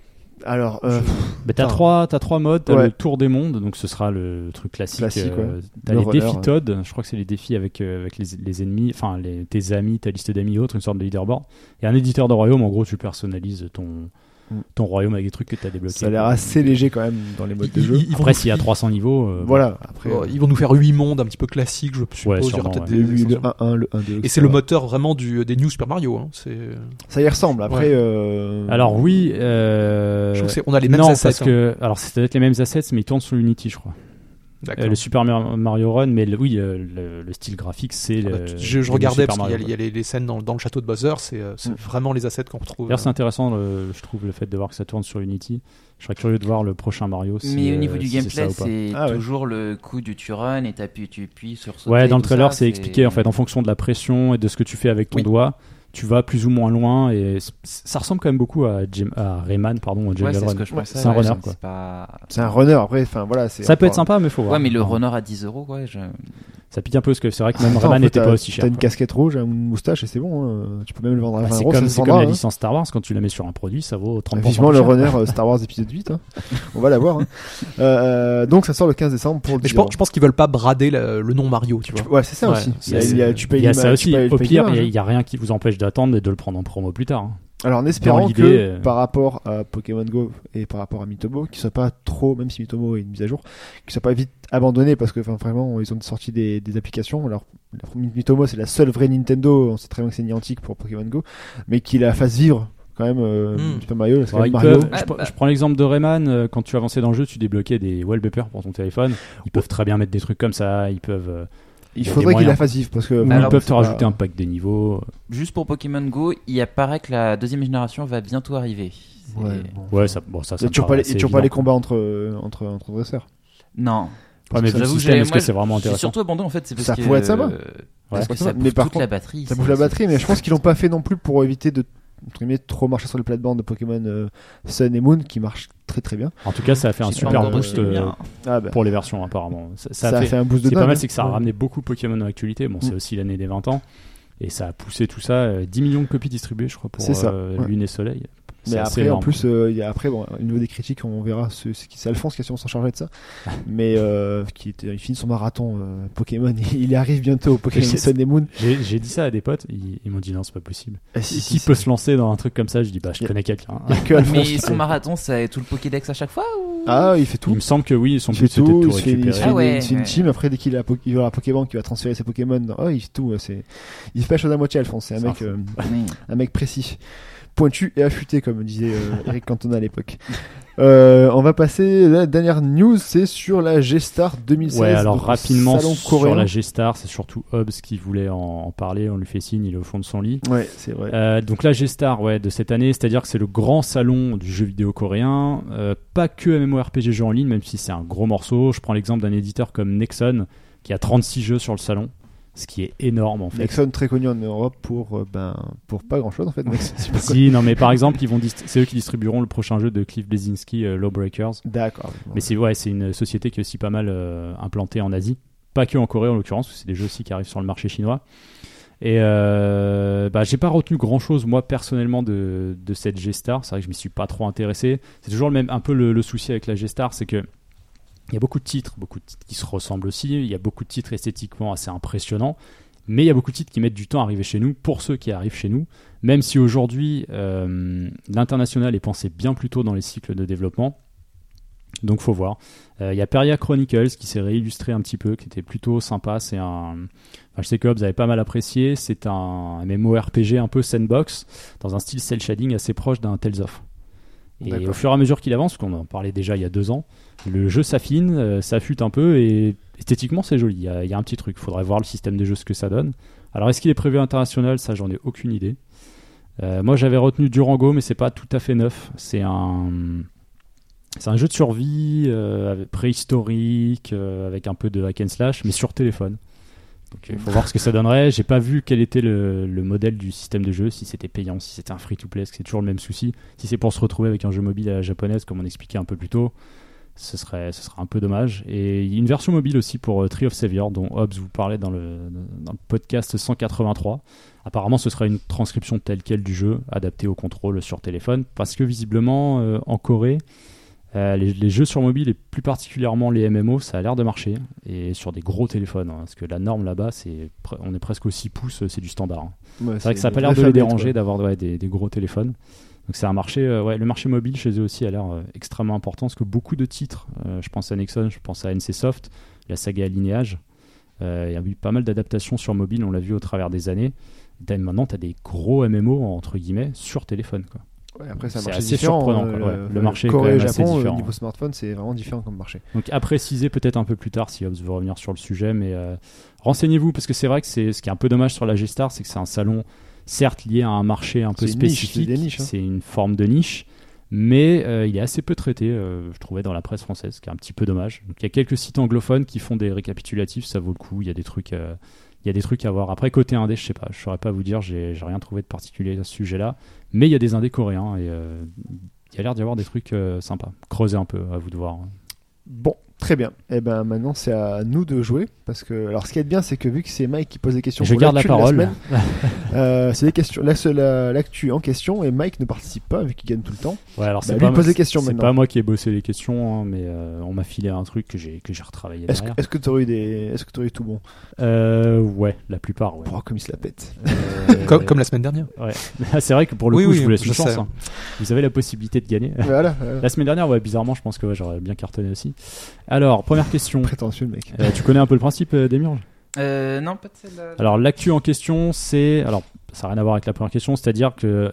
[SPEAKER 2] Alors, euh,
[SPEAKER 3] Mais t'as
[SPEAKER 2] Putain.
[SPEAKER 3] trois, t'as trois modes. T'as
[SPEAKER 2] Ouais.
[SPEAKER 3] le tour des mondes, donc ce sera le truc classique.
[SPEAKER 2] Classique,
[SPEAKER 3] euh,
[SPEAKER 2] ouais.
[SPEAKER 3] T'as
[SPEAKER 2] Le
[SPEAKER 3] les
[SPEAKER 2] roller,
[SPEAKER 3] défis
[SPEAKER 2] ouais.
[SPEAKER 3] Todd. Je crois que c'est les défis avec euh, avec les, les ennemis, enfin les, tes amis, ta liste d'amis, autres, une sorte de leaderboard. Et un éditeur de royaume. En gros, tu personnalises ton
[SPEAKER 2] Mm.
[SPEAKER 3] ton royaume avec des trucs que t'as débloqués.
[SPEAKER 2] ça a l'air assez léger quand même dans les modes de
[SPEAKER 5] Ils-
[SPEAKER 2] jeu. Oh,
[SPEAKER 5] ils- ils vont-
[SPEAKER 3] Après, s'il y a 300 niveaux, euh,
[SPEAKER 2] voilà. Après,
[SPEAKER 5] Euh, ils vont nous faire huit mondes un petit peu classiques, je suppose. il y aura
[SPEAKER 3] sûrement,
[SPEAKER 5] peut-être
[SPEAKER 3] ouais.
[SPEAKER 5] des-
[SPEAKER 2] le,
[SPEAKER 5] des
[SPEAKER 2] le
[SPEAKER 5] extensions.
[SPEAKER 2] 1.1, le 1.2.
[SPEAKER 5] Et c'est le moteur vraiment du, des New Super Mario. hein. C'est,
[SPEAKER 2] Ça y ressemble. Après,
[SPEAKER 5] Ouais.
[SPEAKER 2] euh,
[SPEAKER 3] Alors oui, euh,
[SPEAKER 5] je trouve que c'est- on a les mêmes
[SPEAKER 3] non,
[SPEAKER 5] assets.
[SPEAKER 3] parce
[SPEAKER 5] hein.
[SPEAKER 3] que alors c'est peut-être les mêmes assets, mais ils tournent sur Unity, je crois.
[SPEAKER 5] D'accord.
[SPEAKER 3] Euh, le Super Mar- Mario Run, mais le- oui, euh, le, le style graphique, c'est.
[SPEAKER 5] Ah bah,
[SPEAKER 3] le-
[SPEAKER 5] tu- je, je
[SPEAKER 3] le
[SPEAKER 5] regardais
[SPEAKER 3] euh, Super
[SPEAKER 5] parce qu'il y a,
[SPEAKER 3] Mario
[SPEAKER 5] il y a les, les scènes dans, dans le château de Bowser, c'est, euh, c'est
[SPEAKER 2] Mm.
[SPEAKER 5] vraiment les assets qu'on retrouve.
[SPEAKER 3] D'ailleurs, c'est intéressant, euh, je trouve, le fait de voir que ça tourne sur Unity. Je serais curieux de voir le prochain Mario. si,
[SPEAKER 4] Mais au
[SPEAKER 3] euh,
[SPEAKER 4] niveau du
[SPEAKER 3] si ça
[SPEAKER 4] gameplay,
[SPEAKER 3] ou pas.
[SPEAKER 4] c'est
[SPEAKER 2] Ah ouais.
[SPEAKER 4] toujours le coup du tu run et t'appuies, tu appuies sur sauter
[SPEAKER 3] Ouais, dans le
[SPEAKER 4] tout
[SPEAKER 3] trailer,
[SPEAKER 4] ça,
[SPEAKER 3] c'est expliqué en fait en fonction de la pression et de ce que tu fais avec ton
[SPEAKER 5] Oui.
[SPEAKER 3] doigt. Tu vas plus ou moins loin et c- ça ressemble quand même beaucoup à, Jim- à Rayman, pardon, à
[SPEAKER 4] Ouais,
[SPEAKER 3] Jungle
[SPEAKER 4] c'est ce
[SPEAKER 3] Run.
[SPEAKER 4] que je pensais.
[SPEAKER 3] C'est un
[SPEAKER 4] ouais,
[SPEAKER 3] runner,
[SPEAKER 4] c'est
[SPEAKER 3] quoi.
[SPEAKER 4] pas-
[SPEAKER 2] c'est un runner. Après, enfin voilà. c'est-
[SPEAKER 3] Ça peut être
[SPEAKER 2] enfin,
[SPEAKER 3] sympa, mais faut voir.
[SPEAKER 4] Ouais, mais le runner à 10 euros, ouais. je-
[SPEAKER 3] Ça pique un peu parce que c'est vrai que même
[SPEAKER 2] attends,
[SPEAKER 3] Rayman
[SPEAKER 2] faut-
[SPEAKER 3] n'était
[SPEAKER 2] t'as-
[SPEAKER 3] pas aussi cher.
[SPEAKER 2] T'as une
[SPEAKER 3] quoi.
[SPEAKER 2] casquette rouge, une moustache et c'est bon. hein. Tu peux même le vendre à
[SPEAKER 3] Bah,
[SPEAKER 2] 20
[SPEAKER 3] c'est
[SPEAKER 2] euros.
[SPEAKER 3] comme,
[SPEAKER 2] ça se
[SPEAKER 3] c'est comme
[SPEAKER 2] vendra,
[SPEAKER 3] la
[SPEAKER 2] hein.
[SPEAKER 3] licence Star Wars, quand tu la mets sur un produit, ça vaut 30%
[SPEAKER 2] Vivement
[SPEAKER 3] plus
[SPEAKER 2] le
[SPEAKER 3] cher.
[SPEAKER 2] runner euh, Star Wars épisode 8. hein. On va l'avoir. hein. Euh, donc ça sort le 15 décembre pour le
[SPEAKER 5] Mais je,
[SPEAKER 2] 10 euros.
[SPEAKER 5] pense,
[SPEAKER 3] hein.
[SPEAKER 5] je pense qu'ils veulent pas brader le, le nom Mario, tu vois.
[SPEAKER 2] Ouais, c'est ça
[SPEAKER 5] Ouais,
[SPEAKER 2] aussi.
[SPEAKER 5] c'est-
[SPEAKER 2] Il y a- il y a- tu payes
[SPEAKER 3] Il y a
[SPEAKER 2] l'ima-
[SPEAKER 3] ça
[SPEAKER 2] tu
[SPEAKER 3] aussi.
[SPEAKER 2] payes- tu
[SPEAKER 3] Au
[SPEAKER 2] payes
[SPEAKER 3] pire,
[SPEAKER 2] l'image,
[SPEAKER 3] il
[SPEAKER 2] hein.
[SPEAKER 3] n'y a, rien qui vous empêche d'attendre et de le prendre en promo plus tard. hein.
[SPEAKER 2] Alors en espérant que
[SPEAKER 3] l'idée, euh,
[SPEAKER 2] par rapport à Pokémon Go et par rapport à Mitomo, qu'ils soient pas trop, même si Mitomo est une mise à jour, qu'ils soient pas vite abandonnés parce que enfin, vraiment ils ont sorti des, des applications. Alors la- Mitomo c'est la seule vraie Nintendo, on sait très bien que c'est Niantic pour Pokémon Go, mais qu'ils la fassent vivre. quand même euh,
[SPEAKER 5] Mm.
[SPEAKER 2] Super Mario, c'est quand
[SPEAKER 3] Ouais,
[SPEAKER 2] même
[SPEAKER 3] ils
[SPEAKER 2] Mario.
[SPEAKER 3] peuvent- je,
[SPEAKER 4] Ouais,
[SPEAKER 3] pr-
[SPEAKER 4] bah.
[SPEAKER 3] je prends l'exemple de Rayman. euh, Quand tu avançais dans le jeu, tu débloquais des wallpapers pour ton téléphone. Ils peuvent très bien mettre des trucs comme ça. Ils peuvent, euh,
[SPEAKER 2] Il
[SPEAKER 3] y a
[SPEAKER 2] faudrait qu'il
[SPEAKER 3] des
[SPEAKER 2] la
[SPEAKER 3] moyens.
[SPEAKER 2] fasse vivre parce que euh,
[SPEAKER 3] ou
[SPEAKER 2] bon,
[SPEAKER 3] ils
[SPEAKER 4] alors,
[SPEAKER 3] peuvent
[SPEAKER 2] Bah, c'est
[SPEAKER 3] te rajouter
[SPEAKER 2] pas-
[SPEAKER 3] un pack des niveaux.
[SPEAKER 4] Juste pour Pokémon Go, il apparaît que la deuxième génération va bientôt arriver. C'est-
[SPEAKER 2] Ouais, bon.
[SPEAKER 3] Ouais, ça, bon, ça,
[SPEAKER 2] Il y
[SPEAKER 3] ça.
[SPEAKER 2] a
[SPEAKER 3] me
[SPEAKER 2] toujours pas
[SPEAKER 3] paraît
[SPEAKER 2] les-
[SPEAKER 3] assez
[SPEAKER 2] il y a toujours pas les
[SPEAKER 3] évident.
[SPEAKER 2] combats entre euh, entre entre dresseurs.
[SPEAKER 4] Non.
[SPEAKER 3] Ouais, mais vu le
[SPEAKER 4] J'avoue,
[SPEAKER 3] système,
[SPEAKER 4] j'ai-
[SPEAKER 3] est-ce
[SPEAKER 4] moi,
[SPEAKER 3] que c'est vraiment
[SPEAKER 4] je suis
[SPEAKER 3] intéressant
[SPEAKER 4] surtout abandon en fait, c'est parce
[SPEAKER 2] Ça
[SPEAKER 4] que
[SPEAKER 2] pourrait être sympa.
[SPEAKER 4] euh, parce
[SPEAKER 3] Ouais.
[SPEAKER 4] que
[SPEAKER 2] Ça
[SPEAKER 4] ça
[SPEAKER 2] pourrait- mais
[SPEAKER 4] bouffe
[SPEAKER 2] par
[SPEAKER 4] toute
[SPEAKER 2] contre,
[SPEAKER 4] la batterie.
[SPEAKER 2] Ça
[SPEAKER 4] c'est-
[SPEAKER 2] bouffe la
[SPEAKER 4] c'est-
[SPEAKER 2] batterie, mais je pense qu'ils l'ont pas fait non plus pour éviter de entre guillemets, trop marcher sur les plates-bandes de Pokémon euh, Sun et Moon qui marche très très bien.
[SPEAKER 3] En tout cas, ça a fait un
[SPEAKER 4] J'ai pas
[SPEAKER 3] super
[SPEAKER 4] encore
[SPEAKER 3] boost
[SPEAKER 4] touché le hein.
[SPEAKER 3] euh,
[SPEAKER 4] mien.
[SPEAKER 2] Ah bah,
[SPEAKER 3] pour les versions apparemment. Ça, ça
[SPEAKER 2] ça,
[SPEAKER 3] a
[SPEAKER 2] a
[SPEAKER 3] fait-
[SPEAKER 2] fait un boost de
[SPEAKER 3] C'est
[SPEAKER 2] dingue, Mm.
[SPEAKER 3] pas mal,
[SPEAKER 2] hein.
[SPEAKER 3] c'est que ça a ramené beaucoup Pokémon dans l'actualité. Bon, c'est aussi l'année des 20 ans. Et ça a poussé tout ça. euh, 10 millions de copies distribuées, je crois, pour
[SPEAKER 2] C'est ça,
[SPEAKER 3] euh,
[SPEAKER 2] ouais.
[SPEAKER 3] Lune et Soleil. C'est
[SPEAKER 2] Mais
[SPEAKER 3] assez
[SPEAKER 2] après, en
[SPEAKER 3] énorme.
[SPEAKER 2] plus, euh, il y a après, bon, au niveau des critiques, on verra. ce- ce qui- C'est Alphonse qui a sûrement s'en chargé de ça. Mais euh, qui était, il finit son marathon euh, Pokémon. Il arrive bientôt au Pokémon
[SPEAKER 3] Je-
[SPEAKER 2] Sun et Moon.
[SPEAKER 3] J'ai j'ai dit ça à des potes, ils, ils m'ont dit non, c'est pas possible.
[SPEAKER 2] Ah, si,
[SPEAKER 3] qui
[SPEAKER 2] si,
[SPEAKER 3] peut se lancer dans un truc comme ça Je dis bah, je
[SPEAKER 2] Y a-
[SPEAKER 3] connais quelqu'un.
[SPEAKER 2] il y a que Alphonse
[SPEAKER 4] Mais
[SPEAKER 2] qui
[SPEAKER 4] son
[SPEAKER 2] peut.
[SPEAKER 4] marathon, ça est tout le Pokédex à chaque fois ou
[SPEAKER 2] Ah, il fait tout.
[SPEAKER 3] Il me semble que oui, son
[SPEAKER 2] Il fait
[SPEAKER 3] but c'était de
[SPEAKER 2] tout,
[SPEAKER 3] tout
[SPEAKER 2] il se fait, il se fait
[SPEAKER 3] récupérer.
[SPEAKER 4] Ah ouais,
[SPEAKER 2] une- il se fait une
[SPEAKER 4] ouais.
[SPEAKER 2] team. Après, dès qu'il a, po- il va à la Pokémon qui va transférer ses Pokémon, oh, il fait tout. ouais, C'est, il fait pas chose à moitié, Alphonse. C'est un
[SPEAKER 3] C'est
[SPEAKER 2] mec,
[SPEAKER 3] un
[SPEAKER 2] euh,
[SPEAKER 4] Oui.
[SPEAKER 2] un mec précis, pointu et affûté, comme disait euh, Eric Cantona à l'époque. Euh, on va passer la dernière news, c'est sur la G-Star 2016.
[SPEAKER 3] Ouais, alors
[SPEAKER 2] donc,
[SPEAKER 3] rapidement
[SPEAKER 2] salon
[SPEAKER 3] sur
[SPEAKER 2] coréen.
[SPEAKER 3] la G-Star, c'est surtout Hobbs qui voulait en, en parler. On lui fait signe, il est au fond de son lit.
[SPEAKER 2] Ouais, c'est vrai.
[SPEAKER 3] Euh, donc la G-Star ouais, de cette année, c'est-à-dire que c'est le grand salon du jeu vidéo coréen, euh, pas que MMORPG jeux en ligne, même si c'est un gros morceau. Je prends l'exemple d'un éditeur comme Nexon, qui a 36 jeux sur le salon, ce qui est énorme en fait.
[SPEAKER 2] Nexon très connu en Europe pour euh, ben pour pas grand chose en fait. Nexon, c'est pas quoi.
[SPEAKER 3] Si, non mais par exemple, ils vont dist- c'est eux qui distribueront le prochain jeu de Cliff Bleszinski, euh, Lawbreakers.
[SPEAKER 2] D'accord.
[SPEAKER 3] Mais c'est ouais, c'est une société qui est aussi pas mal euh, implantée en Asie, pas que en Corée en l'occurrence, parce que c'est des jeux aussi qui arrivent sur le marché chinois. Et euh, bah, j'ai pas retenu grand chose moi personnellement de, de cette G-Star. C'est vrai que je m'y suis pas trop intéressé. C'est toujours le même, un peu le, le souci avec la G-Star, c'est que il y a beaucoup de titres, beaucoup de titres qui se ressemblent aussi. Il y a beaucoup de titres esthétiquement assez impressionnants, mais il y a beaucoup de titres qui mettent du temps à arriver chez nous. Pour ceux qui arrivent chez nous, même si aujourd'hui euh, l'international est pensé bien plus tôt dans les cycles de développement. Donc faut voir. Euh, Il y a Peria Chronicles qui s'est réillustré un petit peu, qui était plutôt sympa. C'est un, enfin, je sais que Hobbs avait pas mal apprécié. C'est un MMORPG un peu sandbox dans un style cel shading assez proche d'un Tales of. Et
[SPEAKER 2] D'accord.
[SPEAKER 3] au fur et à mesure qu'il avance, qu'on en parlait déjà il y a deux ans, le jeu s'affine, euh, s'affûte un peu et esthétiquement c'est joli. Il y, a- il y a un petit truc. Faudrait voir le système de jeu ce que ça donne. Alors est-ce qu'il est prévu à international Ça j'en ai aucune idée. Euh, moi j'avais retenu Durango, mais c'est pas tout à fait neuf. C'est un c'est un jeu de survie euh, avec- préhistorique, euh, avec un peu de hack and slash, mais sur téléphone. Donc euh, il faut voir ce que ça donnerait. J'ai pas vu quel était le, le modèle du système de jeu, si c'était payant, si c'était un free to play, parce que c'est toujours le même souci. Si c'est pour se retrouver avec un jeu mobile à la japonaise, comme on expliquait un peu plus tôt, ce serait, ce serait un peu dommage. Et il y a une version mobile aussi pour euh, Tree of Savior, dont Hobbs vous parlait dans le, dans le podcast 183. Apparemment, ce sera une transcription telle quelle du jeu, adaptée au contrôle sur téléphone, parce que visiblement, euh, en Corée, euh, les, les jeux sur mobile et plus particulièrement les MMO, ça a l'air de marcher et sur des gros téléphones. hein, parce que la norme là-bas, c'est pre- on est presque aux 6 pouces, euh, c'est du standard. hein. C'est vrai que ça n'a pas l'air de les déranger d'avoir ouais, des, des gros téléphones. Donc c'est un marché, euh, ouais, le marché mobile chez eux aussi a l'air euh, extrêmement important parce que beaucoup de titres, euh, je pense à Nexon, je pense à NCSoft, la saga Lineage, euh, il y a eu pas mal d'adaptations sur mobile, on l'a vu au travers des années. T'as- Maintenant, tu as des gros MMO entre guillemets sur téléphone. Quoi.
[SPEAKER 2] Ouais, après, c'est un
[SPEAKER 3] C'est
[SPEAKER 2] marché
[SPEAKER 3] assez
[SPEAKER 2] différent,
[SPEAKER 3] surprenant,
[SPEAKER 2] euh,
[SPEAKER 3] quoi, ouais. Le
[SPEAKER 2] euh,
[SPEAKER 3] marché est
[SPEAKER 2] Corée
[SPEAKER 3] quand
[SPEAKER 2] et
[SPEAKER 3] même assez
[SPEAKER 2] Japon, au
[SPEAKER 3] différent.
[SPEAKER 2] niveau smartphone, c'est vraiment différent comme marché.
[SPEAKER 3] Donc à préciser peut-être un peu plus tard si Hobbs veut revenir sur le sujet, mais euh, renseignez-vous parce que c'est vrai que c'est ce qui est un peu dommage sur la G-Star, c'est que c'est un salon certes lié à un marché un peu
[SPEAKER 2] C'est une niche,
[SPEAKER 3] spécifique,
[SPEAKER 2] c'est des niches, hein.
[SPEAKER 3] une forme de niche, mais euh, il est assez peu traité, euh, je trouvais, dans la presse française, ce qui est un petit peu dommage. Donc il y a quelques sites anglophones qui font des récapitulatifs, ça vaut le coup, il y a des trucs... euh, il y a des trucs à voir. Après, côté indé, je sais pas, je saurais pas vous dire, j'ai j'ai rien trouvé de particulier à ce sujet-là. Mais il y a des indés coréens et euh, il y a l'air d'y avoir des trucs euh, sympas. Creusez un peu, à vous de voir. hein.
[SPEAKER 2] Bon, très bien. Et ben maintenant, c'est à nous de jouer. Parce que, alors, ce qui est bien, c'est que vu que c'est Mike qui pose les questions,
[SPEAKER 3] Je
[SPEAKER 2] pour
[SPEAKER 3] garde la
[SPEAKER 2] l'actu de
[SPEAKER 3] parole.
[SPEAKER 2] semaine, euh, c'est les questions, la seule- la- l'actu en question, et Mike ne participe pas vu qu'il gagne tout le temps.
[SPEAKER 3] Ouais, alors
[SPEAKER 2] Bah,
[SPEAKER 3] c'est
[SPEAKER 2] lui,
[SPEAKER 3] pas moi-
[SPEAKER 2] pose des questions
[SPEAKER 3] C'est
[SPEAKER 2] maintenant.
[SPEAKER 3] pas moi qui ai bossé les questions, hein, mais euh, on m'a filé un truc que j'ai que j'ai retravaillé
[SPEAKER 2] Est-ce que
[SPEAKER 3] derrière.
[SPEAKER 2] est-ce que t'aurais eu des, est-ce que t'aurais eu tout bon
[SPEAKER 3] Euh, ouais, la plupart. Ouais.
[SPEAKER 2] Oh, comme il se la pète.
[SPEAKER 3] Euh,
[SPEAKER 5] Comme, comme la semaine dernière.
[SPEAKER 3] ouais. Ah, c'est vrai que pour le
[SPEAKER 5] Oui,
[SPEAKER 3] coup,
[SPEAKER 5] oui,
[SPEAKER 3] je vous laisse une
[SPEAKER 5] je sais.
[SPEAKER 3] chance. hein. Vous avez la possibilité de gagner.
[SPEAKER 2] voilà, euh, voilà.
[SPEAKER 3] la semaine dernière, ouais, bizarrement, je pense que ouais, j'aurais bien cartonné aussi. Alors, première question.
[SPEAKER 2] prétentieux le mec.
[SPEAKER 3] Euh, tu connais un peu le principe euh, Démiurge
[SPEAKER 4] Euh, non,
[SPEAKER 3] Alors l'actu en question, c'est alors ça n'a rien à voir avec la première question, c'est-à-dire que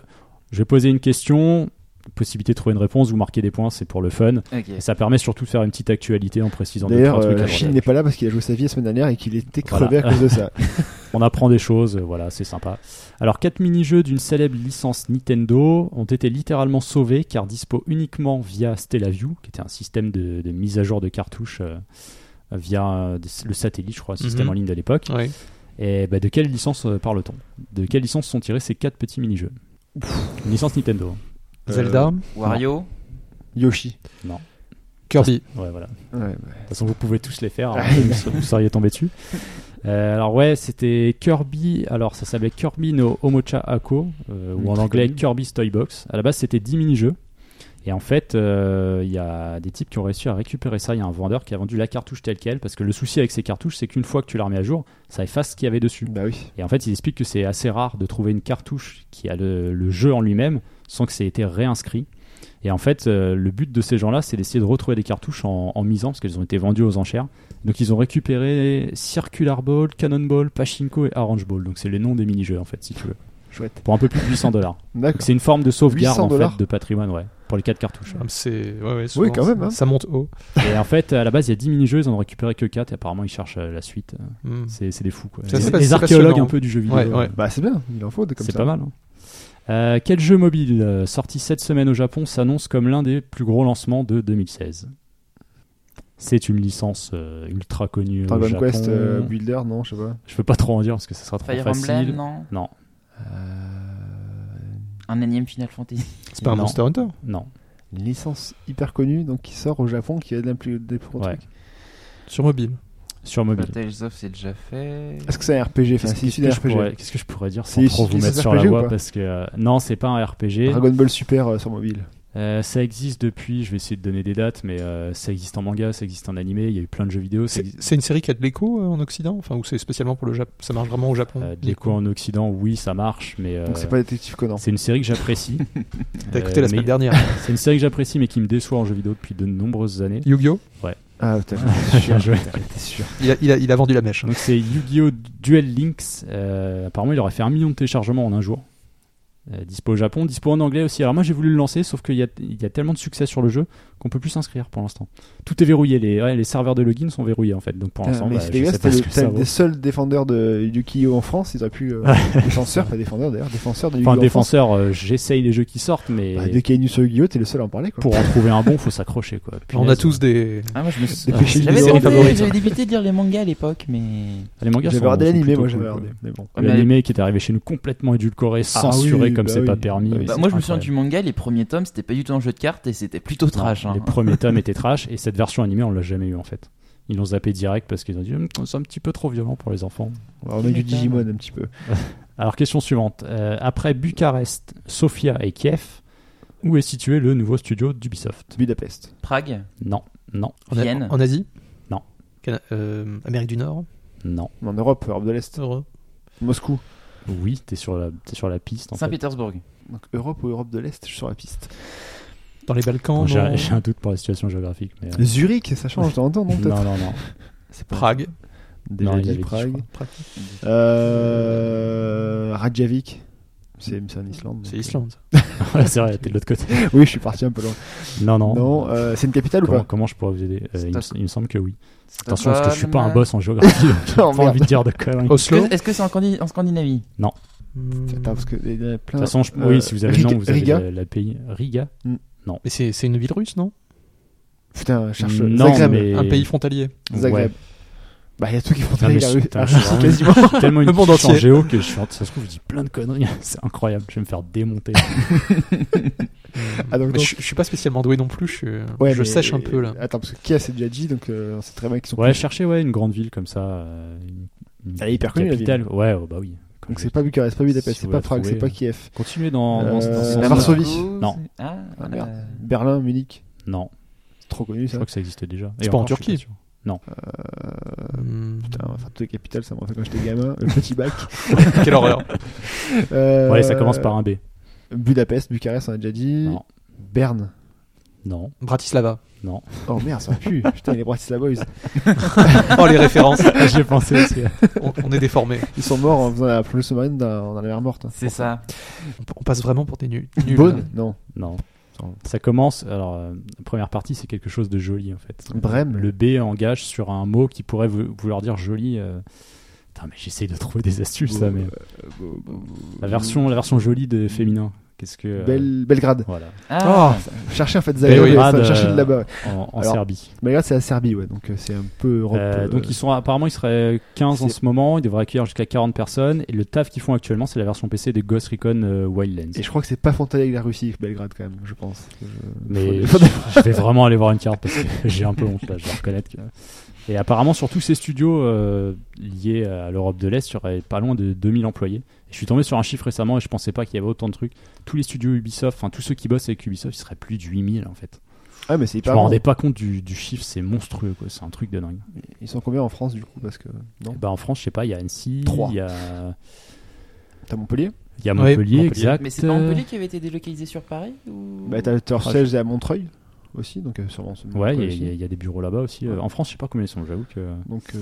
[SPEAKER 3] Je vais poser une question, possibilité de trouver une réponse, vous marquez des points, c'est pour le fun.
[SPEAKER 4] Ok.
[SPEAKER 3] Et ça permet surtout de faire une petite actualité en précisant deux,
[SPEAKER 2] D'ailleurs,
[SPEAKER 3] trois
[SPEAKER 2] euh,
[SPEAKER 3] trucs
[SPEAKER 2] la
[SPEAKER 3] avant
[SPEAKER 2] Chine
[SPEAKER 3] d'aller.
[SPEAKER 2] n'est pas là parce qu'il a joué sa vie la semaine dernière et qu'il était crevé
[SPEAKER 3] Voilà.
[SPEAKER 2] à cause de ça.
[SPEAKER 3] On apprend des choses, euh, voilà, c'est sympa. Alors, quatre mini-jeux d'une célèbre licence Nintendo ont été littéralement sauvés car dispo uniquement via StellaView, qui était un système de, de mise à jour de cartouches euh, via euh, des- le satellite, je crois, système
[SPEAKER 5] Mhm.
[SPEAKER 3] en ligne de l'époque.
[SPEAKER 5] Ouais.
[SPEAKER 3] Et bah, de quelle licence euh, parle-t-on De quelle licence sont tirés ces quatre petits mini-jeux Une licence Nintendo.
[SPEAKER 2] Euh,
[SPEAKER 5] Zelda,
[SPEAKER 4] Wario,
[SPEAKER 2] Yoshi.
[SPEAKER 5] Kirby.
[SPEAKER 3] Ouais, voilà.
[SPEAKER 2] Ouais, bah
[SPEAKER 3] De toute façon, vous pouvez tous les faire. hein, vous, ser- vous seriez tombé dessus. Euh, alors ouais, c'était Kirby. Alors ça s'appelait Kirby no Omocha Ako, euh,
[SPEAKER 2] Mm,
[SPEAKER 3] ou en
[SPEAKER 2] très
[SPEAKER 3] anglais
[SPEAKER 2] connu.
[SPEAKER 3] Kirby's Toy Box. À la base, c'était 10 mini-jeux. Et en fait, euh, il y a des types qui ont réussi à récupérer ça. Il y a un vendeur qui a vendu la cartouche telle quelle, parce que le souci avec ces cartouches, c'est qu'une fois que tu la remets à jour, ça efface ce qu'il y avait dessus.
[SPEAKER 2] Bah oui.
[SPEAKER 3] Et en fait, il explique que c'est assez rare de trouver une cartouche qui a le, le jeu en lui-même sans que ça ait été réinscrit. Et en fait, euh, le but de ces gens-là, c'est d'essayer de retrouver des cartouches en, en misant parce qu'elles ont été vendues aux enchères. Donc, ils ont récupéré Circular Ball, Cannonball, Pachinko et Orange Ball. Donc, c'est les noms des mini-jeux en fait, si tu veux,
[SPEAKER 2] Chouette.
[SPEAKER 3] pour un peu plus de 800 dollars.
[SPEAKER 2] D'accord.
[SPEAKER 3] C'est une forme de sauvegarde
[SPEAKER 2] 800
[SPEAKER 3] en
[SPEAKER 2] dollars
[SPEAKER 3] fait de patrimoine, ouais, pour les quatre cartouches.
[SPEAKER 5] Ah, mais C'est ouais, ouais, souvent,
[SPEAKER 2] quand
[SPEAKER 5] ça-
[SPEAKER 2] même, hein.
[SPEAKER 5] Ça monte haut.
[SPEAKER 3] Et en fait, à la base, il y a 10 mini-jeux, ils en ont récupéré que 4 et apparemment, ils cherchent euh, la suite.
[SPEAKER 5] Mm.
[SPEAKER 3] C'est c'est des fous quoi.
[SPEAKER 5] C'est
[SPEAKER 3] Les,
[SPEAKER 5] assez pas-
[SPEAKER 3] les
[SPEAKER 5] c'est
[SPEAKER 3] archéologues
[SPEAKER 5] passionnant.
[SPEAKER 3] un peu du jeu vidéo.
[SPEAKER 5] Ouais, ouais.
[SPEAKER 2] Bah c'est bien, il en faut des comme ça.
[SPEAKER 3] C'est pas mal. hein. Euh, quel jeu mobile euh, sorti cette semaine au Japon s'annonce comme l'un des plus gros lancements de 2016 C'est une licence euh, ultra connue au
[SPEAKER 2] Dragon
[SPEAKER 3] Japon.
[SPEAKER 2] Quest euh, Builder, non, je sais pas.
[SPEAKER 3] Je peux pas trop en dire parce que ça sera trop
[SPEAKER 4] Fire
[SPEAKER 3] facile.
[SPEAKER 4] Emblem, non
[SPEAKER 3] Non.
[SPEAKER 2] Euh,
[SPEAKER 4] Un énième Final Fantasy.
[SPEAKER 5] C'est pas un
[SPEAKER 3] Non.
[SPEAKER 5] Monster Hunter.
[SPEAKER 3] Non.
[SPEAKER 2] Une licence hyper connue donc qui sort au Japon qui a de la plus- des plus gros
[SPEAKER 3] Ouais.
[SPEAKER 2] trucs.
[SPEAKER 5] Sur mobile.
[SPEAKER 3] Sur mobile.
[SPEAKER 4] Tales of, c'est déjà fait.
[SPEAKER 2] Est-ce que Ah, c'est un RPG Enfin,
[SPEAKER 3] Qu'est-ce
[SPEAKER 2] si,
[SPEAKER 3] qu'est-ce
[SPEAKER 2] c'est
[SPEAKER 3] que,
[SPEAKER 2] un
[SPEAKER 3] je
[SPEAKER 2] RPG.
[SPEAKER 3] pourrais- qu'est-ce que je pourrais dire sans
[SPEAKER 2] C'est-
[SPEAKER 3] trop
[SPEAKER 2] c'est
[SPEAKER 3] vous
[SPEAKER 2] une
[SPEAKER 3] mettre
[SPEAKER 2] licence
[SPEAKER 3] sur la
[SPEAKER 2] RPG ou
[SPEAKER 3] voie
[SPEAKER 2] pas
[SPEAKER 3] parce que euh, non, c'est pas un RPG.
[SPEAKER 2] Dragon Ball Super euh, sur mobile.
[SPEAKER 3] Euh, ça existe depuis. Je vais essayer de donner des dates, mais euh, ça existe en manga, ça existe en animé. Il y a eu plein de jeux vidéo. Ça
[SPEAKER 5] C'est
[SPEAKER 3] existe-
[SPEAKER 5] c'est une série qui a de l'écho euh, en Occident, enfin ou c'est spécialement pour le Japon. Ça marche vraiment au Japon.
[SPEAKER 3] euh, de l'écho en Occident, oui, ça marche, mais euh,
[SPEAKER 2] Donc c'est pas Détective Conan.
[SPEAKER 3] c'est une série que j'apprécie.
[SPEAKER 5] T'as
[SPEAKER 3] euh,
[SPEAKER 5] écouté la
[SPEAKER 3] mais-
[SPEAKER 5] semaine dernière.
[SPEAKER 3] C'est une série que j'apprécie mais qui me déçoit en jeu vidéo depuis de nombreuses années.
[SPEAKER 5] Yu-Gi-Oh.
[SPEAKER 2] Ah putain,
[SPEAKER 3] Bien joué.
[SPEAKER 2] t'es sûr.
[SPEAKER 5] Il a, il, a, il a vendu la mèche. hein.
[SPEAKER 3] Donc c'est Yu-Gi-Oh! Duel Links. Euh, apparemment, il aurait fait un million de téléchargements en un jour. Euh, dispo au Japon, dispo en anglais aussi. Alors moi j'ai voulu le lancer, sauf qu'il y a, il y a tellement de succès sur le jeu qu'on peut plus s'inscrire pour l'instant. Tout est verrouillé, les, ouais, les serveurs de login sont verrouillés en fait. Donc pour
[SPEAKER 2] Putain,
[SPEAKER 3] l'instant,
[SPEAKER 2] Ah, mais
[SPEAKER 3] bah,
[SPEAKER 2] c'est
[SPEAKER 3] je
[SPEAKER 2] dégueulasse,
[SPEAKER 3] sais pas
[SPEAKER 2] t'es
[SPEAKER 3] ce
[SPEAKER 2] le-
[SPEAKER 3] que
[SPEAKER 2] t'es
[SPEAKER 3] ça
[SPEAKER 2] un
[SPEAKER 3] vaut.
[SPEAKER 2] des seuls défendeurs de, du Kyo en France, ils auraient pu. euh, défenseur, pas défendeur d'ailleurs, défenseur de Yu-Gi-Oh!
[SPEAKER 3] Enfin
[SPEAKER 2] en France.
[SPEAKER 3] défenseur, euh, j'essaye les jeux qui sortent, mais
[SPEAKER 2] Bah, dès qu'il y a une news sur Yu-Gi-Oh! t'es le seul à en parler quoi.
[SPEAKER 3] pour en trouver un bon, faut s'accrocher quoi.
[SPEAKER 5] On a
[SPEAKER 3] Punaise.
[SPEAKER 5] tous des.
[SPEAKER 4] Ah, moi, je me suis.
[SPEAKER 2] Dépêchez-vous
[SPEAKER 4] Ah,
[SPEAKER 2] de
[SPEAKER 4] J'avais
[SPEAKER 2] voir
[SPEAKER 4] tenté-
[SPEAKER 2] les favorites.
[SPEAKER 4] j'avais débuté de lire les mangas à l'époque, mais.
[SPEAKER 3] Les mangas
[SPEAKER 2] J'avais
[SPEAKER 3] sont-
[SPEAKER 2] regardé
[SPEAKER 3] sont
[SPEAKER 2] l'animé,
[SPEAKER 3] plutôt
[SPEAKER 2] moi
[SPEAKER 3] cool,
[SPEAKER 2] j'avais
[SPEAKER 3] quoi.
[SPEAKER 2] regardé. Mais bon.
[SPEAKER 4] Ouais, Ah, mais-
[SPEAKER 3] L'animé qui est arrivé chez nous complètement édulcoré,
[SPEAKER 2] Ah
[SPEAKER 3] censuré
[SPEAKER 2] oui,
[SPEAKER 3] comme
[SPEAKER 2] bah
[SPEAKER 3] c'est
[SPEAKER 2] oui.
[SPEAKER 3] pas permis.
[SPEAKER 2] Bah oui,
[SPEAKER 3] C'est
[SPEAKER 4] Bah, moi, je me souviens
[SPEAKER 3] incroyable.
[SPEAKER 4] du manga, les premiers tomes, c'était pas du tout un jeu de cartes et c'était plutôt trash.
[SPEAKER 3] Non,
[SPEAKER 4] hein.
[SPEAKER 3] Les premiers tomes étaient trash et cette version animée, on l'a jamais eu en fait. Ils l'ont zappé direct parce qu'ils ont dit Hum, c'est un petit peu trop violent pour les enfants.
[SPEAKER 2] Alors, on a du Digimon un petit peu.
[SPEAKER 3] Alors, question suivante. Euh, après Bucarest, Sofia et Kiev, où est situé le nouveau studio d'Ubisoft
[SPEAKER 2] Budapest.
[SPEAKER 4] Prague,
[SPEAKER 3] Non, non,
[SPEAKER 5] En, A-
[SPEAKER 4] Vienne.
[SPEAKER 5] en Asie.
[SPEAKER 3] Non.
[SPEAKER 5] Cana- euh, Amérique du Nord.
[SPEAKER 3] non.
[SPEAKER 2] En Europe, Europe de l'Est.
[SPEAKER 5] Heureux.
[SPEAKER 2] Moscou.
[SPEAKER 3] Oui, t'es sur, la- t'es sur la piste en fait.
[SPEAKER 4] Saint-Pétersbourg.
[SPEAKER 2] Donc Europe ou Europe de l'Est, je suis sur la piste.
[SPEAKER 5] Dans les Balkans.
[SPEAKER 3] Non,
[SPEAKER 5] non.
[SPEAKER 3] J'ai j'ai un doute pour la situation géographique. Mais, euh,
[SPEAKER 2] Zurich, ça change de temps en temps, non
[SPEAKER 3] non,
[SPEAKER 2] peut-être
[SPEAKER 3] non, non.
[SPEAKER 2] C'est
[SPEAKER 5] Prague.
[SPEAKER 2] Déjà
[SPEAKER 3] Non, il
[SPEAKER 2] dit,
[SPEAKER 3] avait dit, je
[SPEAKER 2] Prague.
[SPEAKER 3] crois.
[SPEAKER 5] Prague.
[SPEAKER 2] Euh, Reykjavik. C'est c'est en Islande. donc,
[SPEAKER 5] C'est Islande.
[SPEAKER 3] Voilà, c'est vrai, t'es de l'autre côté.
[SPEAKER 2] euh, Oui, je suis parti un peu loin.
[SPEAKER 3] Non, non.
[SPEAKER 2] Non, euh, c'est une capitale ou
[SPEAKER 3] comment,
[SPEAKER 2] pas
[SPEAKER 3] comment je pourrais vous aider Euh, il, me,
[SPEAKER 4] Stop.
[SPEAKER 3] il me semble que oui.
[SPEAKER 4] Stockholm.
[SPEAKER 3] Attention, parce que je suis pas un boss en géographie. donc J'ai pas
[SPEAKER 2] Euh, Oh, merde.
[SPEAKER 3] envie de dire de conneries.
[SPEAKER 4] Est-ce
[SPEAKER 5] Oslo.
[SPEAKER 4] que- Est-ce que c'est en, Scandi- en Scandinavie
[SPEAKER 5] Hmm.
[SPEAKER 2] Attends, parce que il y en a plein.
[SPEAKER 3] De toute façon, je-
[SPEAKER 2] Euh,
[SPEAKER 3] oui, si vous avez
[SPEAKER 2] Riga-
[SPEAKER 3] le nom, vous avez
[SPEAKER 2] Riga.
[SPEAKER 3] la, la pays. Riga
[SPEAKER 5] Mais c'est c'est une ville russe, non
[SPEAKER 2] Putain, cherche.
[SPEAKER 3] Non,
[SPEAKER 2] Zagreb.
[SPEAKER 3] mais- Et-
[SPEAKER 5] Un pays frontalier.
[SPEAKER 2] Zagreb. Bah, il y a tout qui font
[SPEAKER 3] Putain, mais
[SPEAKER 2] la rue.
[SPEAKER 3] putain,
[SPEAKER 2] la
[SPEAKER 3] je
[SPEAKER 2] rue,
[SPEAKER 3] suis vraiment-
[SPEAKER 2] quasiment.
[SPEAKER 3] J'ai tellement une
[SPEAKER 5] Le monde
[SPEAKER 3] fiche en
[SPEAKER 5] entier.
[SPEAKER 3] géo que je suis en- ça se trouve je dis plein de conneries c'est incroyable je vais me faire démonter
[SPEAKER 2] Ah, donc,
[SPEAKER 5] Mais
[SPEAKER 2] donc-
[SPEAKER 5] je, je suis pas spécialement doué non plus. Je, suis-
[SPEAKER 2] Ouais,
[SPEAKER 5] je
[SPEAKER 2] mais-
[SPEAKER 5] sèche un peu là.
[SPEAKER 2] Attends, parce que Kia, c'est déjà dit, donc euh, c'est très bien qu'ils sont.
[SPEAKER 3] ouais chercher ouais une grande ville comme ça euh, une, une
[SPEAKER 2] Elle est hyper connue, la
[SPEAKER 3] capitale ouais oh, bah oui Comme
[SPEAKER 2] Donc
[SPEAKER 3] je-
[SPEAKER 2] c'est pas Bucarest, c'est pas Budapest,
[SPEAKER 3] Si
[SPEAKER 2] c'est
[SPEAKER 3] vous
[SPEAKER 2] pas
[SPEAKER 3] la
[SPEAKER 2] Prague,
[SPEAKER 3] trouvez,
[SPEAKER 2] c'est pas
[SPEAKER 3] euh,
[SPEAKER 2] Kiev.
[SPEAKER 3] continuez dans, dans,
[SPEAKER 2] Euh,
[SPEAKER 3] dans ce
[SPEAKER 2] la
[SPEAKER 3] sens-là.
[SPEAKER 2] Varsovie.
[SPEAKER 3] Non.
[SPEAKER 4] Ah,
[SPEAKER 2] Ah, merde.
[SPEAKER 4] euh,
[SPEAKER 2] Berlin, Munich,
[SPEAKER 3] non
[SPEAKER 2] c'est trop connu
[SPEAKER 3] je
[SPEAKER 2] ça.
[SPEAKER 3] crois que ça existait déjà
[SPEAKER 5] C'est
[SPEAKER 3] Et
[SPEAKER 5] pas en
[SPEAKER 3] encore, je suis
[SPEAKER 5] Turquie.
[SPEAKER 3] sûr.
[SPEAKER 5] Hmm.
[SPEAKER 2] Putain, enfin toutes les capitales, ça me rappelle quand j'étais gamin, le petit bac.
[SPEAKER 5] Quelle horreur.
[SPEAKER 2] Euh,
[SPEAKER 3] ouais ça commence par un B
[SPEAKER 2] Budapest, Bucarest, on a déjà dit.
[SPEAKER 3] Non.
[SPEAKER 2] Berne.
[SPEAKER 3] Non,
[SPEAKER 5] Bratislava.
[SPEAKER 3] non.
[SPEAKER 2] Oh merde, ça pue. Putain, les Bratislava Boys.
[SPEAKER 5] Oh, les références.
[SPEAKER 3] J'ai pensé aussi.
[SPEAKER 5] On, on est déformés.
[SPEAKER 2] Ils sont morts en faisant la plongée sous-marine dans, dans la mer morte. hein.
[SPEAKER 4] C'est ça.
[SPEAKER 5] On, on passe vraiment pour des nuls. nuls.
[SPEAKER 2] Bonne Non.
[SPEAKER 3] Non.
[SPEAKER 2] Sans-
[SPEAKER 3] Ça commence. Alors, euh, la première partie, c'est quelque chose de joli en fait.
[SPEAKER 2] Brême.
[SPEAKER 3] Le B engage sur un mot qui pourrait vou- vouloir dire joli. euh. Putain, mais j'essaye de trouver des astuces là, mais la version, la version jolie de féminin. Qu'est-ce que euh,
[SPEAKER 2] Bel- Belgrade.
[SPEAKER 3] Voilà.
[SPEAKER 4] Ah,
[SPEAKER 5] Oh,
[SPEAKER 2] Cherchez en fait
[SPEAKER 4] Eh
[SPEAKER 2] Zagreb,
[SPEAKER 3] Belgrade,
[SPEAKER 2] enfin, cherchez de
[SPEAKER 3] euh,
[SPEAKER 2] là-bas.
[SPEAKER 3] En, en
[SPEAKER 2] Alors,
[SPEAKER 3] Serbie.
[SPEAKER 2] Belgrade, c'est la Serbie, ouais, donc euh, c'est un peu Europe.
[SPEAKER 3] Euh,
[SPEAKER 2] euh,
[SPEAKER 3] donc ils sont apparemment ils seraient 15 en
[SPEAKER 2] c'est-
[SPEAKER 3] ce moment, ils devraient accueillir jusqu'à 40 personnes et le taf qu'ils font actuellement c'est la version PC de Ghost Recon euh, Wildlands.
[SPEAKER 2] Et je crois que c'est pas frontalier avec la Russie, Belgrade, quand même, je pense. Je-
[SPEAKER 3] Mais je,
[SPEAKER 2] faut-
[SPEAKER 3] je vais vraiment aller voir une carte parce que j'ai un peu honte là, je vais reconnaître que- Et apparemment sur tous ces studios euh, liés à l'Europe de l'Est, il y aurait pas loin de 2000 employés. Et je suis tombé sur un chiffre récemment et je pensais pas qu'il y avait autant de trucs. Tous les studios Ubisoft, enfin tous ceux qui bossent avec Ubisoft, il seraient plus de 8000 en fait.
[SPEAKER 2] Ah, mais c'est
[SPEAKER 3] Je
[SPEAKER 2] hyper.
[SPEAKER 3] me
[SPEAKER 2] grand.
[SPEAKER 3] rendais pas compte du, du chiffre, c'est monstrueux quoi, c'est un truc de dingue.
[SPEAKER 2] Ils sont combien en France, du coup Parce que. Non
[SPEAKER 3] Bah, en France, je sais pas, il y a Annecy,
[SPEAKER 2] Trois.
[SPEAKER 3] il y a
[SPEAKER 2] T'as Montpellier
[SPEAKER 3] Il y a
[SPEAKER 5] Ouais,
[SPEAKER 3] Montpellier,
[SPEAKER 5] Montpellier.
[SPEAKER 3] exact.
[SPEAKER 4] mais c'est pas Montpellier qui avait été délocalisé sur Paris ou...
[SPEAKER 2] Bah, t'as t'as leur
[SPEAKER 3] Ah,
[SPEAKER 2] siège à Montreuil aussi, donc euh, sûrement. c'est
[SPEAKER 3] Ouais,
[SPEAKER 2] Montreuil
[SPEAKER 3] il y a-
[SPEAKER 2] aussi.
[SPEAKER 3] il y, a- il y a des bureaux là-bas aussi. Euh, En France, je sais pas combien ils sont, j'avoue que.
[SPEAKER 2] Donc, euh,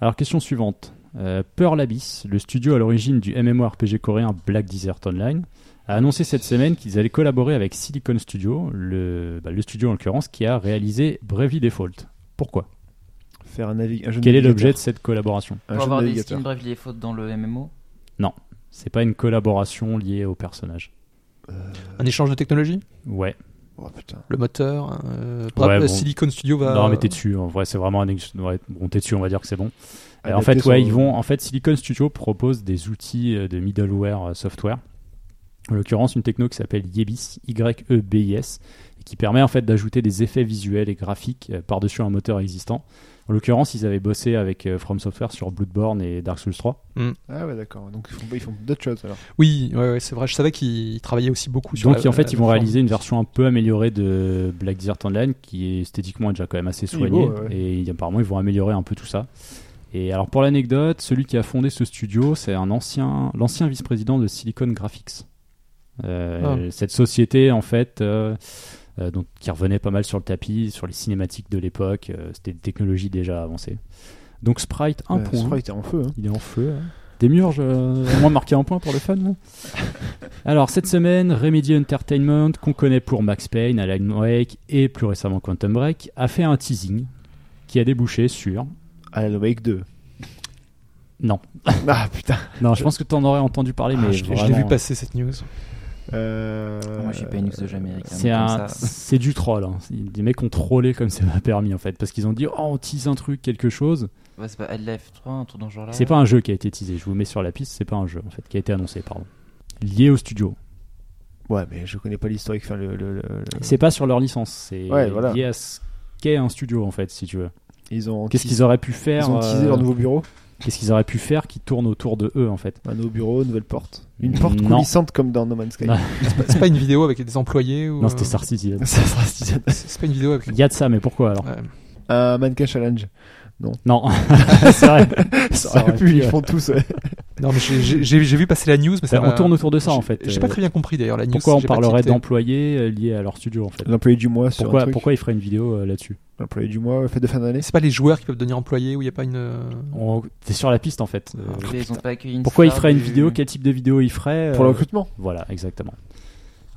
[SPEAKER 3] Alors, question suivante. Euh, Pearl Abyss, le studio à l'origine du MMORPG coréen Black Desert Online, a annoncé cette semaine qu'ils allaient collaborer avec Silicon Studio, le, bah, le studio en l'occurrence qui a réalisé Bravely Default. Pourquoi
[SPEAKER 2] faire un navi- un jeu de navigateur.
[SPEAKER 3] Quel est l'objet de cette collaboration
[SPEAKER 2] Un
[SPEAKER 4] Pour
[SPEAKER 2] jeu de
[SPEAKER 4] avoir des
[SPEAKER 2] navigateur.
[SPEAKER 4] skins, bref, les fautes dans le MMO.
[SPEAKER 3] C'est pas une collaboration liée au personnage.
[SPEAKER 5] un échange de technologie
[SPEAKER 3] Ouais.
[SPEAKER 2] Oh putain.
[SPEAKER 5] Le moteur euh,
[SPEAKER 3] Ouais, bon.
[SPEAKER 5] Silicon Studio va.
[SPEAKER 3] Non, mais t'es dessus. En vrai, c'est vraiment un. ex- ouais, bon, t'es dessus, on va dire que c'est bon. Et Eh, en
[SPEAKER 2] Adapté
[SPEAKER 3] fait, ouais,
[SPEAKER 2] Euh, sur-
[SPEAKER 3] ils vont. En fait, Silicon Studio propose des outils euh, de middleware euh, software. En l'occurrence, une techno qui s'appelle Yebis, E Y-E-B-I-S, et qui permet en fait d'ajouter des effets visuels et graphiques euh, par-dessus un moteur existant. En l'occurrence, ils avaient bossé avec euh, From Software sur Bloodborne et Dark Souls 3.
[SPEAKER 2] Ah ouais, d'accord. Donc ils font, ils font d'autres choses alors.
[SPEAKER 5] Oui, ouais, ouais, c'est vrai. Je savais qu'ils travaillaient aussi beaucoup sur.
[SPEAKER 3] Donc,
[SPEAKER 5] la-
[SPEAKER 3] en fait,
[SPEAKER 5] la-
[SPEAKER 3] ils
[SPEAKER 5] la
[SPEAKER 3] vont
[SPEAKER 5] forme.
[SPEAKER 3] réaliser une version un peu améliorée de Black Desert Online, qui est esthétiquement déjà quand même assez
[SPEAKER 2] Il est
[SPEAKER 3] soignée.
[SPEAKER 2] beau, ouais, ouais.
[SPEAKER 3] Et apparemment, ils vont améliorer un peu tout ça. Et alors, pour l'anecdote, celui qui a fondé ce studio, c'est un ancien, l'ancien vice-président de Silicon Graphics.
[SPEAKER 2] Ah.
[SPEAKER 3] Euh, Cette société, en fait, euh, euh, donc, qui revenait pas mal sur le tapis, sur les cinématiques de l'époque. euh, C'était des technologies déjà avancées. Donc, Sprite, un
[SPEAKER 2] Euh,
[SPEAKER 3] point.
[SPEAKER 2] Sprite est en feu. hein.
[SPEAKER 3] Il est en feu. hein. Des murges, euh, au moins marqué un point pour le fun. là. Alors, cette semaine, Remedy Entertainment, qu'on connaît pour Max Payne, Alan Wake et plus récemment Quantum Break, a fait un teasing qui a débouché sur.
[SPEAKER 4] Ah,
[SPEAKER 2] Alan Wake 2.
[SPEAKER 3] Non.
[SPEAKER 2] Ah putain.
[SPEAKER 3] Non, je pense que t'en aurais entendu parler,
[SPEAKER 5] Ah,
[SPEAKER 3] mais.
[SPEAKER 5] je l'ai- je l'ai
[SPEAKER 3] vraiment,
[SPEAKER 5] vu passer cette news.
[SPEAKER 2] Euh...
[SPEAKER 4] Moi, je suis pas une X de jamais. avec
[SPEAKER 3] C'est
[SPEAKER 4] nom comme
[SPEAKER 3] un-
[SPEAKER 4] ça.
[SPEAKER 3] c'est du troll. hein. C'est Des mecs ont trollé comme c'est pas permis en fait, parce qu'ils ont dit oh on tease un truc, quelque chose.
[SPEAKER 4] Ouais, c'est pas LF3, un truc dans ce genre-là.
[SPEAKER 3] C'est pas un jeu qui a été teasé. Je vous mets sur la piste, c'est pas un jeu en fait qui a été annoncé, pardon. Lié au studio.
[SPEAKER 2] Ouais, mais je connais pas l'historique. Enfin, le, le- le- le-
[SPEAKER 3] Euh, C'est pas sur leur licence, c'est
[SPEAKER 2] Ouais, voilà.
[SPEAKER 3] lié à ce qu'est un studio en fait, si tu veux.
[SPEAKER 2] Ils ont
[SPEAKER 3] Qu'est-ce
[SPEAKER 2] teasé-
[SPEAKER 3] qu'ils auraient pu faire
[SPEAKER 2] ils ont teasé
[SPEAKER 3] euh,
[SPEAKER 2] leur nouveau bureau.
[SPEAKER 3] Qu'est-ce qu'ils auraient pu faire qui tourne autour de eux en fait
[SPEAKER 2] Un nouveau bureau, une nouvelle porte. Une porte
[SPEAKER 3] Mm, Non.
[SPEAKER 2] coulissante comme dans No Man's Sky.
[SPEAKER 3] Non.
[SPEAKER 5] C'est pas- c'est pas une vidéo avec des employés ou.
[SPEAKER 3] Non, c'était
[SPEAKER 5] euh,
[SPEAKER 3] Star Citizen.
[SPEAKER 2] Ça sera teasé.
[SPEAKER 5] C'est c'est pas une vidéo avec.
[SPEAKER 3] Il y a de ça, mais pourquoi alors
[SPEAKER 5] Ouais.
[SPEAKER 2] Un Euh, mannequin challenge.
[SPEAKER 3] Non, c'est vrai.
[SPEAKER 2] Ça aurait pu, ils font tous. ouais.
[SPEAKER 5] Non, mais j'ai- j'ai j'ai- j'ai vu passer la news, mais ça.
[SPEAKER 3] Ça, Ben, on
[SPEAKER 5] m'a-
[SPEAKER 3] tourne autour de ça en fait.
[SPEAKER 5] J'ai- J'ai pas
[SPEAKER 3] Euh,
[SPEAKER 5] très bien compris d'ailleurs la news.
[SPEAKER 3] pourquoi on
[SPEAKER 5] j'ai pas
[SPEAKER 3] parlerait
[SPEAKER 5] tilté.
[SPEAKER 3] d'employés euh, liés à leur studio en fait
[SPEAKER 2] L'employé du mois sur un
[SPEAKER 3] pourquoi,
[SPEAKER 2] truc.
[SPEAKER 3] pourquoi ils feraient une vidéo euh, là-dessus
[SPEAKER 2] L'employé du mois, fête de fin d'année.
[SPEAKER 5] C'est pas les joueurs qui peuvent devenir employés ou il y a pas une. euh,
[SPEAKER 3] On- T'es sur la piste en fait. Euh,
[SPEAKER 4] Ils ont pas accueilli une
[SPEAKER 3] pourquoi ils
[SPEAKER 4] star
[SPEAKER 3] feraient une
[SPEAKER 4] du-
[SPEAKER 3] vidéo Quel type de vidéo ils feraient
[SPEAKER 2] Pour le
[SPEAKER 3] euh,
[SPEAKER 2] recrutement.
[SPEAKER 3] Voilà, exactement.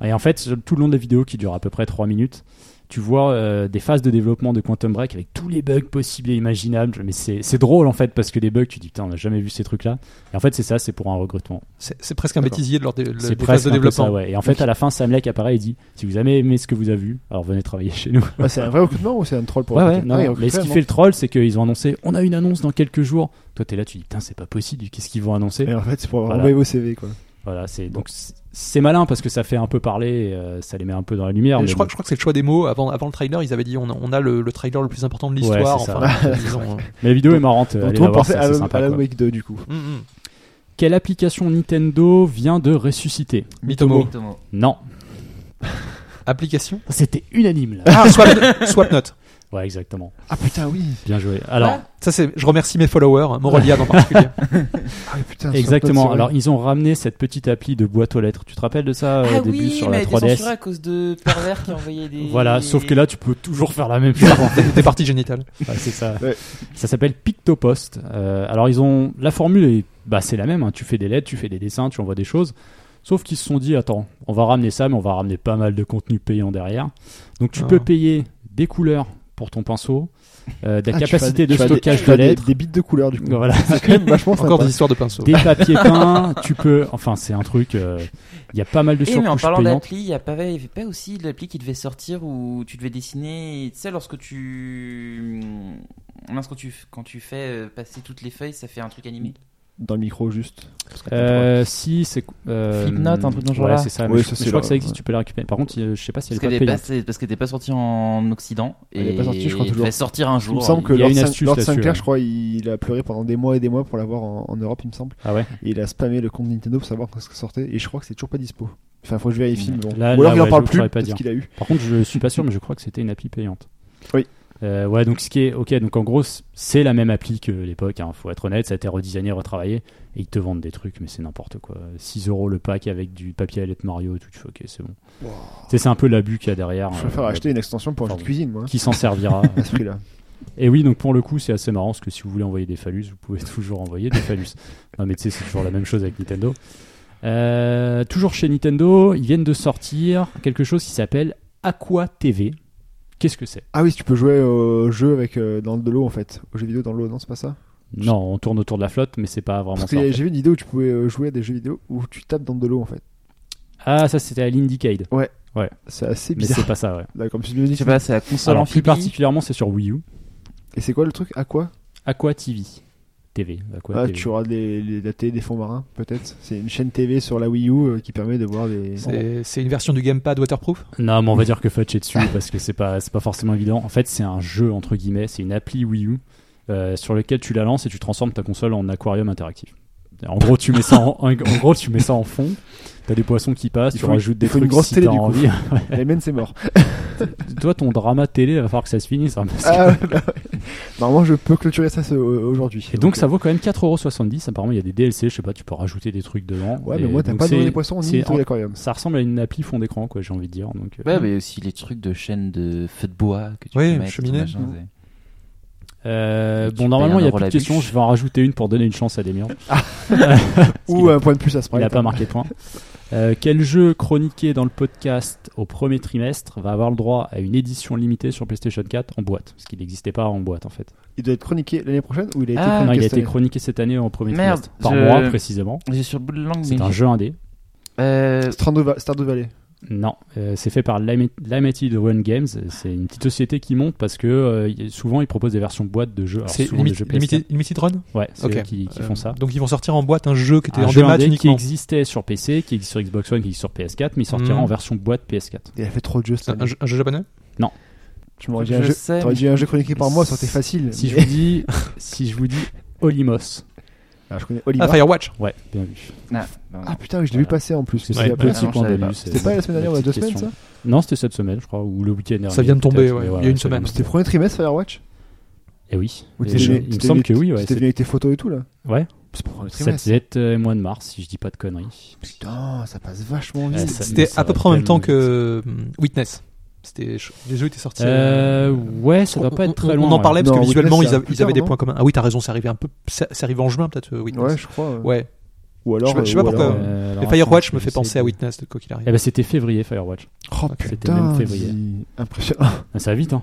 [SPEAKER 3] Et en fait, tout le long de la vidéo, qui dure à peu près 3 minutes, tu vois euh, des phases de développement de Quantum Break avec tous les bugs possibles et imaginables. Mais c'est c'est drôle en fait, parce que des bugs, tu te dis putain, on n'a jamais vu ces trucs-là. Et en fait, c'est ça, c'est pour un recrutement.
[SPEAKER 5] C'est c'est presque un
[SPEAKER 2] D'accord.
[SPEAKER 5] bêtisier de leur dé- le-
[SPEAKER 3] C'est
[SPEAKER 5] des phases
[SPEAKER 3] presque
[SPEAKER 5] de
[SPEAKER 3] un peu
[SPEAKER 5] développement.
[SPEAKER 3] ça, ouais. Et en fait, à la fin, Sam Lake apparaît et dit si vous avez aimé ce que vous avez vu, alors venez travailler chez nous.
[SPEAKER 2] Ah, c'est un vrai recrutement ou c'est un troll pour
[SPEAKER 3] Ouais, ouais,
[SPEAKER 2] recruter
[SPEAKER 3] non,
[SPEAKER 2] Ah, ils
[SPEAKER 3] non.
[SPEAKER 2] recrutent
[SPEAKER 3] mais ce qui
[SPEAKER 2] vraiment.
[SPEAKER 3] fait le troll, c'est qu'ils ont annoncé on a une annonce dans quelques jours. Toi, t'es là, tu dis putain, c'est pas possible, qu'est-ce qu'ils vont annoncer
[SPEAKER 2] Et en fait, c'est pour
[SPEAKER 3] Voilà.
[SPEAKER 2] envoyer vos CV quoi.
[SPEAKER 3] Voilà, c'est donc c'est- c'est malin parce que ça fait un peu parler, euh, ça les met un peu dans la lumière.
[SPEAKER 5] Et
[SPEAKER 3] mais
[SPEAKER 5] je,
[SPEAKER 3] bon.
[SPEAKER 5] crois, je crois que c'est le choix des mots. Avant, avant le trailer, ils avaient dit on a, on a le, le trailer le plus important de l'histoire.
[SPEAKER 3] Ouais, c'est
[SPEAKER 5] enfin, ils ont, euh,
[SPEAKER 3] Mais la vidéo est marrante.
[SPEAKER 2] Donc,
[SPEAKER 3] allez
[SPEAKER 2] tout
[SPEAKER 3] la
[SPEAKER 2] le monde
[SPEAKER 3] voir,
[SPEAKER 2] pensait
[SPEAKER 3] ça,
[SPEAKER 2] à
[SPEAKER 3] c'est
[SPEAKER 2] Alan,
[SPEAKER 3] sympa,
[SPEAKER 2] Alan
[SPEAKER 3] quoi.
[SPEAKER 2] Wake 2 du coup.
[SPEAKER 5] hum, hum.
[SPEAKER 3] Quelle application Nintendo vient de ressusciter
[SPEAKER 5] Mitomo.
[SPEAKER 4] Tomo.
[SPEAKER 3] Non,
[SPEAKER 5] Application
[SPEAKER 3] c'était unanime là.
[SPEAKER 5] Ah, Swap, Swapnote.
[SPEAKER 3] Ouais, exactement.
[SPEAKER 2] Ah putain, oui.
[SPEAKER 3] Bien joué. Alors,
[SPEAKER 4] Ah,
[SPEAKER 5] Ça, c'est, je remercie mes followers, hein, Moroliade en particulier.
[SPEAKER 2] Ah, oui, putain,
[SPEAKER 3] exactement.
[SPEAKER 2] sur-
[SPEAKER 3] Alors, ils ont ramené cette petite appli de boîte aux lettres. Tu te rappelles de ça euh,
[SPEAKER 4] ah
[SPEAKER 3] au début
[SPEAKER 4] oui,
[SPEAKER 3] sur la
[SPEAKER 4] mais elle était censurée
[SPEAKER 3] 3DS
[SPEAKER 4] à cause de pervers qui envoyaient des.
[SPEAKER 3] Voilà, sauf que là, tu peux toujours faire la même chose. en fait.
[SPEAKER 5] Des parties génitales.
[SPEAKER 3] Ouais, c'est ça.
[SPEAKER 2] Ouais.
[SPEAKER 3] Ça s'appelle Pictopost. Euh, alors ils ont la formule est bah c'est la même. hein. Tu fais des lettres, tu fais des dessins, tu envoies des choses. Sauf qu'ils se sont dit attends, on va ramener ça, mais on va ramener pas mal de contenu payant derrière. Donc tu
[SPEAKER 5] Ah.
[SPEAKER 3] peux payer des couleurs pour ton pinceau, euh, de la
[SPEAKER 2] Ah, tu
[SPEAKER 3] capacité
[SPEAKER 2] fais-
[SPEAKER 3] de
[SPEAKER 2] tu fais
[SPEAKER 3] stockage
[SPEAKER 2] des-
[SPEAKER 3] de
[SPEAKER 2] tu fais des-
[SPEAKER 3] lettres.
[SPEAKER 2] Des bits de couleur, du coup.
[SPEAKER 3] Voilà.
[SPEAKER 2] C'est quand même vachement sympa.
[SPEAKER 5] Encore des histoires de pinceaux.
[SPEAKER 3] Des papiers peints, tu peux. Enfin, c'est un truc. euh, Il y a pas mal de
[SPEAKER 4] Et Eh, mais en
[SPEAKER 3] surcouches
[SPEAKER 4] parlant
[SPEAKER 3] payantes.
[SPEAKER 4] d'appli, il y a pas, il y avait pas aussi l'appli qui devait sortir où tu devais dessiner. et Tu sais, lorsque tu. Mince, quand tu, quand tu fais euh, passer toutes les feuilles, ça fait un truc animé.
[SPEAKER 2] Dans le micro, juste.
[SPEAKER 3] Euh, si c'est euh,
[SPEAKER 4] Flipnote, un truc dans ce
[SPEAKER 3] ouais,
[SPEAKER 4] genre-là.
[SPEAKER 3] c'est ça. mais
[SPEAKER 2] Oui,
[SPEAKER 3] je,
[SPEAKER 2] ça,
[SPEAKER 3] mais je
[SPEAKER 2] c'est
[SPEAKER 3] crois
[SPEAKER 2] là,
[SPEAKER 3] que ça existe.
[SPEAKER 2] ouais.
[SPEAKER 3] Tu peux la récupérer. Par contre, euh, je sais pas si elle
[SPEAKER 4] Parce
[SPEAKER 3] est pas
[SPEAKER 4] qu'elle est
[SPEAKER 3] payante.
[SPEAKER 4] pas- parce qu'elle n'était pas sortie en Occident.
[SPEAKER 2] Elle
[SPEAKER 4] et
[SPEAKER 2] est pas sortie, je crois,
[SPEAKER 4] elle
[SPEAKER 2] toujours.
[SPEAKER 4] devait sortir un
[SPEAKER 2] Il
[SPEAKER 4] jour.
[SPEAKER 2] me semble que
[SPEAKER 3] il y a
[SPEAKER 2] Lord
[SPEAKER 3] une
[SPEAKER 2] Saint-
[SPEAKER 3] astuce
[SPEAKER 2] Lord
[SPEAKER 3] là-dessus,
[SPEAKER 2] Sinclair,
[SPEAKER 3] ouais.
[SPEAKER 2] je crois, il a pleuré pendant des mois et des mois pour l'avoir en, en Europe, il me semble.
[SPEAKER 3] Ah ouais.
[SPEAKER 2] Et il a spammé le compte Nintendo pour savoir quand ce que ça sortait. Et je crois que c'est toujours pas dispo. Enfin, faut que je vérifie. mais Bon.
[SPEAKER 3] Là-
[SPEAKER 2] Ou alors
[SPEAKER 3] là,
[SPEAKER 2] il en
[SPEAKER 3] ouais,
[SPEAKER 2] parle
[SPEAKER 3] je
[SPEAKER 2] plus
[SPEAKER 3] saurais pas
[SPEAKER 2] parce
[SPEAKER 3] dire.
[SPEAKER 2] qu'il a eu.
[SPEAKER 3] Par contre, je suis pas sûr, mais je crois que c'était une appli payante.
[SPEAKER 2] Oui.
[SPEAKER 3] Euh, ouais, donc ce qui est ok, donc en gros, c'est la même appli que l'époque. Hein, faut être honnête, ça a été redesigné, retravaillé, et ils te vendent des trucs, mais c'est n'importe quoi. 6 euros le pack avec du papier à lettres Mario, et tout. Tu fais ok, c'est bon. Tu sais, C'est un peu l'abus qu'il y a derrière.
[SPEAKER 2] Je
[SPEAKER 3] euh,
[SPEAKER 2] préfère acheter une extension pour un jeu de
[SPEAKER 3] Pardon.
[SPEAKER 2] cuisine, moi.
[SPEAKER 3] Qui s'en servira
[SPEAKER 2] À ce prix-là.
[SPEAKER 3] Et oui, donc pour le coup, c'est assez marrant parce que si vous voulez envoyer des phallus, vous pouvez toujours envoyer des phallus. non, mais tu sais, c'est toujours la même chose avec Nintendo. Euh, toujours chez Nintendo, ils viennent de sortir quelque chose qui s'appelle Aqua TV. Qu'est-ce que c'est
[SPEAKER 2] Ah oui, tu peux jouer au jeu avec euh, dans de l'eau en fait, au jeu vidéo dans de l'eau, non, c'est pas ça
[SPEAKER 3] Non, on tourne autour de la flotte, mais c'est pas vraiment
[SPEAKER 2] Parce
[SPEAKER 3] ça. en
[SPEAKER 2] que
[SPEAKER 3] fait.
[SPEAKER 2] j'ai vu une vidéo où tu pouvais euh, jouer à des jeux vidéo où tu tapes dans de l'eau en fait.
[SPEAKER 3] Ah, ça c'était à l'Indiecade,
[SPEAKER 2] C'est assez
[SPEAKER 3] mais
[SPEAKER 2] bizarre.
[SPEAKER 3] c'est pas ça, ouais.
[SPEAKER 2] Là, comme tu me dis,
[SPEAKER 4] Je sais pas, c'est la console
[SPEAKER 3] Alors, plus
[SPEAKER 4] amphibie.
[SPEAKER 3] particulièrement, c'est sur Wii U.
[SPEAKER 2] Et c'est quoi le truc À quoi
[SPEAKER 3] Aqua TV. TV. Aqua
[SPEAKER 2] Ah,
[SPEAKER 3] TV.
[SPEAKER 2] tu auras des, les- la télé des fonds marins, peut-être. C'est une chaîne TV sur la Wii U euh, qui permet de voir des.
[SPEAKER 5] C'est, c'est une version du gamepad waterproof
[SPEAKER 3] Non, mais on va dire que Fudge est dessus parce que c'est pas, c'est pas forcément évident. En fait, c'est un jeu, entre guillemets, c'est une appli Wii U euh, sur lequel tu la lances et tu transformes ta console en aquarium interactif. En gros, tu mets ça en, en gros, tu mets ça en fond. T'as des poissons qui passent,
[SPEAKER 2] Il
[SPEAKER 3] tu
[SPEAKER 2] faut une-
[SPEAKER 3] rajoutes
[SPEAKER 2] il
[SPEAKER 3] des
[SPEAKER 2] faut une
[SPEAKER 3] trucs
[SPEAKER 2] grosse
[SPEAKER 3] si
[SPEAKER 2] télé,
[SPEAKER 3] t'as
[SPEAKER 2] du coup.
[SPEAKER 3] envie.
[SPEAKER 2] La MN, c'est mort.
[SPEAKER 3] Toi, ton drama télé, il va falloir que ça se finisse. hein, parce que-
[SPEAKER 2] Ah, ouais, bah ouais. Normalement, je peux clôturer ça ce- euh, aujourd'hui.
[SPEAKER 3] Et donc, ça vaut quand même 4,70€. Apparemment, il y a des DLC, je sais pas, tu peux rajouter des trucs dedans.
[SPEAKER 2] Ouais,
[SPEAKER 3] Et
[SPEAKER 2] mais moi, t'as
[SPEAKER 3] donc,
[SPEAKER 2] pas
[SPEAKER 3] c'est-
[SPEAKER 2] de les poissons
[SPEAKER 3] c'est
[SPEAKER 2] ni
[SPEAKER 3] en-
[SPEAKER 2] de l'aquarium.
[SPEAKER 3] Ça ressemble à une appli fond d'écran, quoi, j'ai envie de dire. Donc, euh,
[SPEAKER 4] Ouais, mais aussi les trucs de chaîne de feu de bois que tu
[SPEAKER 5] Oui,
[SPEAKER 4] peux mettre,
[SPEAKER 5] cheminée.
[SPEAKER 4] machin,
[SPEAKER 5] Mhm.
[SPEAKER 4] c'est-
[SPEAKER 2] Mm.
[SPEAKER 3] euh,
[SPEAKER 4] Tu
[SPEAKER 3] bon,
[SPEAKER 4] payes
[SPEAKER 3] normalement,
[SPEAKER 4] un
[SPEAKER 3] il y a
[SPEAKER 4] euro
[SPEAKER 3] plus
[SPEAKER 4] la
[SPEAKER 3] de questions.
[SPEAKER 4] bûche.
[SPEAKER 3] Je vais en rajouter une pour donner une chance à Damien.
[SPEAKER 4] euh,
[SPEAKER 2] Ou un point de plus à ce
[SPEAKER 3] Il
[SPEAKER 2] prix.
[SPEAKER 3] n'a pas marqué de point. Euh, quel jeu chroniqué dans le podcast au premier trimestre va avoir le droit à une édition limitée sur PlayStation 4 en boîte Parce qu'il n'existait pas en boîte en fait.
[SPEAKER 2] Il doit être chroniqué l'année prochaine ou il a été
[SPEAKER 4] Ah,
[SPEAKER 2] chroniqué
[SPEAKER 3] non, il a
[SPEAKER 2] cette
[SPEAKER 3] été
[SPEAKER 2] année
[SPEAKER 3] chroniqué cette année en premier
[SPEAKER 4] Merde,
[SPEAKER 3] trimestre. Par
[SPEAKER 4] je-
[SPEAKER 3] mois précisément.
[SPEAKER 4] J'ai sur le bout de la langue, mais.
[SPEAKER 3] C'est un jeu indé.
[SPEAKER 4] Euh,
[SPEAKER 2] Stardew Va- Stardew Valley.
[SPEAKER 3] Non, euh, c'est fait par Lime- Limited One Games. C'est une petite société qui monte parce que euh, y- souvent ils proposent des versions boîte de jeux. Alors,
[SPEAKER 5] C'est
[SPEAKER 3] souvent des
[SPEAKER 5] Limit-
[SPEAKER 3] jeux PS4.
[SPEAKER 5] Limited, Limited Run
[SPEAKER 3] Ouais, c'est
[SPEAKER 5] Ok.
[SPEAKER 3] eux qui, qui font ça.
[SPEAKER 5] Donc ils vont sortir en boîte un jeu qui était
[SPEAKER 3] Un
[SPEAKER 5] en
[SPEAKER 3] jeu
[SPEAKER 5] démat
[SPEAKER 3] indé qui
[SPEAKER 5] uniquement.
[SPEAKER 3] existait sur PC, qui existe sur Xbox One, qui existe sur PS4, mais il sortira
[SPEAKER 5] Mm.
[SPEAKER 3] en version boîte PS4.
[SPEAKER 2] Il a fait trop de jeux cette
[SPEAKER 5] Un, un
[SPEAKER 2] année.
[SPEAKER 5] jeu, un jeu japonais
[SPEAKER 2] Tu m'aurais dit
[SPEAKER 4] Je
[SPEAKER 2] un jeu.
[SPEAKER 4] sais,
[SPEAKER 2] T'aurais
[SPEAKER 4] mais-
[SPEAKER 2] dit un jeu chroniqué par moi, ça aurait été facile.
[SPEAKER 3] Si je
[SPEAKER 2] Euh, Mais-
[SPEAKER 3] vous dis, si je vous dis Olimos,
[SPEAKER 2] Ah, je connais
[SPEAKER 5] Ah,
[SPEAKER 2] Oliver.
[SPEAKER 5] Firewatch
[SPEAKER 3] ouais, bien vu.
[SPEAKER 4] Ah, bah,
[SPEAKER 2] Ah putain, oui, je l'ai vu
[SPEAKER 3] Voilà.
[SPEAKER 2] passer en plus.
[SPEAKER 3] C'est
[SPEAKER 2] parce qu'il y a
[SPEAKER 5] ouais.
[SPEAKER 2] peu de-
[SPEAKER 4] Ah, non, je savais pas.
[SPEAKER 2] C'était pas la semaine dernière ou il y a deux semaines ça
[SPEAKER 3] Non, c'était cette semaine, je crois, ou le week-end dernier.
[SPEAKER 5] Ça vient de tomber,
[SPEAKER 3] peut-être,
[SPEAKER 5] ouais,
[SPEAKER 3] mais
[SPEAKER 5] il y a une
[SPEAKER 3] ça vient
[SPEAKER 5] semaine.
[SPEAKER 3] de
[SPEAKER 2] C'était
[SPEAKER 3] tomber.
[SPEAKER 2] le premier trimestre Firewatch
[SPEAKER 3] Eh oui.
[SPEAKER 2] Ou
[SPEAKER 3] Et
[SPEAKER 2] t'es
[SPEAKER 3] je-
[SPEAKER 2] venu-
[SPEAKER 3] il me
[SPEAKER 2] t'es
[SPEAKER 3] semble
[SPEAKER 2] venu-
[SPEAKER 3] que oui, ouais.
[SPEAKER 2] C'était
[SPEAKER 3] c'est-
[SPEAKER 2] venu avec tes photos et tout là
[SPEAKER 3] Ouais.
[SPEAKER 2] C'est pour le premier
[SPEAKER 3] Ça
[SPEAKER 2] trimestre.
[SPEAKER 3] devait être euh, mois de mars, si je dis pas de conneries.
[SPEAKER 2] Putain, ça passe vachement
[SPEAKER 3] Ouais,
[SPEAKER 2] vite.
[SPEAKER 3] Ah, ça-
[SPEAKER 5] C'était
[SPEAKER 3] ça
[SPEAKER 5] à peu
[SPEAKER 3] va
[SPEAKER 5] près en même temps
[SPEAKER 3] tellement vite.
[SPEAKER 5] que hum, Witness. C'était, les jeux étaient sortis.
[SPEAKER 3] Euh, ouais, ça doit
[SPEAKER 5] on-
[SPEAKER 3] pas
[SPEAKER 5] on-
[SPEAKER 3] être très
[SPEAKER 5] on-
[SPEAKER 3] loin.
[SPEAKER 5] On en parlait parce
[SPEAKER 2] Non,
[SPEAKER 5] que visuellement,
[SPEAKER 2] Witness,
[SPEAKER 5] ils,
[SPEAKER 2] c'est
[SPEAKER 5] avaient-
[SPEAKER 2] plus
[SPEAKER 5] ils avaient
[SPEAKER 2] tard,
[SPEAKER 5] des
[SPEAKER 2] non
[SPEAKER 5] points communs. Ah oui, t'as raison, c'est arrivé un peu. C'est c'est arrivé en juin peut-être, euh, Witness.
[SPEAKER 2] Ouais, je crois. euh.
[SPEAKER 5] Ouais.
[SPEAKER 2] Ou alors.
[SPEAKER 5] Je sais- je sais
[SPEAKER 2] euh,
[SPEAKER 5] pas
[SPEAKER 2] ou alors,
[SPEAKER 5] pourquoi.
[SPEAKER 2] euh,
[SPEAKER 3] Euh, alors,
[SPEAKER 5] Et
[SPEAKER 3] attends,
[SPEAKER 5] Firewatch
[SPEAKER 3] je
[SPEAKER 5] me
[SPEAKER 3] vais
[SPEAKER 5] fait penser
[SPEAKER 3] essayer
[SPEAKER 5] à
[SPEAKER 3] de-
[SPEAKER 5] Witness de quoi qu'il
[SPEAKER 3] Eh
[SPEAKER 5] arrive.
[SPEAKER 3] ben, c'était février, Firewatch.
[SPEAKER 2] Oh
[SPEAKER 3] C'était
[SPEAKER 2] putain,
[SPEAKER 3] même février.
[SPEAKER 2] dis- impressionnant.
[SPEAKER 3] Ah, Ça va vite, hein.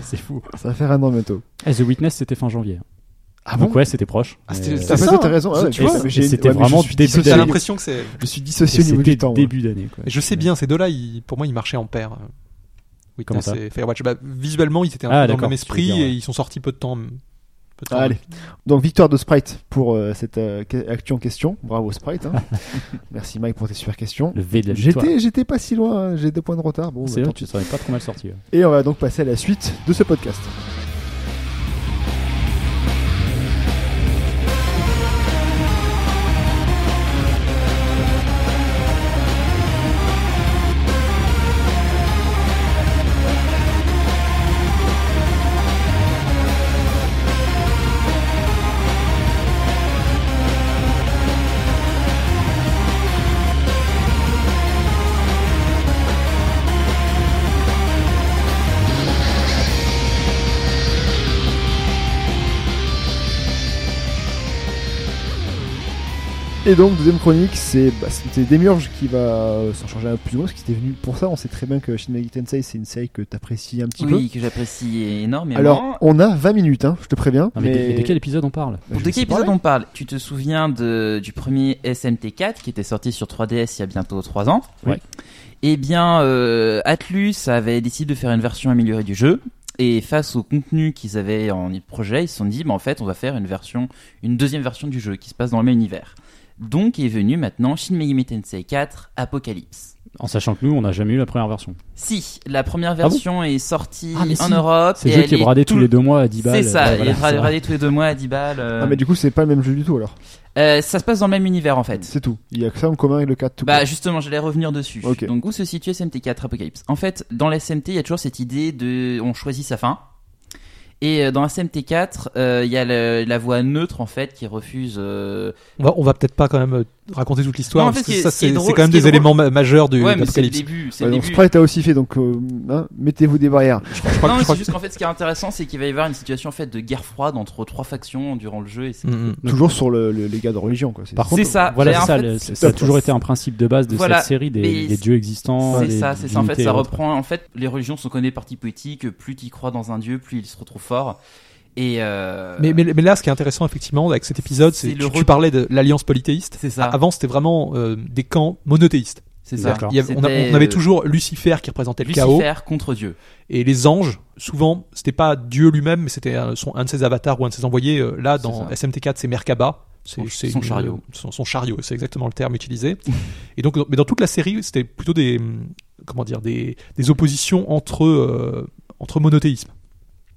[SPEAKER 3] c'est fou.
[SPEAKER 2] Ça va faire un an bientôt.
[SPEAKER 3] Eh, The Witness, c'était fin janvier.
[SPEAKER 2] Ah
[SPEAKER 3] Donc, ouais, c'était proche.
[SPEAKER 5] Ah,
[SPEAKER 3] mais-
[SPEAKER 5] c'était-
[SPEAKER 2] Ah,
[SPEAKER 5] c'était-
[SPEAKER 2] mais
[SPEAKER 5] ça,
[SPEAKER 2] toi, t'as
[SPEAKER 5] hein.
[SPEAKER 2] raison. Ah,
[SPEAKER 5] C'est-
[SPEAKER 2] ouais,
[SPEAKER 5] tu
[SPEAKER 2] mais
[SPEAKER 5] vois,
[SPEAKER 2] j'ai-
[SPEAKER 3] c'était
[SPEAKER 2] ouais, mais je
[SPEAKER 3] vraiment
[SPEAKER 2] suis
[SPEAKER 3] début
[SPEAKER 2] dissocié-
[SPEAKER 5] T'as
[SPEAKER 3] d'année.
[SPEAKER 5] l'impression que c'est.
[SPEAKER 2] Je suis
[SPEAKER 3] Et
[SPEAKER 2] dissocié au niveau
[SPEAKER 3] C'était
[SPEAKER 2] du temps. ouais.
[SPEAKER 3] début d'année. quoi.
[SPEAKER 5] Et Je sais bien, ces deux-là, ils- pour moi, ils marchaient en paire. euh,
[SPEAKER 3] Comment
[SPEAKER 5] Witness
[SPEAKER 3] ça
[SPEAKER 5] et Firewatch. Bah, visuellement, ils étaient un
[SPEAKER 3] Ah,
[SPEAKER 5] peu dans le
[SPEAKER 3] d'accord, tu
[SPEAKER 5] même
[SPEAKER 3] veux
[SPEAKER 5] esprit
[SPEAKER 3] dire, ouais.
[SPEAKER 5] et ils sont sortis peu de temps. peu de temps.
[SPEAKER 2] Allez. Donc victoire de Sprite pour euh, cette euh, que- actu en question. Bravo Sprite. hein. Merci Mike pour tes super questions.
[SPEAKER 3] Le V de la victoire.
[SPEAKER 2] J'étais, j'étais pas si loin. hein. J'ai deux points de retard. Bon, bah,
[SPEAKER 3] C'est vrai,
[SPEAKER 2] tant
[SPEAKER 3] tu
[SPEAKER 2] pis.
[SPEAKER 3] serais pas trop mal sorti. ouais.
[SPEAKER 2] Et on va donc passer à la suite de ce podcast. Et donc, deuxième chronique, c'est bah, c'était Demiurge qui va euh, s'en charger un plus ou moins, parce qu'il était venu pour ça. On sait très bien que Shin Megami Tensei, c'est une série que t'apprécies un petit
[SPEAKER 4] Oui, que j'apprécie énormément.
[SPEAKER 2] peu. Alors, on a 20 minutes, hein, je te préviens.
[SPEAKER 3] Non, mais, de- mais de quel épisode on parle
[SPEAKER 2] Bah,
[SPEAKER 4] Pour
[SPEAKER 2] je
[SPEAKER 4] de
[SPEAKER 2] sais
[SPEAKER 4] quel
[SPEAKER 2] pas,
[SPEAKER 4] épisode
[SPEAKER 2] ouais.
[SPEAKER 4] on parle Tu te souviens de, du premier SMT4 qui était sorti sur 3DS il y a bientôt 3 ans
[SPEAKER 3] Oui.
[SPEAKER 4] Eh bien, euh, Atlus avait décidé de faire une version améliorée du jeu. Et face au contenu qu'ils avaient en projet, ils se sont dit, bah, en fait, on va faire une version, une deuxième version du jeu qui se passe dans le même univers. Donc est venu maintenant Shin Megami Tensei 4 Apocalypse.
[SPEAKER 3] En sachant que nous, on n'a jamais eu la première version.
[SPEAKER 4] Si, la première
[SPEAKER 3] Ah bon
[SPEAKER 4] version est sortie
[SPEAKER 3] Ah, mais
[SPEAKER 4] en
[SPEAKER 3] si.
[SPEAKER 4] Europe.
[SPEAKER 3] C'est
[SPEAKER 4] et
[SPEAKER 3] le jeu
[SPEAKER 4] elle
[SPEAKER 3] qui est bradé tous
[SPEAKER 4] tout-
[SPEAKER 3] les deux mois à 10 balles.
[SPEAKER 4] C'est ça,
[SPEAKER 3] euh,
[SPEAKER 4] il est
[SPEAKER 3] voilà,
[SPEAKER 4] bradé,
[SPEAKER 3] ça.
[SPEAKER 4] tous les deux mois à 10 balles. euh,
[SPEAKER 2] Ah, mais du coup, c'est pas le même jeu du tout alors.
[SPEAKER 4] euh, ça se passe dans le même univers en fait.
[SPEAKER 2] C'est tout. Il y a que ça en commun avec le 4 tout
[SPEAKER 4] Bah
[SPEAKER 2] court.
[SPEAKER 4] justement, j'allais revenir dessus.
[SPEAKER 2] Ok.
[SPEAKER 4] Donc où se situe SMT4 Apocalypse En fait, dans la SMT, il y a toujours cette idée de on choisit sa fin. Et euh, dans SMT4, euh, il y a le- la voix neutre en fait qui refuse. euh,
[SPEAKER 5] On va, on va peut-être pas quand même euh, raconter toute l'histoire,
[SPEAKER 4] Non, en
[SPEAKER 5] parce
[SPEAKER 4] fait,
[SPEAKER 5] que
[SPEAKER 4] ce qui
[SPEAKER 5] ça
[SPEAKER 4] est- ce qui est
[SPEAKER 5] c'est c'est
[SPEAKER 4] drôle-
[SPEAKER 5] quand même
[SPEAKER 4] ce qui est
[SPEAKER 5] des
[SPEAKER 4] drôle-
[SPEAKER 5] éléments ma- majeurs du
[SPEAKER 4] Ouais, mais c'est le
[SPEAKER 5] d'Apocalypse.
[SPEAKER 4] début. C'est
[SPEAKER 2] Ouais,
[SPEAKER 4] le
[SPEAKER 2] donc
[SPEAKER 4] début.
[SPEAKER 2] Sprite a aussi fait, donc euh, hein, mettez-vous des barrières.
[SPEAKER 5] Je crois que-
[SPEAKER 4] non,
[SPEAKER 5] je
[SPEAKER 4] mais
[SPEAKER 5] crois
[SPEAKER 4] c'est
[SPEAKER 5] que-
[SPEAKER 4] juste qu'en fait, ce qui est intéressant, c'est qu'il va y avoir une situation en fait de guerre froide entre trois factions durant le jeu. Et c'est
[SPEAKER 5] Mm, mm.
[SPEAKER 2] Toujours sur le, le- les gars de religion, quoi. C'est-
[SPEAKER 3] Par
[SPEAKER 4] C'est
[SPEAKER 3] contre,
[SPEAKER 4] ça,
[SPEAKER 3] voilà,
[SPEAKER 4] mais
[SPEAKER 3] c'est
[SPEAKER 4] en
[SPEAKER 3] ça,
[SPEAKER 4] fait,
[SPEAKER 3] le-
[SPEAKER 4] c'est-
[SPEAKER 3] ça a toujours été un principe de base de
[SPEAKER 4] Voilà,
[SPEAKER 3] cette série
[SPEAKER 4] mais
[SPEAKER 3] des, des dieux existants.
[SPEAKER 4] C'est
[SPEAKER 3] des
[SPEAKER 4] ça, c'est ça. En fait,
[SPEAKER 3] divinités et
[SPEAKER 4] ça
[SPEAKER 3] autres.
[SPEAKER 4] reprend. En fait, les religions sont connues par politiques. Plus tu crois dans un dieu, plus il se retrouve fort. Et euh,
[SPEAKER 5] Mais, mais, mais là, ce qui est intéressant, effectivement, avec cet épisode, c'est
[SPEAKER 4] C'est le
[SPEAKER 5] tu,
[SPEAKER 4] re-
[SPEAKER 5] tu parlais de l'alliance polythéiste.
[SPEAKER 4] c'est ça,
[SPEAKER 5] Avant, c'était vraiment euh, des camps monothéistes.
[SPEAKER 4] c'est ça.
[SPEAKER 3] D'accord.
[SPEAKER 5] Il y avait- on, a-
[SPEAKER 4] C'était,
[SPEAKER 5] on avait
[SPEAKER 4] euh,
[SPEAKER 5] toujours Lucifer qui représentait le chaos
[SPEAKER 4] Lucifer contre Dieu.
[SPEAKER 5] et les anges. Souvent, c'était pas Dieu lui-même, mais c'était un, son- un de ses avatars ou un de ses envoyés. Euh, Là,
[SPEAKER 4] C'est
[SPEAKER 5] dans
[SPEAKER 4] ça.
[SPEAKER 5] SMT4, c'est Merkaba. C'est
[SPEAKER 4] Son-
[SPEAKER 5] c'est
[SPEAKER 4] son
[SPEAKER 5] une-
[SPEAKER 4] chariot.
[SPEAKER 5] Son, son chariot, c'est exactement le terme utilisé. et donc, dans- mais dans toute la série, c'était plutôt des hum, comment dire des, des oppositions entre euh, entre monothéisme.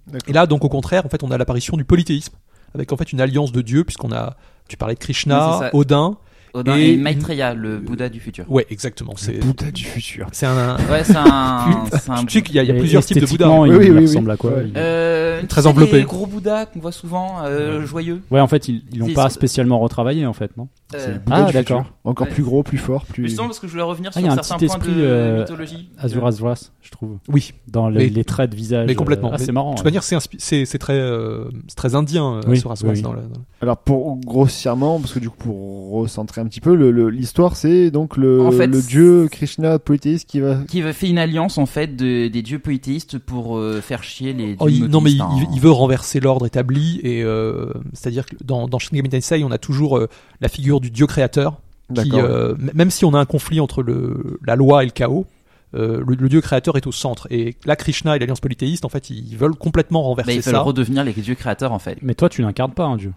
[SPEAKER 2] D'accord.
[SPEAKER 5] Et là, donc au contraire, en fait, on a l'apparition du polythéisme avec en fait une alliance de dieux puisqu'on a tu parlais de
[SPEAKER 4] Oui,
[SPEAKER 5] Krishna,
[SPEAKER 4] c'est ça.
[SPEAKER 5] Odin.
[SPEAKER 4] Odin
[SPEAKER 5] Et-
[SPEAKER 4] Oh, et, Maitreya, le Bouddha du futur.
[SPEAKER 5] Ouais, exactement. C'est
[SPEAKER 2] Le Bouddha du futur.
[SPEAKER 5] c'est un, un-
[SPEAKER 4] Ouais, c'est un. c'est un
[SPEAKER 5] tu sais qu'il y a, il y a
[SPEAKER 3] Et
[SPEAKER 5] plusieurs types de Bouddha.
[SPEAKER 3] esthétiquement,
[SPEAKER 2] Oui,
[SPEAKER 3] Il
[SPEAKER 2] oui, oui,
[SPEAKER 3] il
[SPEAKER 2] oui.
[SPEAKER 3] ressemble à quoi
[SPEAKER 2] Ouais.
[SPEAKER 3] il-
[SPEAKER 4] euh,
[SPEAKER 5] Très
[SPEAKER 4] tu sais,
[SPEAKER 5] enveloppé.
[SPEAKER 4] Les gros Bouddhas qu'on voit souvent, euh, joyeux.
[SPEAKER 3] Ouais, en fait, ils ils l'ont
[SPEAKER 4] Ils
[SPEAKER 3] pas
[SPEAKER 4] sont-
[SPEAKER 3] spécialement retravaillé, en fait, non
[SPEAKER 2] C'est le
[SPEAKER 4] Euh,
[SPEAKER 2] Bouddha
[SPEAKER 3] Ah,
[SPEAKER 2] du
[SPEAKER 3] d'accord.
[SPEAKER 2] futur. Encore
[SPEAKER 4] Ouais.
[SPEAKER 2] plus gros, plus fort, plus.
[SPEAKER 4] justement, parce que je voulais revenir
[SPEAKER 3] Ah, il
[SPEAKER 4] sur
[SPEAKER 3] y a un
[SPEAKER 4] certains
[SPEAKER 3] petit
[SPEAKER 4] points de
[SPEAKER 3] esprit, euh,
[SPEAKER 4] mythologie.
[SPEAKER 3] Azur Azras, je trouve.
[SPEAKER 5] Oui.
[SPEAKER 3] Dans les,
[SPEAKER 5] Mais-
[SPEAKER 3] les traits de visage.
[SPEAKER 5] mais complètement.
[SPEAKER 3] euh, Ah,
[SPEAKER 5] Mais
[SPEAKER 3] c'est marrant.
[SPEAKER 5] De toute
[SPEAKER 3] ouais.
[SPEAKER 5] manière, c'est inspi- c'est c'est très euh, c'est très indien euh,
[SPEAKER 3] Oui,
[SPEAKER 5] Asura Swords
[SPEAKER 3] oui.
[SPEAKER 5] dans le- dans le-
[SPEAKER 2] Alors pour grossièrement, parce que du coup pour recentrer un petit peu, le- le- l'histoire c'est donc le,
[SPEAKER 4] En fait,
[SPEAKER 2] le
[SPEAKER 4] c'est-
[SPEAKER 2] dieu Krishna polythéiste qui va.
[SPEAKER 4] Qui fait une alliance en fait de, des dieux polythéistes pour euh, faire chier les.
[SPEAKER 5] Oh, il-
[SPEAKER 4] dieux
[SPEAKER 5] non mais il,
[SPEAKER 4] monothéistes, hein.
[SPEAKER 5] il- il veut renverser l'ordre établi et euh, c'est-à-dire que dans dans Shin Megami Tensei, on a toujours euh, la figure du dieu créateur qui
[SPEAKER 2] D'accord.
[SPEAKER 5] euh, m- même si on a un conflit entre le la loi et le chaos, euh, le, le dieu créateur est au centre et là Krishna et l'alliance polythéiste en fait, ils veulent complètement
[SPEAKER 4] Bah,
[SPEAKER 5] renverser
[SPEAKER 4] ils veulent
[SPEAKER 5] ça.
[SPEAKER 4] redevenir les dieux créateurs en fait.
[SPEAKER 3] Mais toi, tu l'incarnes pas, un dieu.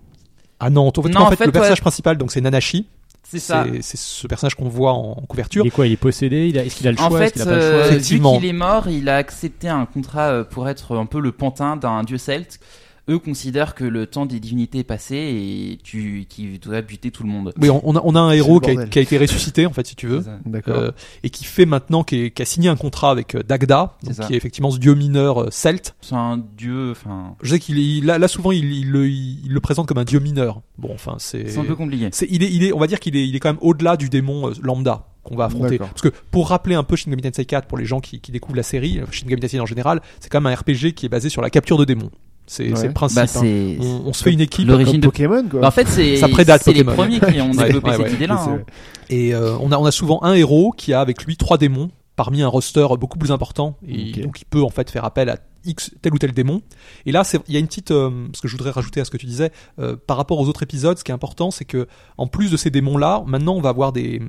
[SPEAKER 5] Ah non, en fait,
[SPEAKER 4] Non,
[SPEAKER 5] en
[SPEAKER 4] en
[SPEAKER 5] fait,
[SPEAKER 4] fait,
[SPEAKER 5] le
[SPEAKER 4] ouais.
[SPEAKER 5] personnage principal donc c'est Nanashi,
[SPEAKER 4] C'est ça.
[SPEAKER 5] c'est c'est ce personnage qu'on voit en en couverture.
[SPEAKER 3] Il est quoi Il est possédé il a- Est-ce qu'il a le choix
[SPEAKER 4] En
[SPEAKER 3] Est-ce
[SPEAKER 4] fait,
[SPEAKER 3] qu'il a pas le choix
[SPEAKER 4] euh, vu
[SPEAKER 5] Effectivement.
[SPEAKER 4] qu'il est mort, il a accepté un contrat euh, pour être un peu le pantin d'un dieu celte. Eux considèrent que le temps des divinités est passé et tu qui doit buter tout le monde.
[SPEAKER 5] Oui, on on a, on a un
[SPEAKER 2] le
[SPEAKER 5] héros qui a,
[SPEAKER 2] bordel.
[SPEAKER 5] qui a été ressuscité, en fait, si tu veux,
[SPEAKER 2] D'accord.
[SPEAKER 5] euh, et qui fait maintenant, qui, est- qui a signé un contrat avec euh, Dagda,
[SPEAKER 4] C'est
[SPEAKER 5] donc
[SPEAKER 4] ça.
[SPEAKER 5] qui est effectivement ce dieu mineur euh, celte.
[SPEAKER 4] C'est un dieu, enfin,
[SPEAKER 5] Je sais qu'il est- là, là, souvent, il, il le, il le présente comme un dieu mineur. Bon, enfin, c'est.
[SPEAKER 4] c'est un peu compliqué.
[SPEAKER 5] c'est- il, est, il est, on va dire qu'il est, il est quand même au-delà du démon euh, lambda qu'on va affronter.
[SPEAKER 2] D'accord.
[SPEAKER 5] Parce que pour rappeler un peu Shin Megami Tensei 4, pour les gens qui, qui découvrent la série, euh, Shin Megami Tensei en général, c'est quand même un RPG qui est basé sur la capture de démons. C'est
[SPEAKER 2] Ouais.
[SPEAKER 5] c'est le principe.
[SPEAKER 4] Bah,
[SPEAKER 5] hein.
[SPEAKER 4] c'est
[SPEAKER 5] On, on se fait une équipe
[SPEAKER 4] l'origine
[SPEAKER 2] Comme
[SPEAKER 4] de.
[SPEAKER 2] Pokémon quoi.
[SPEAKER 4] Bah, en fait, c'est
[SPEAKER 5] Ça prédate
[SPEAKER 4] c'est les
[SPEAKER 5] Pokémon.
[SPEAKER 4] premiers qui ont
[SPEAKER 5] Ouais,
[SPEAKER 4] développé
[SPEAKER 5] ouais, ouais.
[SPEAKER 4] cette idée-là.
[SPEAKER 2] C'est-
[SPEAKER 4] hein.
[SPEAKER 5] Et euh, on, a, on a souvent un héros qui a avec lui trois démons, parmi un roster beaucoup plus important, et
[SPEAKER 2] Ok.
[SPEAKER 5] donc il peut en fait faire appel à X, tel ou tel démon. Et là, c'est- il y a une petite, euh, ce que je voudrais rajouter à ce que tu disais, euh, par rapport aux autres épisodes, ce qui est important, c'est que en plus de ces démons-là, maintenant on va avoir des,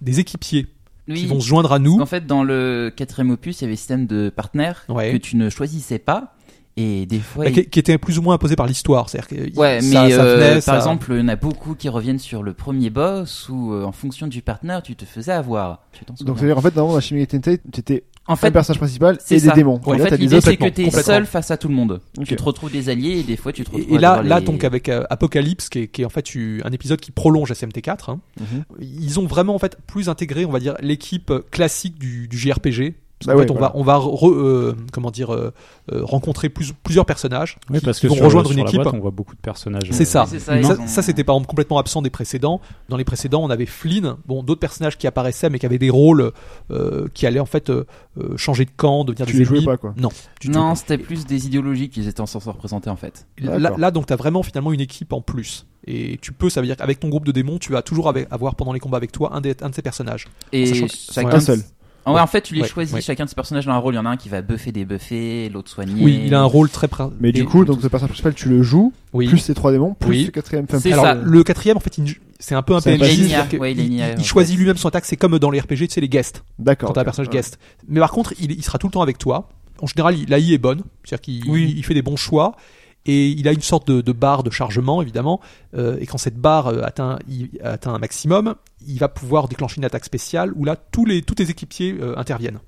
[SPEAKER 5] des équipiers
[SPEAKER 4] Oui.
[SPEAKER 5] qui vont se joindre à nous.
[SPEAKER 4] En fait, dans le quatrième opus, il y avait le système de partenaires
[SPEAKER 5] Ouais.
[SPEAKER 4] que tu ne choisissais pas et des fois.
[SPEAKER 5] bah,
[SPEAKER 4] il-
[SPEAKER 5] Qui, qui étaient plus ou moins imposés par l'histoire, c'est-à-dire que
[SPEAKER 4] Ouais,
[SPEAKER 5] ça-
[SPEAKER 4] mais
[SPEAKER 5] ça
[SPEAKER 4] euh,
[SPEAKER 5] venait,
[SPEAKER 4] par
[SPEAKER 5] ça-
[SPEAKER 4] exemple, il y en a beaucoup qui reviennent sur le premier boss où, euh, en fonction du partenaire, tu te faisais avoir. Tu t'en souviens
[SPEAKER 2] Donc c'est-à-dire en fait normalement dans Shin Megami Tensei, t'étais
[SPEAKER 4] En
[SPEAKER 2] un
[SPEAKER 4] fait,
[SPEAKER 2] personnage principal
[SPEAKER 4] c'est
[SPEAKER 2] et des
[SPEAKER 4] ça.
[SPEAKER 2] démons.
[SPEAKER 4] en
[SPEAKER 2] Et là,
[SPEAKER 4] fait,
[SPEAKER 2] t'as des
[SPEAKER 4] l'idée
[SPEAKER 2] autres-
[SPEAKER 4] c'est que
[SPEAKER 5] complètement,
[SPEAKER 4] t'es
[SPEAKER 5] complètement.
[SPEAKER 4] seul face à tout le monde.
[SPEAKER 2] Ok.
[SPEAKER 4] Tu te retrouves des alliés et des fois tu te retrouves.
[SPEAKER 5] Et, et
[SPEAKER 4] à
[SPEAKER 5] là,
[SPEAKER 4] devoir
[SPEAKER 5] là
[SPEAKER 4] les-
[SPEAKER 5] donc avec euh, Apocalypse, qui est, qui est en fait eu- un épisode qui prolonge SMT4, hein,
[SPEAKER 2] Mhm.
[SPEAKER 5] ils ont vraiment en fait plus intégré, on va dire, l'équipe classique du, du JRPG. Parce
[SPEAKER 2] Bah
[SPEAKER 5] qu'en
[SPEAKER 2] ouais,
[SPEAKER 5] fait, on
[SPEAKER 2] voilà.
[SPEAKER 5] va, on va re- euh, comment dire, euh, euh, rencontrer plus- plusieurs personnages
[SPEAKER 3] Oui,
[SPEAKER 5] qui,
[SPEAKER 3] parce
[SPEAKER 5] qui
[SPEAKER 3] que
[SPEAKER 5] vont
[SPEAKER 3] sur,
[SPEAKER 5] rejoindre
[SPEAKER 3] sur
[SPEAKER 5] une
[SPEAKER 3] la
[SPEAKER 5] équipe.
[SPEAKER 3] boîte, on voit beaucoup de personnages.
[SPEAKER 5] C'est
[SPEAKER 3] euh,
[SPEAKER 5] ça.
[SPEAKER 4] Oui, c'est
[SPEAKER 5] Et
[SPEAKER 4] ils
[SPEAKER 5] ça,
[SPEAKER 4] ont-
[SPEAKER 5] ça, c'était par exemple complètement absent des précédents. Dans les précédents, on avait Flynn, bon, d'autres personnages qui apparaissaient mais qui avaient des rôles euh, qui allaient en fait euh, euh, changer de camp, devenir
[SPEAKER 2] Tu
[SPEAKER 5] des
[SPEAKER 2] les
[SPEAKER 5] ennemis.
[SPEAKER 2] jouais pas, quoi.
[SPEAKER 5] Non, du tout.
[SPEAKER 4] Non, c'était plus des idéologies qu'ils étaient censés représenter en fait.
[SPEAKER 5] Là,
[SPEAKER 2] D'accord.
[SPEAKER 5] là, donc, tu as vraiment finalement une équipe en plus. Et tu peux, ça veut dire qu'avec ton groupe de démons, tu vas toujours avec- avoir pendant les combats avec toi un, des- un de ces personnages. Sachant
[SPEAKER 4] Et
[SPEAKER 5] que-
[SPEAKER 4] chacun.
[SPEAKER 2] Un seul.
[SPEAKER 4] Ah ouais, en fait, tu les
[SPEAKER 5] Ouais,
[SPEAKER 4] choisis.
[SPEAKER 5] ouais.
[SPEAKER 4] Chacun de ces personnages a un rôle. Il y en a un qui va buffer, débuffer, l'autre soigner.
[SPEAKER 5] Oui, il a un rôle très. prin-
[SPEAKER 2] Mais
[SPEAKER 5] et-
[SPEAKER 2] du coup, donc le personnage principal, tu le joues,
[SPEAKER 5] oui.
[SPEAKER 2] plus ces trois démons, plus
[SPEAKER 5] Oui.
[SPEAKER 2] le quatrième. enfin,
[SPEAKER 4] C'est
[SPEAKER 2] plus-
[SPEAKER 5] Alors,
[SPEAKER 4] ça.
[SPEAKER 5] le quatrième, en fait, il- c'est un peu un
[SPEAKER 2] C'est un
[SPEAKER 5] PNJ.
[SPEAKER 2] passif.
[SPEAKER 5] c'est-à-dire que
[SPEAKER 4] Ouais, il est
[SPEAKER 5] il-
[SPEAKER 4] linéaire,
[SPEAKER 5] il
[SPEAKER 4] en
[SPEAKER 5] choisit
[SPEAKER 4] fait.
[SPEAKER 5] lui-même son attaque, c'est comme dans les RPG, tu sais, les guests.
[SPEAKER 2] D'accord. Euh,
[SPEAKER 5] quand t'as un
[SPEAKER 2] ok.
[SPEAKER 5] personnage
[SPEAKER 2] Ouais.
[SPEAKER 5] guest. Mais par contre, il, il sera tout le temps avec toi. En général, il- l'AI est bonne, c'est-à-dire qu'il
[SPEAKER 4] Oui.
[SPEAKER 5] il fait des bons choix. Et il a une sorte de, de barre de chargement, évidemment. euh, et quand cette barre euh, atteint, il- atteint un maximum, il va pouvoir déclencher une attaque spéciale où là, tous, les, tous tes équipiers euh, interviennent.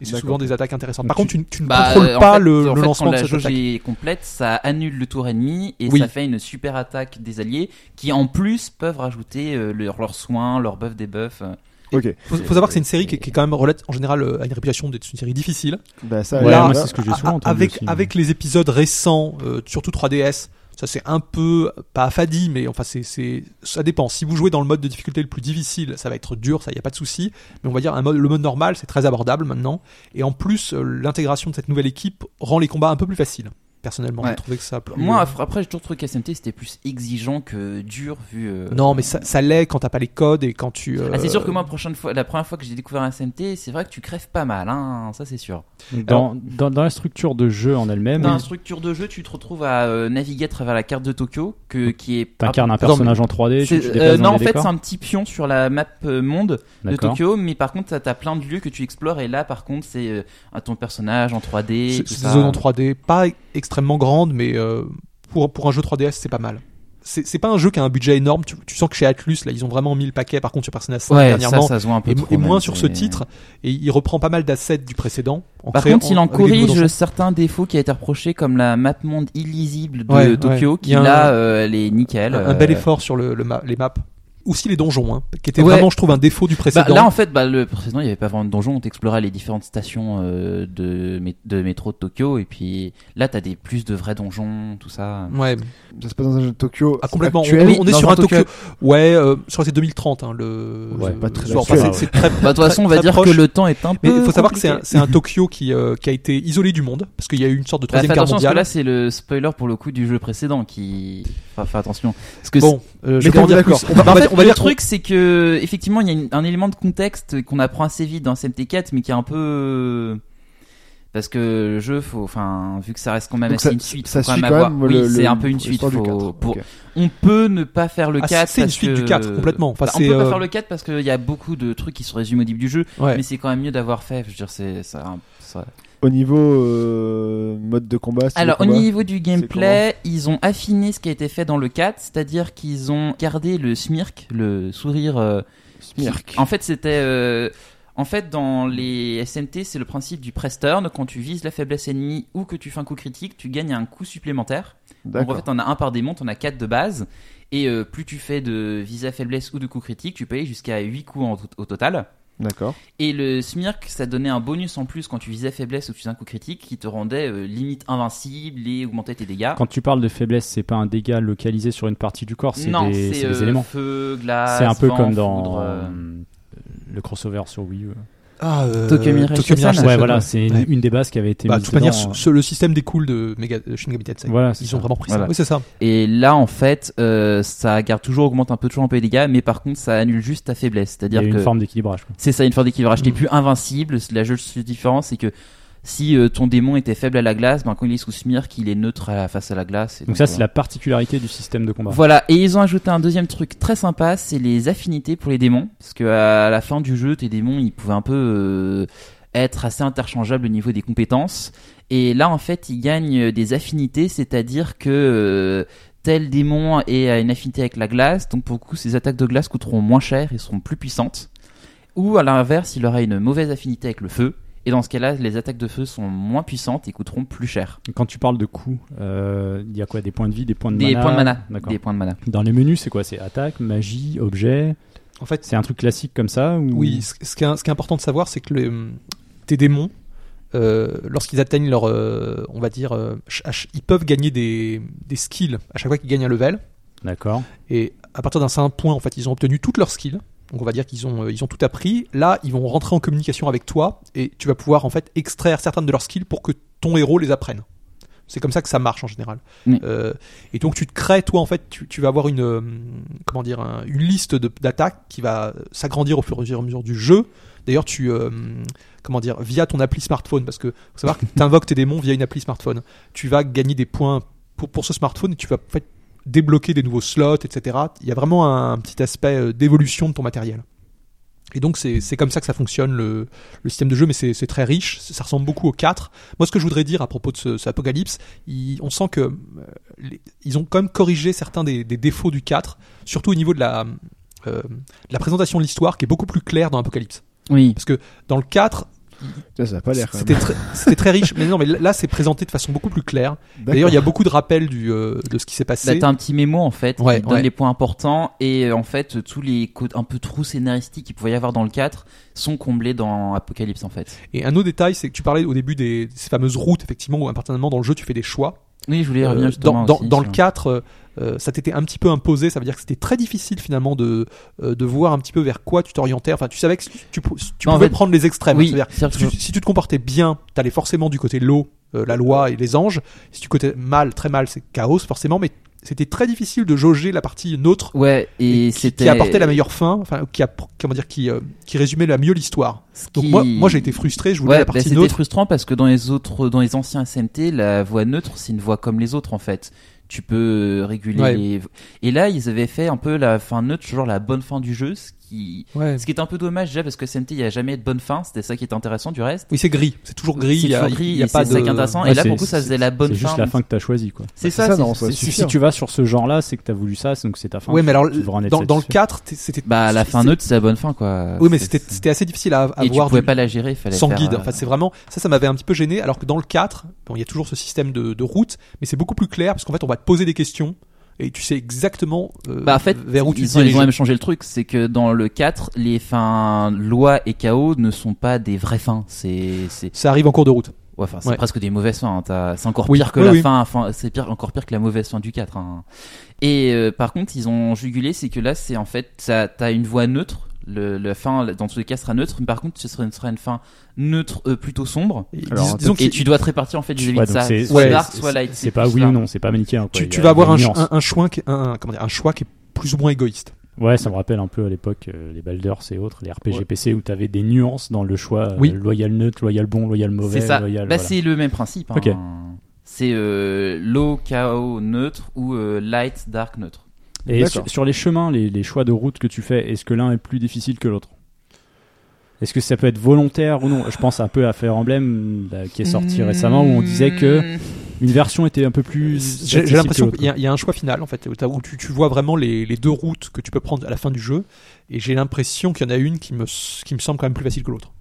[SPEAKER 5] Et c'est
[SPEAKER 2] D'accord.
[SPEAKER 5] souvent des attaques intéressantes.
[SPEAKER 3] Donc
[SPEAKER 5] Par
[SPEAKER 3] tu-
[SPEAKER 5] contre, tu, ne- tu ne
[SPEAKER 4] Bah,
[SPEAKER 5] contrôles
[SPEAKER 4] euh, en
[SPEAKER 5] pas
[SPEAKER 4] fait-
[SPEAKER 5] le,
[SPEAKER 4] en
[SPEAKER 5] le
[SPEAKER 4] fait,
[SPEAKER 5] lancement
[SPEAKER 4] quand
[SPEAKER 5] de
[SPEAKER 4] la
[SPEAKER 5] cette
[SPEAKER 4] jauge
[SPEAKER 5] attaque.
[SPEAKER 4] est complète, ça annule le tour ennemi et
[SPEAKER 5] Oui.
[SPEAKER 4] ça fait une super attaque des alliés qui en plus peuvent rajouter euh, leur- leurs soins, leurs buffs, des buffs. euh.
[SPEAKER 2] Ok.
[SPEAKER 5] Faut, faut savoir que c'est une série qui, qui est quand même relate- en général euh, a une réputation d'être une série difficile.
[SPEAKER 2] Bah, ça,
[SPEAKER 3] Ouais,
[SPEAKER 2] là,
[SPEAKER 3] moi,
[SPEAKER 2] là,
[SPEAKER 3] c'est ce que j'ai
[SPEAKER 5] A-
[SPEAKER 3] souvent
[SPEAKER 5] a-
[SPEAKER 3] entendu.
[SPEAKER 5] Avec,
[SPEAKER 3] aussi.
[SPEAKER 5] avec les épisodes récents, euh, surtout 3DS, ça c'est un peu, pas affadi, mais enfin c'est, c'est, ça dépend. Si vous jouez dans le mode de difficulté le plus difficile, ça va être dur, ça y a pas de souci. Mais on va dire un mode, le mode normal, c'est très abordable maintenant. Et en plus, euh, l'intégration de cette nouvelle équipe rend les combats un peu plus faciles. Personnellement,
[SPEAKER 4] Ouais.
[SPEAKER 5] j'ai trouvé que ça. plus-
[SPEAKER 4] Moi, af- après, j'ai toujours trouvé qu'SMT c'était plus exigeant que dur vu. euh,
[SPEAKER 5] non, mais ça, ça l'est quand t'as pas les codes et quand tu. euh,
[SPEAKER 4] Ah, c'est sûr que moi, la prochaine fois, la première fois que j'ai découvert un SMT, c'est vrai que tu crèves pas mal, hein, ça c'est sûr.
[SPEAKER 3] Dans, dans, dans la structure de jeu en
[SPEAKER 5] Eh
[SPEAKER 3] elle-même,
[SPEAKER 4] Dans la structure de jeu, tu te retrouves à euh, naviguer à travers la carte de Tokyo, que, qui est.
[SPEAKER 3] t'incarnes un
[SPEAKER 5] Ah,
[SPEAKER 4] Attends,
[SPEAKER 3] personnage en 3D. Tu,
[SPEAKER 4] C'est-
[SPEAKER 3] tu
[SPEAKER 4] euh,
[SPEAKER 3] déplaces dans
[SPEAKER 4] non, en
[SPEAKER 3] les
[SPEAKER 4] fait,
[SPEAKER 3] décors.
[SPEAKER 4] c'est un petit pion sur la map euh, monde de
[SPEAKER 3] D'accord.
[SPEAKER 4] Tokyo, mais par contre, t'as- t'as plein de lieux que tu explores, et là, par contre, c'est euh, un- ton personnage en 3D.
[SPEAKER 5] C'est
[SPEAKER 4] tout
[SPEAKER 5] c'est
[SPEAKER 4] ça.
[SPEAKER 5] des zones en 3D, pas extrêmement grandes, mais euh, pour, pour un jeu 3DS, c'est pas mal. C'est c'est pas un jeu qui a un budget énorme. Tu, tu sens que chez Atlus, là, ils ont vraiment mis le paquet. Par contre, sur Persona 5,
[SPEAKER 4] Ouais, ça,
[SPEAKER 5] dernièrement,
[SPEAKER 4] ça se voit un peu
[SPEAKER 5] et,
[SPEAKER 4] trop,
[SPEAKER 5] et moins
[SPEAKER 4] même,
[SPEAKER 5] sur ce
[SPEAKER 4] c'est-
[SPEAKER 5] titre. Et il reprend pas mal d'assets du précédent. en
[SPEAKER 4] Par
[SPEAKER 5] créant-
[SPEAKER 4] contre, il en
[SPEAKER 5] avec des nouveaux
[SPEAKER 4] corrige
[SPEAKER 5] ensembles.
[SPEAKER 4] certains défauts qui a été reproché, comme la map monde illisible de
[SPEAKER 5] Ouais,
[SPEAKER 4] Tokyo,
[SPEAKER 5] ouais. Il
[SPEAKER 4] qui
[SPEAKER 5] y a un-
[SPEAKER 4] là, euh, elle est nickel.
[SPEAKER 5] un, un bel
[SPEAKER 4] euh,
[SPEAKER 5] effort sur le, le ma- les maps. Aussi les donjons, hein, qui était
[SPEAKER 4] Ouais.
[SPEAKER 5] vraiment, je trouve, un défaut du
[SPEAKER 4] Bah,
[SPEAKER 5] précédent.
[SPEAKER 4] là en fait bah, le précédent il n'y avait pas vraiment de donjon, on t'explorait les différentes stations euh, de, mé- de métro de Tokyo et puis là t'as des plus de vrais donjons, tout ça.
[SPEAKER 5] Ouais,
[SPEAKER 2] ça se passe dans un jeu de Tokyo.
[SPEAKER 5] ah, complètement. On,
[SPEAKER 2] actuel.
[SPEAKER 5] on- on est
[SPEAKER 4] dans
[SPEAKER 5] sur
[SPEAKER 4] un
[SPEAKER 5] un Tokyo.
[SPEAKER 4] Tokyo-
[SPEAKER 5] Ouais, euh, sur c'est 2030, hein, le.
[SPEAKER 3] Ouais,
[SPEAKER 5] le-
[SPEAKER 2] pas très
[SPEAKER 5] le-
[SPEAKER 2] actuel,
[SPEAKER 5] c'est-
[SPEAKER 3] ouais.
[SPEAKER 5] c'est très-
[SPEAKER 4] Bah de toute façon on va
[SPEAKER 5] Très
[SPEAKER 4] dire
[SPEAKER 5] proche.
[SPEAKER 4] que le temps est un peu
[SPEAKER 5] Mais il faut savoir que c'est un,
[SPEAKER 4] compliqué.
[SPEAKER 5] c'est un Tokyo qui, euh, qui a été isolé du monde, parce qu'il y a eu une sorte de
[SPEAKER 4] Bah, fais
[SPEAKER 5] troisième guerre
[SPEAKER 4] attention parce que
[SPEAKER 5] mondiale.
[SPEAKER 4] là c'est le spoiler pour le coup du jeu précédent qui enfin, fais attention parce que
[SPEAKER 5] bon, euh, je
[SPEAKER 2] Mais
[SPEAKER 5] vais en
[SPEAKER 2] t'es
[SPEAKER 5] dire
[SPEAKER 2] d'accord.
[SPEAKER 5] plus. On va,
[SPEAKER 4] Bah, en
[SPEAKER 5] on va-
[SPEAKER 4] fait,
[SPEAKER 5] on va
[SPEAKER 4] le
[SPEAKER 5] dire
[SPEAKER 4] truc, c'est que effectivement, il y a une- un élément de contexte qu'on apprend assez vite dans SMT4, mais qui est un peu parce que le jeu, faut, enfin, vu que ça reste quand même
[SPEAKER 2] Donc
[SPEAKER 4] assez
[SPEAKER 2] ça,
[SPEAKER 4] une suite,
[SPEAKER 2] ça
[SPEAKER 4] faut quand
[SPEAKER 2] suit
[SPEAKER 4] même
[SPEAKER 2] quand
[SPEAKER 4] avoir-
[SPEAKER 2] même
[SPEAKER 4] oui,
[SPEAKER 2] le-
[SPEAKER 4] c'est
[SPEAKER 2] le-
[SPEAKER 4] un peu une suite.
[SPEAKER 2] l'histoire du
[SPEAKER 4] faut-
[SPEAKER 2] quatre.
[SPEAKER 4] pour-
[SPEAKER 2] Ok.
[SPEAKER 4] On peut ne pas faire le
[SPEAKER 5] Ah,
[SPEAKER 4] 4
[SPEAKER 5] c'est une
[SPEAKER 4] parce
[SPEAKER 5] suite
[SPEAKER 4] que-
[SPEAKER 5] du 4 complètement. Enfin,
[SPEAKER 4] Bah, on
[SPEAKER 5] c'est,
[SPEAKER 4] peut pas
[SPEAKER 5] euh,
[SPEAKER 4] faire le 4 parce qu'il y a beaucoup de trucs qui se résument au début du jeu,
[SPEAKER 5] ouais.
[SPEAKER 4] mais c'est quand même mieux d'avoir fait. Je veux dire, c'est ça. ça-
[SPEAKER 2] Au niveau euh, mode de combat, style de
[SPEAKER 4] Alors, au
[SPEAKER 2] combat.
[SPEAKER 4] niveau du gameplay, ils ont affiné ce qui a été fait dans le 4, c'est-à-dire qu'ils ont gardé le smirk, le sourire. euh, qui- En fait, c'était. euh, En fait, dans les SMT, c'est le principe du press turn. Quand tu vises la faiblesse ennemie ou que tu fais un coup critique, tu gagnes un coup supplémentaire. Donc en
[SPEAKER 2] D'accord.
[SPEAKER 4] fait, on a un par démon, on a quatre de base. Et euh, plus tu fais de vis à faiblesse ou de coups critiques, tu peux aller jusqu'à 8 coups en tout- au total.
[SPEAKER 2] D'accord.
[SPEAKER 4] Et le smirk, ça donnait un bonus en plus quand tu visais faiblesse ou tu faisais un coup critique qui te rendait euh, limite invincible et augmentait tes dégâts.
[SPEAKER 3] Quand tu parles de faiblesse, c'est pas un dégât localisé sur une partie du corps, c'est
[SPEAKER 4] non,
[SPEAKER 3] des,
[SPEAKER 4] c'est
[SPEAKER 3] c'est des
[SPEAKER 4] euh,
[SPEAKER 3] éléments.
[SPEAKER 4] feu, glace,
[SPEAKER 3] C'est un peu
[SPEAKER 4] vent,
[SPEAKER 3] comme dans
[SPEAKER 4] foudre, euh.
[SPEAKER 3] euh, le crossover sur Wii U.
[SPEAKER 5] Ah, euh,
[SPEAKER 4] Tokyo Mirage Bah, Session.
[SPEAKER 3] Ouais,
[SPEAKER 5] Session,
[SPEAKER 3] voilà, c'est une,
[SPEAKER 5] Ouais.
[SPEAKER 3] une des bases qui avait été
[SPEAKER 5] Bah, de
[SPEAKER 3] mise
[SPEAKER 5] toute manière,
[SPEAKER 3] dedans,
[SPEAKER 5] ce- ce- le système découle de, Mega, de Shin Megami
[SPEAKER 3] euh.
[SPEAKER 5] Tensei.
[SPEAKER 3] Voilà, c'est
[SPEAKER 5] Ils ont
[SPEAKER 3] ça.
[SPEAKER 5] vraiment pris ça.
[SPEAKER 4] Voilà.
[SPEAKER 5] Oui, c'est ça.
[SPEAKER 4] Et là, en fait, euh, ça garde toujours, augmente un peu toujours un peu les dégâts, mais par contre, ça annule juste ta faiblesse.
[SPEAKER 3] Il y a
[SPEAKER 4] C'est-à-dire
[SPEAKER 3] une
[SPEAKER 4] que
[SPEAKER 3] forme d'équilibrage. quoi.
[SPEAKER 4] c'est ça une forme d'équilibrage. T'es
[SPEAKER 5] Mm.
[SPEAKER 4] plus invincible. La seule différence, c'est que si euh, ton démon était faible à la glace, ben quand il est sous smirk, il est neutre à la- face à la glace. et
[SPEAKER 3] Donc ça, c'est
[SPEAKER 4] voilà.
[SPEAKER 3] la particularité du système de combat.
[SPEAKER 4] Voilà. Et ils ont ajouté un deuxième truc très sympa, c'est les affinités pour les démons, parce que à la fin du jeu, tes démons, ils pouvaient un peu euh, être assez interchangeables au niveau des compétences. Et là, en fait, ils gagnent des affinités, c'est-à-dire que euh, tel démon est à une affinité avec la glace, donc pour le coup, ses attaques de glace coûteront moins cher et seront plus puissantes. Ou à l'inverse, il aura une mauvaise affinité avec le feu, et dans ce cas-là, les attaques de feu sont moins puissantes et coûteront plus cher.
[SPEAKER 3] Quand tu parles de coups, euh, il y a quoi Des points de vie, des points de
[SPEAKER 4] Des
[SPEAKER 3] mana
[SPEAKER 4] points de mana.
[SPEAKER 3] D'accord.
[SPEAKER 4] Des points de mana.
[SPEAKER 3] Dans les menus, c'est quoi C'est attaque, magie, objet
[SPEAKER 5] En fait,
[SPEAKER 3] C'est un truc classique comme ça ou...
[SPEAKER 5] oui, ce, ce qui est, ce qui est important de savoir, c'est que le, tes démons, euh, lorsqu'ils atteignent leur, euh, on va dire, euh, ch- ach- ils peuvent gagner des, des skills à chaque fois qu'ils gagnent un level.
[SPEAKER 3] D'accord.
[SPEAKER 5] Et à partir d'un certain point, en fait, ils ont obtenu toutes leurs skills. Donc on va dire qu'ils ont, euh, ils ont tout appris. Là, ils vont rentrer en communication avec toi et tu vas pouvoir en fait extraire certaines de leurs skills pour que ton héros les apprenne. C'est comme ça que ça marche en général.
[SPEAKER 4] Mm.
[SPEAKER 5] Euh, et donc tu te crées, toi en fait, tu, tu vas avoir une, euh, comment dire, un- une liste de- d'attaques qui va euh, s'agrandir au fur et à mesure du jeu. D'ailleurs, tu, euh, comment dire, via ton appli smartphone, parce que faut savoir que tu invoques tes démons via une appli smartphone. Tu vas gagner des points pour, pour ce smartphone et tu vas en fait, débloquer des nouveaux slots, etc. Il y a vraiment un, petit aspect euh, d'évolution de ton matériel. Et donc c'est c'est comme ça que ça fonctionne le, le système de jeu, mais c'est c'est très riche, ça ressemble beaucoup au 4. Moi ce que je voudrais dire à propos de ce, ce Apocalypse, il- on sent que euh, les- ils ont quand même corrigé certains des, des défauts du 4, surtout au niveau de la, euh, de la présentation de l'histoire qui est beaucoup plus claire dans Apocalypse.
[SPEAKER 4] Oui.
[SPEAKER 5] Parce que dans le 4,
[SPEAKER 2] Putain, ça a pas l'air quand
[SPEAKER 5] c'était très, c'était très riche, mais non, mais là c'est présenté de façon beaucoup plus claire.
[SPEAKER 2] même.
[SPEAKER 5] D'ailleurs il y a beaucoup de rappels du, euh, de ce qui s'est
[SPEAKER 4] Bah,
[SPEAKER 5] passé.
[SPEAKER 4] t'as un petit mémo en fait
[SPEAKER 5] Ouais,
[SPEAKER 4] qui donne
[SPEAKER 5] ouais.
[SPEAKER 4] les points importants et euh, en fait tous les côtés un peu trous scénaristiques qu'il pouvait y avoir dans le 4 sont comblés dans Apocalypse en fait.
[SPEAKER 5] Et un autre détail, c'est que tu parlais au début des ces fameuses routes, effectivement, où à partir d'un moment dans le jeu, tu fais des choix.
[SPEAKER 4] Oui, je voulais y
[SPEAKER 5] Euh,
[SPEAKER 4] revenir justement
[SPEAKER 5] dans, dans,
[SPEAKER 4] aussi
[SPEAKER 5] dans
[SPEAKER 4] sur-
[SPEAKER 5] le 4, euh, euh, ça t'était un petit peu imposé, ça veut dire que c'était très difficile finalement de, euh, de voir un petit peu vers quoi tu t'orientais. Enfin, tu savais que tu, pou- tu
[SPEAKER 4] Non, en
[SPEAKER 5] pouvais
[SPEAKER 4] fait,
[SPEAKER 5] prendre les extrêmes. hein,
[SPEAKER 4] Oui,
[SPEAKER 5] C'est-à-dire,
[SPEAKER 4] c'est-à-dire
[SPEAKER 5] si,
[SPEAKER 4] que-
[SPEAKER 5] tu- si tu te comportais bien, t'allais forcément du côté l'eau, euh, la loi et les anges. Si tu côté mal, très mal, c'est chaos forcément, mais c'était très difficile de jauger la partie neutre
[SPEAKER 4] Ouais, et,
[SPEAKER 5] qui,
[SPEAKER 4] c'était
[SPEAKER 5] qui apportait la meilleure fin, enfin, qui, app- comment dire, qui, euh, qui résumait la mieux l'histoire.
[SPEAKER 4] ce
[SPEAKER 5] Donc
[SPEAKER 4] qui-
[SPEAKER 5] moi, moi j'ai été frustré, je voulais
[SPEAKER 4] Ouais,
[SPEAKER 5] la
[SPEAKER 4] bah,
[SPEAKER 5] partie
[SPEAKER 4] c'était
[SPEAKER 5] neutre.
[SPEAKER 4] frustrant parce que dans les autres, dans les anciens SMT, la voix neutre, c'est une voix comme les autres en fait. Tu peux euh, réguler.
[SPEAKER 5] Ouais.
[SPEAKER 4] les- Et là, ils avaient fait un peu la fin neutre, genre la bonne fin du jeu, ce qui,
[SPEAKER 5] Ouais.
[SPEAKER 4] ce qui est un peu dommage déjà parce que SMT, il n'y a jamais de bonne fin. C'était ça qui était intéressant du reste.
[SPEAKER 5] Oui, c'est gris. C'est toujours gris.
[SPEAKER 4] C'est
[SPEAKER 5] il y a-
[SPEAKER 4] toujours gris,
[SPEAKER 5] il y a
[SPEAKER 4] et
[SPEAKER 5] pas
[SPEAKER 4] c'est
[SPEAKER 5] de.
[SPEAKER 4] ça qui est intéressant.
[SPEAKER 3] Ouais,
[SPEAKER 4] et là,
[SPEAKER 3] c'est-
[SPEAKER 4] pour le coup, ça faisait la bonne
[SPEAKER 3] C'est
[SPEAKER 4] fin.
[SPEAKER 3] juste la fin que t'as choisie, quoi.
[SPEAKER 4] C'est
[SPEAKER 2] ça,
[SPEAKER 4] ça,
[SPEAKER 2] ça,
[SPEAKER 4] c'est-
[SPEAKER 2] non, ça
[SPEAKER 4] c'est-
[SPEAKER 3] Si,
[SPEAKER 2] suffire.
[SPEAKER 3] si tu vas sur ce genre-là, c'est que t'as voulu ça, c'est donc c'est ta fin.
[SPEAKER 5] Ouais, mais alors,
[SPEAKER 3] tu devras en être
[SPEAKER 5] dans, dans le
[SPEAKER 3] satisfait.
[SPEAKER 5] 4, t'es- c'était.
[SPEAKER 4] Bah, la fin
[SPEAKER 5] c'est-
[SPEAKER 4] neutre, c'est la bonne fin, quoi.
[SPEAKER 5] Oui, mais
[SPEAKER 4] C'est-
[SPEAKER 5] c'était c'était assez difficile à, à
[SPEAKER 4] Et tu
[SPEAKER 5] voir
[SPEAKER 4] pouvais
[SPEAKER 5] du-
[SPEAKER 4] pas la gérer, il fallait
[SPEAKER 5] sans
[SPEAKER 4] faire,
[SPEAKER 5] guide.
[SPEAKER 4] euh,
[SPEAKER 5] Enfin, c'est vraiment. Ça, ça m'avait un petit peu gêné. Alors que dans le 4, bon, il y a toujours ce système de, de route, mais c'est beaucoup plus clair parce qu'en fait, on va te poser des questions et tu sais exactement euh,
[SPEAKER 4] Bah en fait,
[SPEAKER 5] vers où
[SPEAKER 4] ils,
[SPEAKER 5] tu te
[SPEAKER 4] ont, ils
[SPEAKER 5] diriges.
[SPEAKER 4] ont même changé le truc, c'est que dans le 4, les fins loi et chaos ne sont pas des vraies fins. C'est c'est
[SPEAKER 5] Ça arrive en cours de route.
[SPEAKER 4] ouais, enfin, c'est
[SPEAKER 5] Ouais.
[SPEAKER 4] presque des mauvaises fins. hein. T'as- C'est encore
[SPEAKER 5] Oui,
[SPEAKER 4] pire que
[SPEAKER 5] oui,
[SPEAKER 4] la
[SPEAKER 5] oui.
[SPEAKER 4] fin. enfin, c'est pire encore pire que la mauvaise fin du 4. hein. Et euh, par contre, ils ont jugulé, c'est que là, c'est en fait, ça- t'as une voie neutre. Le, la fin, dans tous les cas, sera neutre. Mais par contre, ce sera une, sera une fin neutre, euh, plutôt sombre.
[SPEAKER 5] Et
[SPEAKER 3] Alors,
[SPEAKER 5] dis- disons que
[SPEAKER 4] Et
[SPEAKER 5] c'est-
[SPEAKER 4] tu dois te répartir en fait vis-à-vis
[SPEAKER 3] Ouais,
[SPEAKER 4] de
[SPEAKER 3] donc
[SPEAKER 4] ça.
[SPEAKER 3] c'est-
[SPEAKER 4] Soit
[SPEAKER 5] ouais,
[SPEAKER 4] dark,
[SPEAKER 3] c'est-
[SPEAKER 4] soit
[SPEAKER 3] c'est-
[SPEAKER 4] light.
[SPEAKER 3] C'est pas oui ou non, c'est pas manichéen. quoi.
[SPEAKER 5] tu,
[SPEAKER 3] Il y
[SPEAKER 5] tu
[SPEAKER 3] a-
[SPEAKER 5] vas
[SPEAKER 3] il y a
[SPEAKER 5] avoir
[SPEAKER 3] une
[SPEAKER 5] un,
[SPEAKER 3] nuance.
[SPEAKER 5] un, un choix qui, un, un- comment dire, un choix qui est plus ou moins égoïste.
[SPEAKER 3] Ouais, ça me rappelle un peu à l'époque euh, les Balders et autres, les RPG
[SPEAKER 5] Ouais.
[SPEAKER 3] PC où t'avais des nuances dans le choix euh,
[SPEAKER 5] Oui.
[SPEAKER 3] loyal neutre, loyal bon, loyal mauvais,
[SPEAKER 4] C'est ça.
[SPEAKER 3] loyal.
[SPEAKER 4] Bah,
[SPEAKER 3] voilà.
[SPEAKER 4] c'est le même principe. hein.
[SPEAKER 3] Ok.
[SPEAKER 4] C'est euh, low, chaos, neutre ou euh, light, dark, neutre.
[SPEAKER 3] Et
[SPEAKER 2] D'accord.
[SPEAKER 3] sur, sur les chemins, les, les choix de route que tu fais, est-ce que l'un est plus difficile que l'autre Est-ce que ça peut être volontaire ou non Je pense un peu à Fire Emblem là, qui est
[SPEAKER 5] Mmh.
[SPEAKER 3] sorti récemment où on disait que
[SPEAKER 4] Mmh.
[SPEAKER 3] une version était un peu plus.
[SPEAKER 5] J'ai j'ai
[SPEAKER 3] accessible
[SPEAKER 5] l'impression
[SPEAKER 3] que
[SPEAKER 5] qu'il y, a- il y a un choix final en fait, où, t'as- où tu, tu vois vraiment les, les deux routes que tu peux prendre à la fin du jeu, et j'ai l'impression qu'il y en a une qui me, s- qui me semble quand même plus facile que l'autre.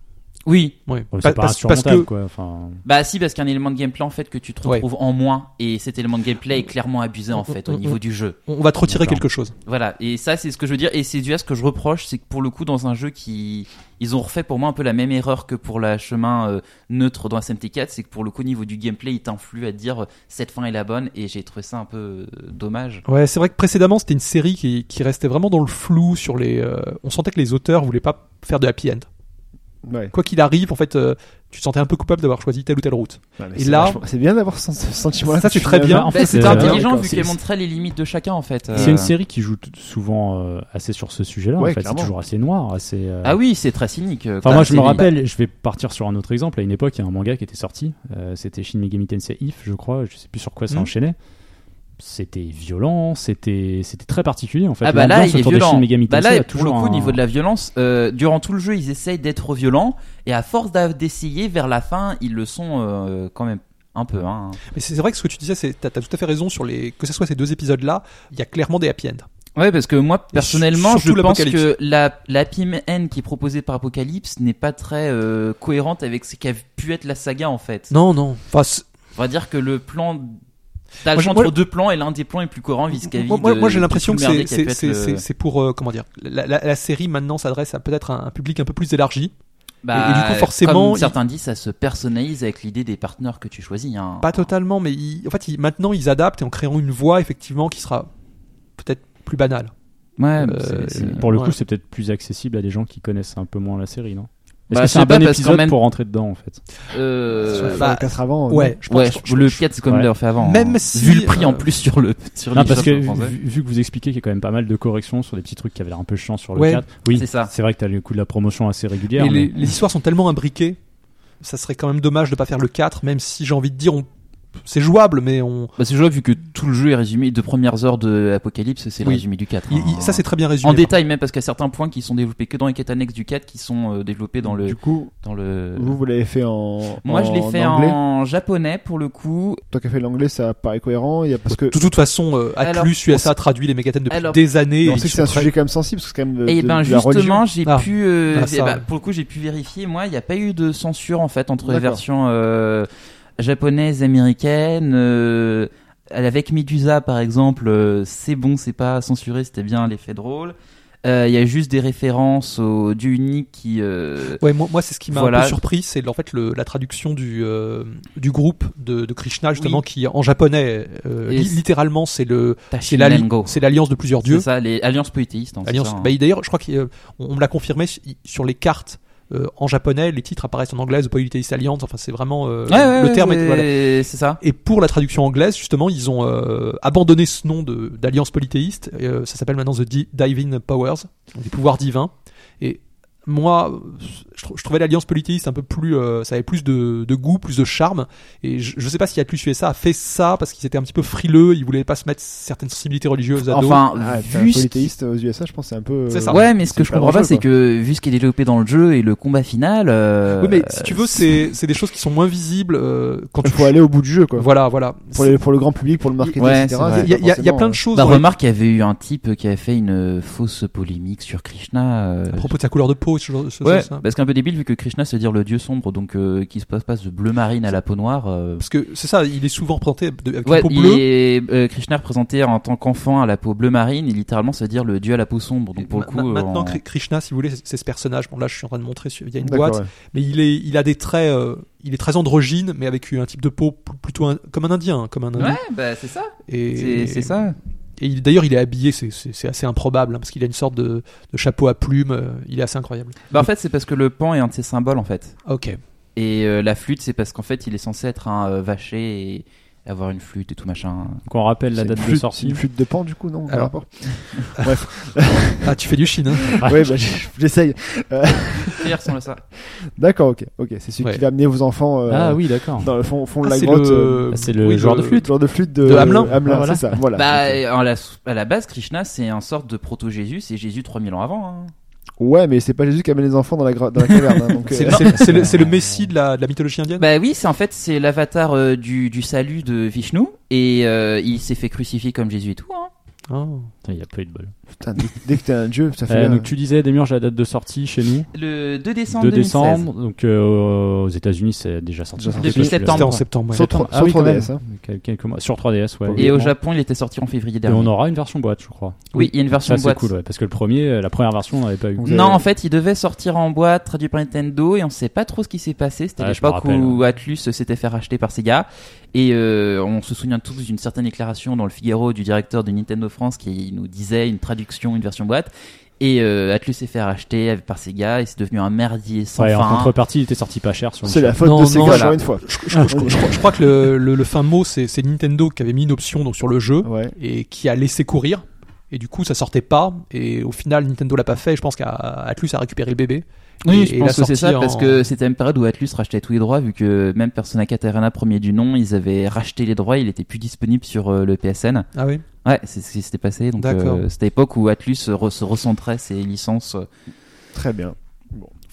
[SPEAKER 4] Oui.
[SPEAKER 5] Ouais.
[SPEAKER 3] l'autre. C'est
[SPEAKER 5] Pa-
[SPEAKER 3] pas
[SPEAKER 5] parce, parce
[SPEAKER 3] insurmontable
[SPEAKER 5] que
[SPEAKER 3] quoi. Enfin,
[SPEAKER 4] Bah si, parce qu'un élément de gameplay en fait que tu te
[SPEAKER 5] Ouais.
[SPEAKER 4] retrouves en moins et cet élément de gameplay est clairement abusé en
[SPEAKER 5] Mm,
[SPEAKER 4] fait
[SPEAKER 5] mm,
[SPEAKER 4] au
[SPEAKER 5] mm,
[SPEAKER 4] niveau du jeu.
[SPEAKER 5] on on va te retirer
[SPEAKER 3] D'accord.
[SPEAKER 5] quelque chose.
[SPEAKER 4] Voilà. Et ça, c'est ce que je veux dire. Et c'est dû à ce que je reproche, c'est que pour le coup, dans un jeu qui, ils ont refait pour moi un peu la même erreur que pour la chemin euh, neutre dans SMT4, c'est que pour le coup, au niveau du gameplay, il t'influe à te dire euh, cette fin est la bonne. Et j'ai trouvé ça un peu euh, dommage.
[SPEAKER 5] Ouais, c'est vrai que précédemment c'était une série qui, qui restait vraiment dans le flou sur les. euh, on sentait que les auteurs voulaient pas faire de happy end.
[SPEAKER 2] Ouais.
[SPEAKER 5] Quoi qu'il arrive, en fait, euh, tu te sentais un peu coupable d'avoir choisi telle ou telle route.
[SPEAKER 2] Ouais, mais
[SPEAKER 5] Et
[SPEAKER 2] c'est
[SPEAKER 5] là-
[SPEAKER 2] vachement- c'est bien d'avoir ce ce sentiment-là.
[SPEAKER 5] Ça,
[SPEAKER 2] que
[SPEAKER 5] c'est
[SPEAKER 2] tu
[SPEAKER 5] très
[SPEAKER 2] fais
[SPEAKER 5] bien.
[SPEAKER 2] avant.
[SPEAKER 3] En
[SPEAKER 4] Bah,
[SPEAKER 3] fait,
[SPEAKER 4] c'était
[SPEAKER 3] euh,
[SPEAKER 4] intelligent
[SPEAKER 2] d'accord.
[SPEAKER 4] vu
[SPEAKER 2] C'est-
[SPEAKER 4] qu'elle montrait les limites de chacun en fait.
[SPEAKER 3] C'est
[SPEAKER 4] Euh,
[SPEAKER 3] une série qui joue t- souvent euh, assez sur ce sujet-là.
[SPEAKER 2] Ouais,
[SPEAKER 3] en fait, c'est
[SPEAKER 2] clairement.
[SPEAKER 3] toujours assez noir, assez. euh,
[SPEAKER 4] Ah oui, c'est très cynique. euh,
[SPEAKER 3] Enfin,
[SPEAKER 4] quand
[SPEAKER 3] moi,
[SPEAKER 4] même,
[SPEAKER 3] je me
[SPEAKER 4] c'est-
[SPEAKER 3] rappelle, je vais partir sur un autre exemple. À une époque, il y a un manga qui était sorti. euh, c'était Shin Megami Tensei If, je crois. Je sais plus sur quoi ça
[SPEAKER 4] Hmm.
[SPEAKER 5] Mhm.
[SPEAKER 3] enchaînait. C'était violent, c'était c'était très particulier en fait.
[SPEAKER 4] Ah bah là,
[SPEAKER 3] L'ambiance
[SPEAKER 4] il est
[SPEAKER 3] autour de Shin
[SPEAKER 4] violent.
[SPEAKER 3] Megami
[SPEAKER 4] Bah
[SPEAKER 3] Tensei
[SPEAKER 4] là,
[SPEAKER 3] a
[SPEAKER 4] pour le
[SPEAKER 3] toujours
[SPEAKER 4] coup, au
[SPEAKER 3] un-
[SPEAKER 4] niveau de la violence, euh, durant tout le jeu, ils essayent d'être violents et à force d'a- d'essayer, vers la fin, ils le sont euh, quand même un peu. Hein.
[SPEAKER 5] Mais c'est c'est vrai que ce que tu disais, c'est t'as as tout à fait raison sur les. Que ce soit ces deux épisodes-là, il y a clairement des happy end.
[SPEAKER 4] Ouais, parce que moi, personnellement, je
[SPEAKER 5] surtout
[SPEAKER 4] pense que
[SPEAKER 5] l'Apocalypse.
[SPEAKER 4] la, la PMN qui est proposée par Apocalypse n'est pas très euh, cohérente avec ce qu'a pu être la saga en fait.
[SPEAKER 5] Non, non. Enfin, c'est-
[SPEAKER 4] On va dire que le plan. T'as
[SPEAKER 5] Moi,
[SPEAKER 4] le
[SPEAKER 5] je-
[SPEAKER 4] choix
[SPEAKER 5] moi-
[SPEAKER 4] entre deux plans et l'un des plans est plus cohérent vis-à-vis.
[SPEAKER 5] Moi, moi-
[SPEAKER 4] de-
[SPEAKER 5] moi, j'ai
[SPEAKER 4] de
[SPEAKER 5] l'impression
[SPEAKER 4] tout
[SPEAKER 5] que
[SPEAKER 4] le
[SPEAKER 5] c'est
[SPEAKER 4] merdier qu'a pu
[SPEAKER 5] c'est-
[SPEAKER 4] être
[SPEAKER 5] c'est- euh,
[SPEAKER 4] le-
[SPEAKER 5] c'est- c'est pour euh, comment dire la, la- la série maintenant s'adresse à peut-être un, un public un peu plus élargi
[SPEAKER 4] Bah,
[SPEAKER 5] Et- et du coup, forcément,
[SPEAKER 4] comme
[SPEAKER 5] il-
[SPEAKER 4] certains disent, ça se personnalise avec l'idée des partenaires que tu choisis. hein.
[SPEAKER 5] Pas totalement, mais ils- en fait, ils- maintenant, ils adaptent et en créant une voix, effectivement, qui sera peut-être plus banale.
[SPEAKER 4] Ouais, mais
[SPEAKER 5] Euh,
[SPEAKER 4] c'est- c'est-
[SPEAKER 3] Pour le
[SPEAKER 5] Ouais.
[SPEAKER 3] coup, c'est peut-être plus accessible à des gens qui connaissent un peu moins la série, non Est-ce
[SPEAKER 4] Bah,
[SPEAKER 3] que
[SPEAKER 4] je
[SPEAKER 3] c'est
[SPEAKER 4] sais
[SPEAKER 3] un
[SPEAKER 4] pas,
[SPEAKER 3] bon
[SPEAKER 4] parce qu'en
[SPEAKER 3] épisode
[SPEAKER 4] même-
[SPEAKER 3] pour rentrer dedans, en fait
[SPEAKER 4] Euh,
[SPEAKER 2] Sur
[SPEAKER 5] bah,
[SPEAKER 2] les quatre avant. euh,
[SPEAKER 5] Ouais, je pense.
[SPEAKER 4] ouais,
[SPEAKER 5] je-
[SPEAKER 4] le 4, c'est comme
[SPEAKER 3] ouais.
[SPEAKER 4] il leur fait avant.
[SPEAKER 5] Même
[SPEAKER 4] hein.
[SPEAKER 5] si,
[SPEAKER 4] Vu le prix en
[SPEAKER 5] euh,
[SPEAKER 4] plus sur le. Sur
[SPEAKER 3] Non,
[SPEAKER 4] l'e-shop
[SPEAKER 3] parce que
[SPEAKER 4] en français.
[SPEAKER 3] vu, vu que vous expliquez qu'il y a quand même pas mal de corrections sur des petits trucs qui avaient l'air un peu chiants sur le
[SPEAKER 5] Ouais.
[SPEAKER 3] 4, oui,
[SPEAKER 4] C'est ça.
[SPEAKER 3] vrai que t'as le coup de la promotion assez régulière.
[SPEAKER 5] Mais les,
[SPEAKER 3] mais-
[SPEAKER 5] les histoires sont tellement imbriquées, ça serait quand même dommage de pas faire le 4, même si j'ai envie de dire, on... c'est jouable, mais on...
[SPEAKER 4] Bah, c'est jouable vu que tout le jeu est résumé. Les deux premières heures de Apocalypse, c'est le
[SPEAKER 5] Oui.
[SPEAKER 4] résumé du 4.
[SPEAKER 5] il-
[SPEAKER 4] hein.
[SPEAKER 5] il- ça c'est très bien résumé.
[SPEAKER 4] En détail, même parce qu'il y a certains points qui sont développés que dans les quêtes annexes du 4 qui sont euh, développés dans le.
[SPEAKER 2] Du coup,
[SPEAKER 4] Dans le...
[SPEAKER 2] vous, vous l'avez fait en.
[SPEAKER 4] Euh, Moi, je l'ai fait
[SPEAKER 2] anglais.
[SPEAKER 4] en japonais pour le coup.
[SPEAKER 2] Toi qui as fait l'anglais, ça paraît cohérent. Il y a parce que.
[SPEAKER 5] De toute façon, euh,
[SPEAKER 4] Alors,
[SPEAKER 5] Atlus USA traduit les mégathèmes depuis
[SPEAKER 4] Alors-
[SPEAKER 5] des années.
[SPEAKER 2] on
[SPEAKER 5] et
[SPEAKER 2] sait
[SPEAKER 5] ils
[SPEAKER 2] que c'est un
[SPEAKER 5] sont très-
[SPEAKER 2] sujet quand même sensible, parce que c'est quand même.
[SPEAKER 4] Et
[SPEAKER 2] de-
[SPEAKER 4] ben
[SPEAKER 2] de la religion.
[SPEAKER 4] justement, j'ai
[SPEAKER 5] Ah.
[SPEAKER 4] pu euh,
[SPEAKER 5] Ah, ça,
[SPEAKER 4] eh ben,
[SPEAKER 5] ouais.
[SPEAKER 4] pour le coup, j'ai pu vérifier moi, il n'y a pas eu de censure en fait entre les
[SPEAKER 2] D'accord.
[SPEAKER 4] versions euh, japonaises, américaines euh, avec Medusa par exemple, euh, c'est bon, c'est pas censuré, c'était bien l'effet drôle. Euh, Il y a juste des références au dieu unique qui euh,
[SPEAKER 5] Ouais, moi, moi, c'est ce qui m'a un
[SPEAKER 4] Voilà.
[SPEAKER 5] peu surpris, c'est en fait le- la traduction du, euh, du groupe de, de Krishna, justement,
[SPEAKER 4] Oui.
[SPEAKER 5] qui en japonais, euh,
[SPEAKER 4] Et
[SPEAKER 5] li-
[SPEAKER 4] c'est-
[SPEAKER 5] littéralement, c'est le c'est
[SPEAKER 4] Tashin
[SPEAKER 5] l'alli-
[SPEAKER 4] Nengo.
[SPEAKER 5] c'est l'alliance de plusieurs
[SPEAKER 4] C'est
[SPEAKER 5] dieux.
[SPEAKER 4] ça, les alliances polythéistes. hein, c'est
[SPEAKER 5] Alliance.
[SPEAKER 4] ça, hein.
[SPEAKER 5] Bah, D'ailleurs, je crois qu'on on me l'a confirmé il- sur les cartes euh, en japonais, les titres apparaissent en anglais, The Polytheist Alliance. Enfin, c'est vraiment euh,
[SPEAKER 4] Ouais, ouais,
[SPEAKER 5] le
[SPEAKER 4] ouais,
[SPEAKER 5] terme. est-
[SPEAKER 4] ouais,
[SPEAKER 5] voilà.
[SPEAKER 4] c'est ça.
[SPEAKER 5] Et pour la traduction anglaise, justement, ils ont euh, abandonné ce nom de- d'alliance polythéiste. Et, euh, ça s'appelle maintenant The Di- Divine Powers, donc des pouvoirs divins. Et moi, euh, je, trou- je trouvais l'alliance polythéiste un peu plus, euh, ça avait plus de, de goût, plus de charme. Et je, je sais pas si Atlus USA a fait ça parce qu'ils étaient un petit peu frileux, ils voulaient pas se mettre certaines sensibilités religieuses à dos.
[SPEAKER 4] Enfin,
[SPEAKER 2] Ah, t'es un
[SPEAKER 4] vu ce qui-
[SPEAKER 2] polythéiste aux USA, je pense, c'est un peu.
[SPEAKER 5] C'est
[SPEAKER 2] euh,
[SPEAKER 5] ça.
[SPEAKER 4] Ouais, mais ce
[SPEAKER 2] C'est
[SPEAKER 4] que je
[SPEAKER 2] pas
[SPEAKER 4] comprends
[SPEAKER 2] leur
[SPEAKER 4] pas,
[SPEAKER 2] jeu,
[SPEAKER 4] c'est
[SPEAKER 2] quoi.
[SPEAKER 4] que vu ce qui est développé dans le jeu et le combat final. euh,
[SPEAKER 5] oui, mais si tu veux, c'est c'est des choses qui sont moins visibles euh, quand
[SPEAKER 2] Il
[SPEAKER 5] tu
[SPEAKER 2] faut aller au bout du jeu, quoi.
[SPEAKER 5] Voilà, voilà.
[SPEAKER 2] Pour, les- pour le grand public, pour le marketing,
[SPEAKER 4] Ouais,
[SPEAKER 2] etc. hein.
[SPEAKER 4] c'est vrai.
[SPEAKER 5] Il y, a- il y a- il y a plein de choses
[SPEAKER 4] Bah,
[SPEAKER 5] dans les-
[SPEAKER 4] remarque, il y avait eu un type qui avait fait une euh, fausse polémique sur Krishna. euh,
[SPEAKER 5] à propos de sa couleur de peau, ce genre de choses.
[SPEAKER 4] ouais,
[SPEAKER 5] ça.
[SPEAKER 4] parce qu'un peu débile vu que Krishna se dire le dieu sombre, donc euh, qui se passe, passe de bleu marine à la peau noire. euh,
[SPEAKER 5] Parce que c'est ça, il est souvent représenté de- avec
[SPEAKER 4] Ouais,
[SPEAKER 5] une peau
[SPEAKER 4] il
[SPEAKER 5] bleue.
[SPEAKER 4] est euh, Krishna représenté en tant qu'enfant à la peau bleu marine et littéralement se dire le dieu à la peau sombre. Donc pour le
[SPEAKER 5] Ma-
[SPEAKER 4] coup,
[SPEAKER 5] ma-
[SPEAKER 4] euh,
[SPEAKER 5] maintenant,
[SPEAKER 4] en-
[SPEAKER 5] Kri- Krishna, si vous voulez, c'est c'est ce personnage. Bon, là, je suis en train de montrer sur- via une
[SPEAKER 2] D'accord,
[SPEAKER 5] boîte,
[SPEAKER 2] ouais.
[SPEAKER 5] mais il est, il a des traits, euh, il est très androgyne, mais avec un type de peau pl- plutôt un- comme un indien, hein, comme un indien.
[SPEAKER 4] Ouais, bah c'est ça.
[SPEAKER 5] Et
[SPEAKER 4] C'est c'est ça.
[SPEAKER 5] Et il- d'ailleurs, il est habillé, c'est- c'est c'est assez improbable, hein, parce qu'il a une sorte de, de chapeau à plumes. euh, il est assez incroyable.
[SPEAKER 4] Bah en fait, c'est parce que le pan est un de ses symboles en fait.
[SPEAKER 5] Ok.
[SPEAKER 4] Et euh, la flûte, c'est parce qu'en fait, il est censé être un euh, vacher et avoir une flûte et tout machin.
[SPEAKER 3] Donc on rappelle la
[SPEAKER 2] C'est
[SPEAKER 3] date
[SPEAKER 2] une
[SPEAKER 3] de
[SPEAKER 2] flûte-
[SPEAKER 3] sortie.
[SPEAKER 2] Une flûte de pan, du coup, non
[SPEAKER 5] Alors.
[SPEAKER 2] rapport.
[SPEAKER 5] Ah, tu fais du chine. hein.
[SPEAKER 2] Ouais, bah, j'ai- j'essaye.
[SPEAKER 4] Ça ressemble à ça.
[SPEAKER 2] D'accord, ok. Ok, c'est celui
[SPEAKER 5] Ouais.
[SPEAKER 2] qui va amener vos enfants. euh,
[SPEAKER 3] Ah oui, d'accord.
[SPEAKER 2] Dans le fond, fond de
[SPEAKER 5] Ah,
[SPEAKER 2] la
[SPEAKER 5] c'est
[SPEAKER 2] grotte.
[SPEAKER 5] le-
[SPEAKER 2] euh,
[SPEAKER 3] Bah, C'est le
[SPEAKER 5] oui,
[SPEAKER 3] joueur
[SPEAKER 5] le-
[SPEAKER 3] de flûte.
[SPEAKER 2] genre de flûte de,
[SPEAKER 5] de Hamelin.
[SPEAKER 3] Ah, voilà.
[SPEAKER 2] c'est ça. Voilà.
[SPEAKER 4] Bah,
[SPEAKER 3] euh,
[SPEAKER 2] Ok.
[SPEAKER 4] à la, à la base, Krishna, c'est un sorte de proto-Jésus, c'est Jésus 3000 ans avant. hein.
[SPEAKER 2] Ouais, mais c'est pas Jésus qui amène les enfants dans la, gra- dans la caverne. hein, donc,
[SPEAKER 5] C'est
[SPEAKER 2] euh,
[SPEAKER 5] le- c'est- c'est le, c'est le messie de la, de la mythologie indienne.
[SPEAKER 4] Bah oui, c'est en fait, c'est l'avatar euh, du, du salut de Vishnu, et euh, il s'est fait crucifier comme Jésus et tout. hein.
[SPEAKER 5] Ah.
[SPEAKER 3] Putain, il y a pas eu de bol.
[SPEAKER 2] putain, dès, dès que t'es un dieu, ça fait.
[SPEAKER 3] Euh,
[SPEAKER 2] euh,
[SPEAKER 3] donc tu disais, Demiurge, la date de sortie chez nous
[SPEAKER 4] Le 2 décembre
[SPEAKER 3] 2
[SPEAKER 4] 2016.
[SPEAKER 3] décembre. Donc euh, aux États-Unis, c'est déjà sorti.
[SPEAKER 2] Déjà sorti.
[SPEAKER 4] Depuis
[SPEAKER 3] Je-
[SPEAKER 4] septembre.
[SPEAKER 5] C'était en septembre. ouais.
[SPEAKER 2] Sur trois-
[SPEAKER 3] Ah
[SPEAKER 2] sur
[SPEAKER 3] oui, quand
[SPEAKER 2] 3DS,
[SPEAKER 3] même.
[SPEAKER 2] hein.
[SPEAKER 3] Quel- quelques mois- Sur 3DS, ouais.
[SPEAKER 4] Et au
[SPEAKER 3] évidemment.
[SPEAKER 4] Japon, il était sorti en février
[SPEAKER 3] Et
[SPEAKER 4] dernier.
[SPEAKER 3] on aura une version boîte, je crois.
[SPEAKER 4] Oui, il y a une version
[SPEAKER 3] Ça, c'est
[SPEAKER 4] boîte.
[SPEAKER 3] cool, ouais, parce que le premier, euh, la première version, on n'avait pas eu.
[SPEAKER 2] Vous
[SPEAKER 4] Non,
[SPEAKER 2] avez-
[SPEAKER 4] en fait, il devait sortir en boîte, traduit par Nintendo, et on sait pas trop ce qui s'est passé. C'était
[SPEAKER 3] Ouais, je
[SPEAKER 4] l'époque
[SPEAKER 3] me rappelle,
[SPEAKER 4] où Atlus s'était fait racheter par Sega. Et euh, on se souvient tous d'une certaine déclaration dans le Figaro du directeur de Nintendo France qui nous disait une traduction, une version boîte. Et euh, Atlus s'est fait racheter par Sega, et c'est devenu un merdier sans
[SPEAKER 3] Ouais, en
[SPEAKER 4] fin.
[SPEAKER 3] contrepartie, il était sorti pas cher sur le
[SPEAKER 2] C'est la faute
[SPEAKER 5] Non,
[SPEAKER 2] de
[SPEAKER 5] non,
[SPEAKER 2] Sega,
[SPEAKER 4] voilà.
[SPEAKER 2] encore une fois.
[SPEAKER 5] Je, je- je- je- je crois- je crois que le, le- le fin mot, c'est c'est Nintendo qui avait mis une option donc, sur le jeu.
[SPEAKER 2] Ouais.
[SPEAKER 5] et qui a laissé courir. Et du coup, ça sortait pas. Et au final, Nintendo l'a pas fait. Je pense qu'Atlus a récupéré le bébé.
[SPEAKER 4] Oui,
[SPEAKER 5] Et-
[SPEAKER 4] je
[SPEAKER 5] et
[SPEAKER 4] pense
[SPEAKER 5] la
[SPEAKER 4] que c'est ça,
[SPEAKER 5] sortie
[SPEAKER 4] parce
[SPEAKER 5] en-
[SPEAKER 4] que c'était la même période où Atlus rachetait tous les droits, vu que même Persona 4 Arena, premier du nom, ils avaient racheté les droits, il était plus disponible sur euh, le PSN.
[SPEAKER 5] Ah oui.
[SPEAKER 4] Ouais, c'est ce qui s'était passé. Donc,
[SPEAKER 5] D'accord.
[SPEAKER 4] euh, c'était l'époque où Atlus re- se recentrait ses licences.
[SPEAKER 2] Très bien.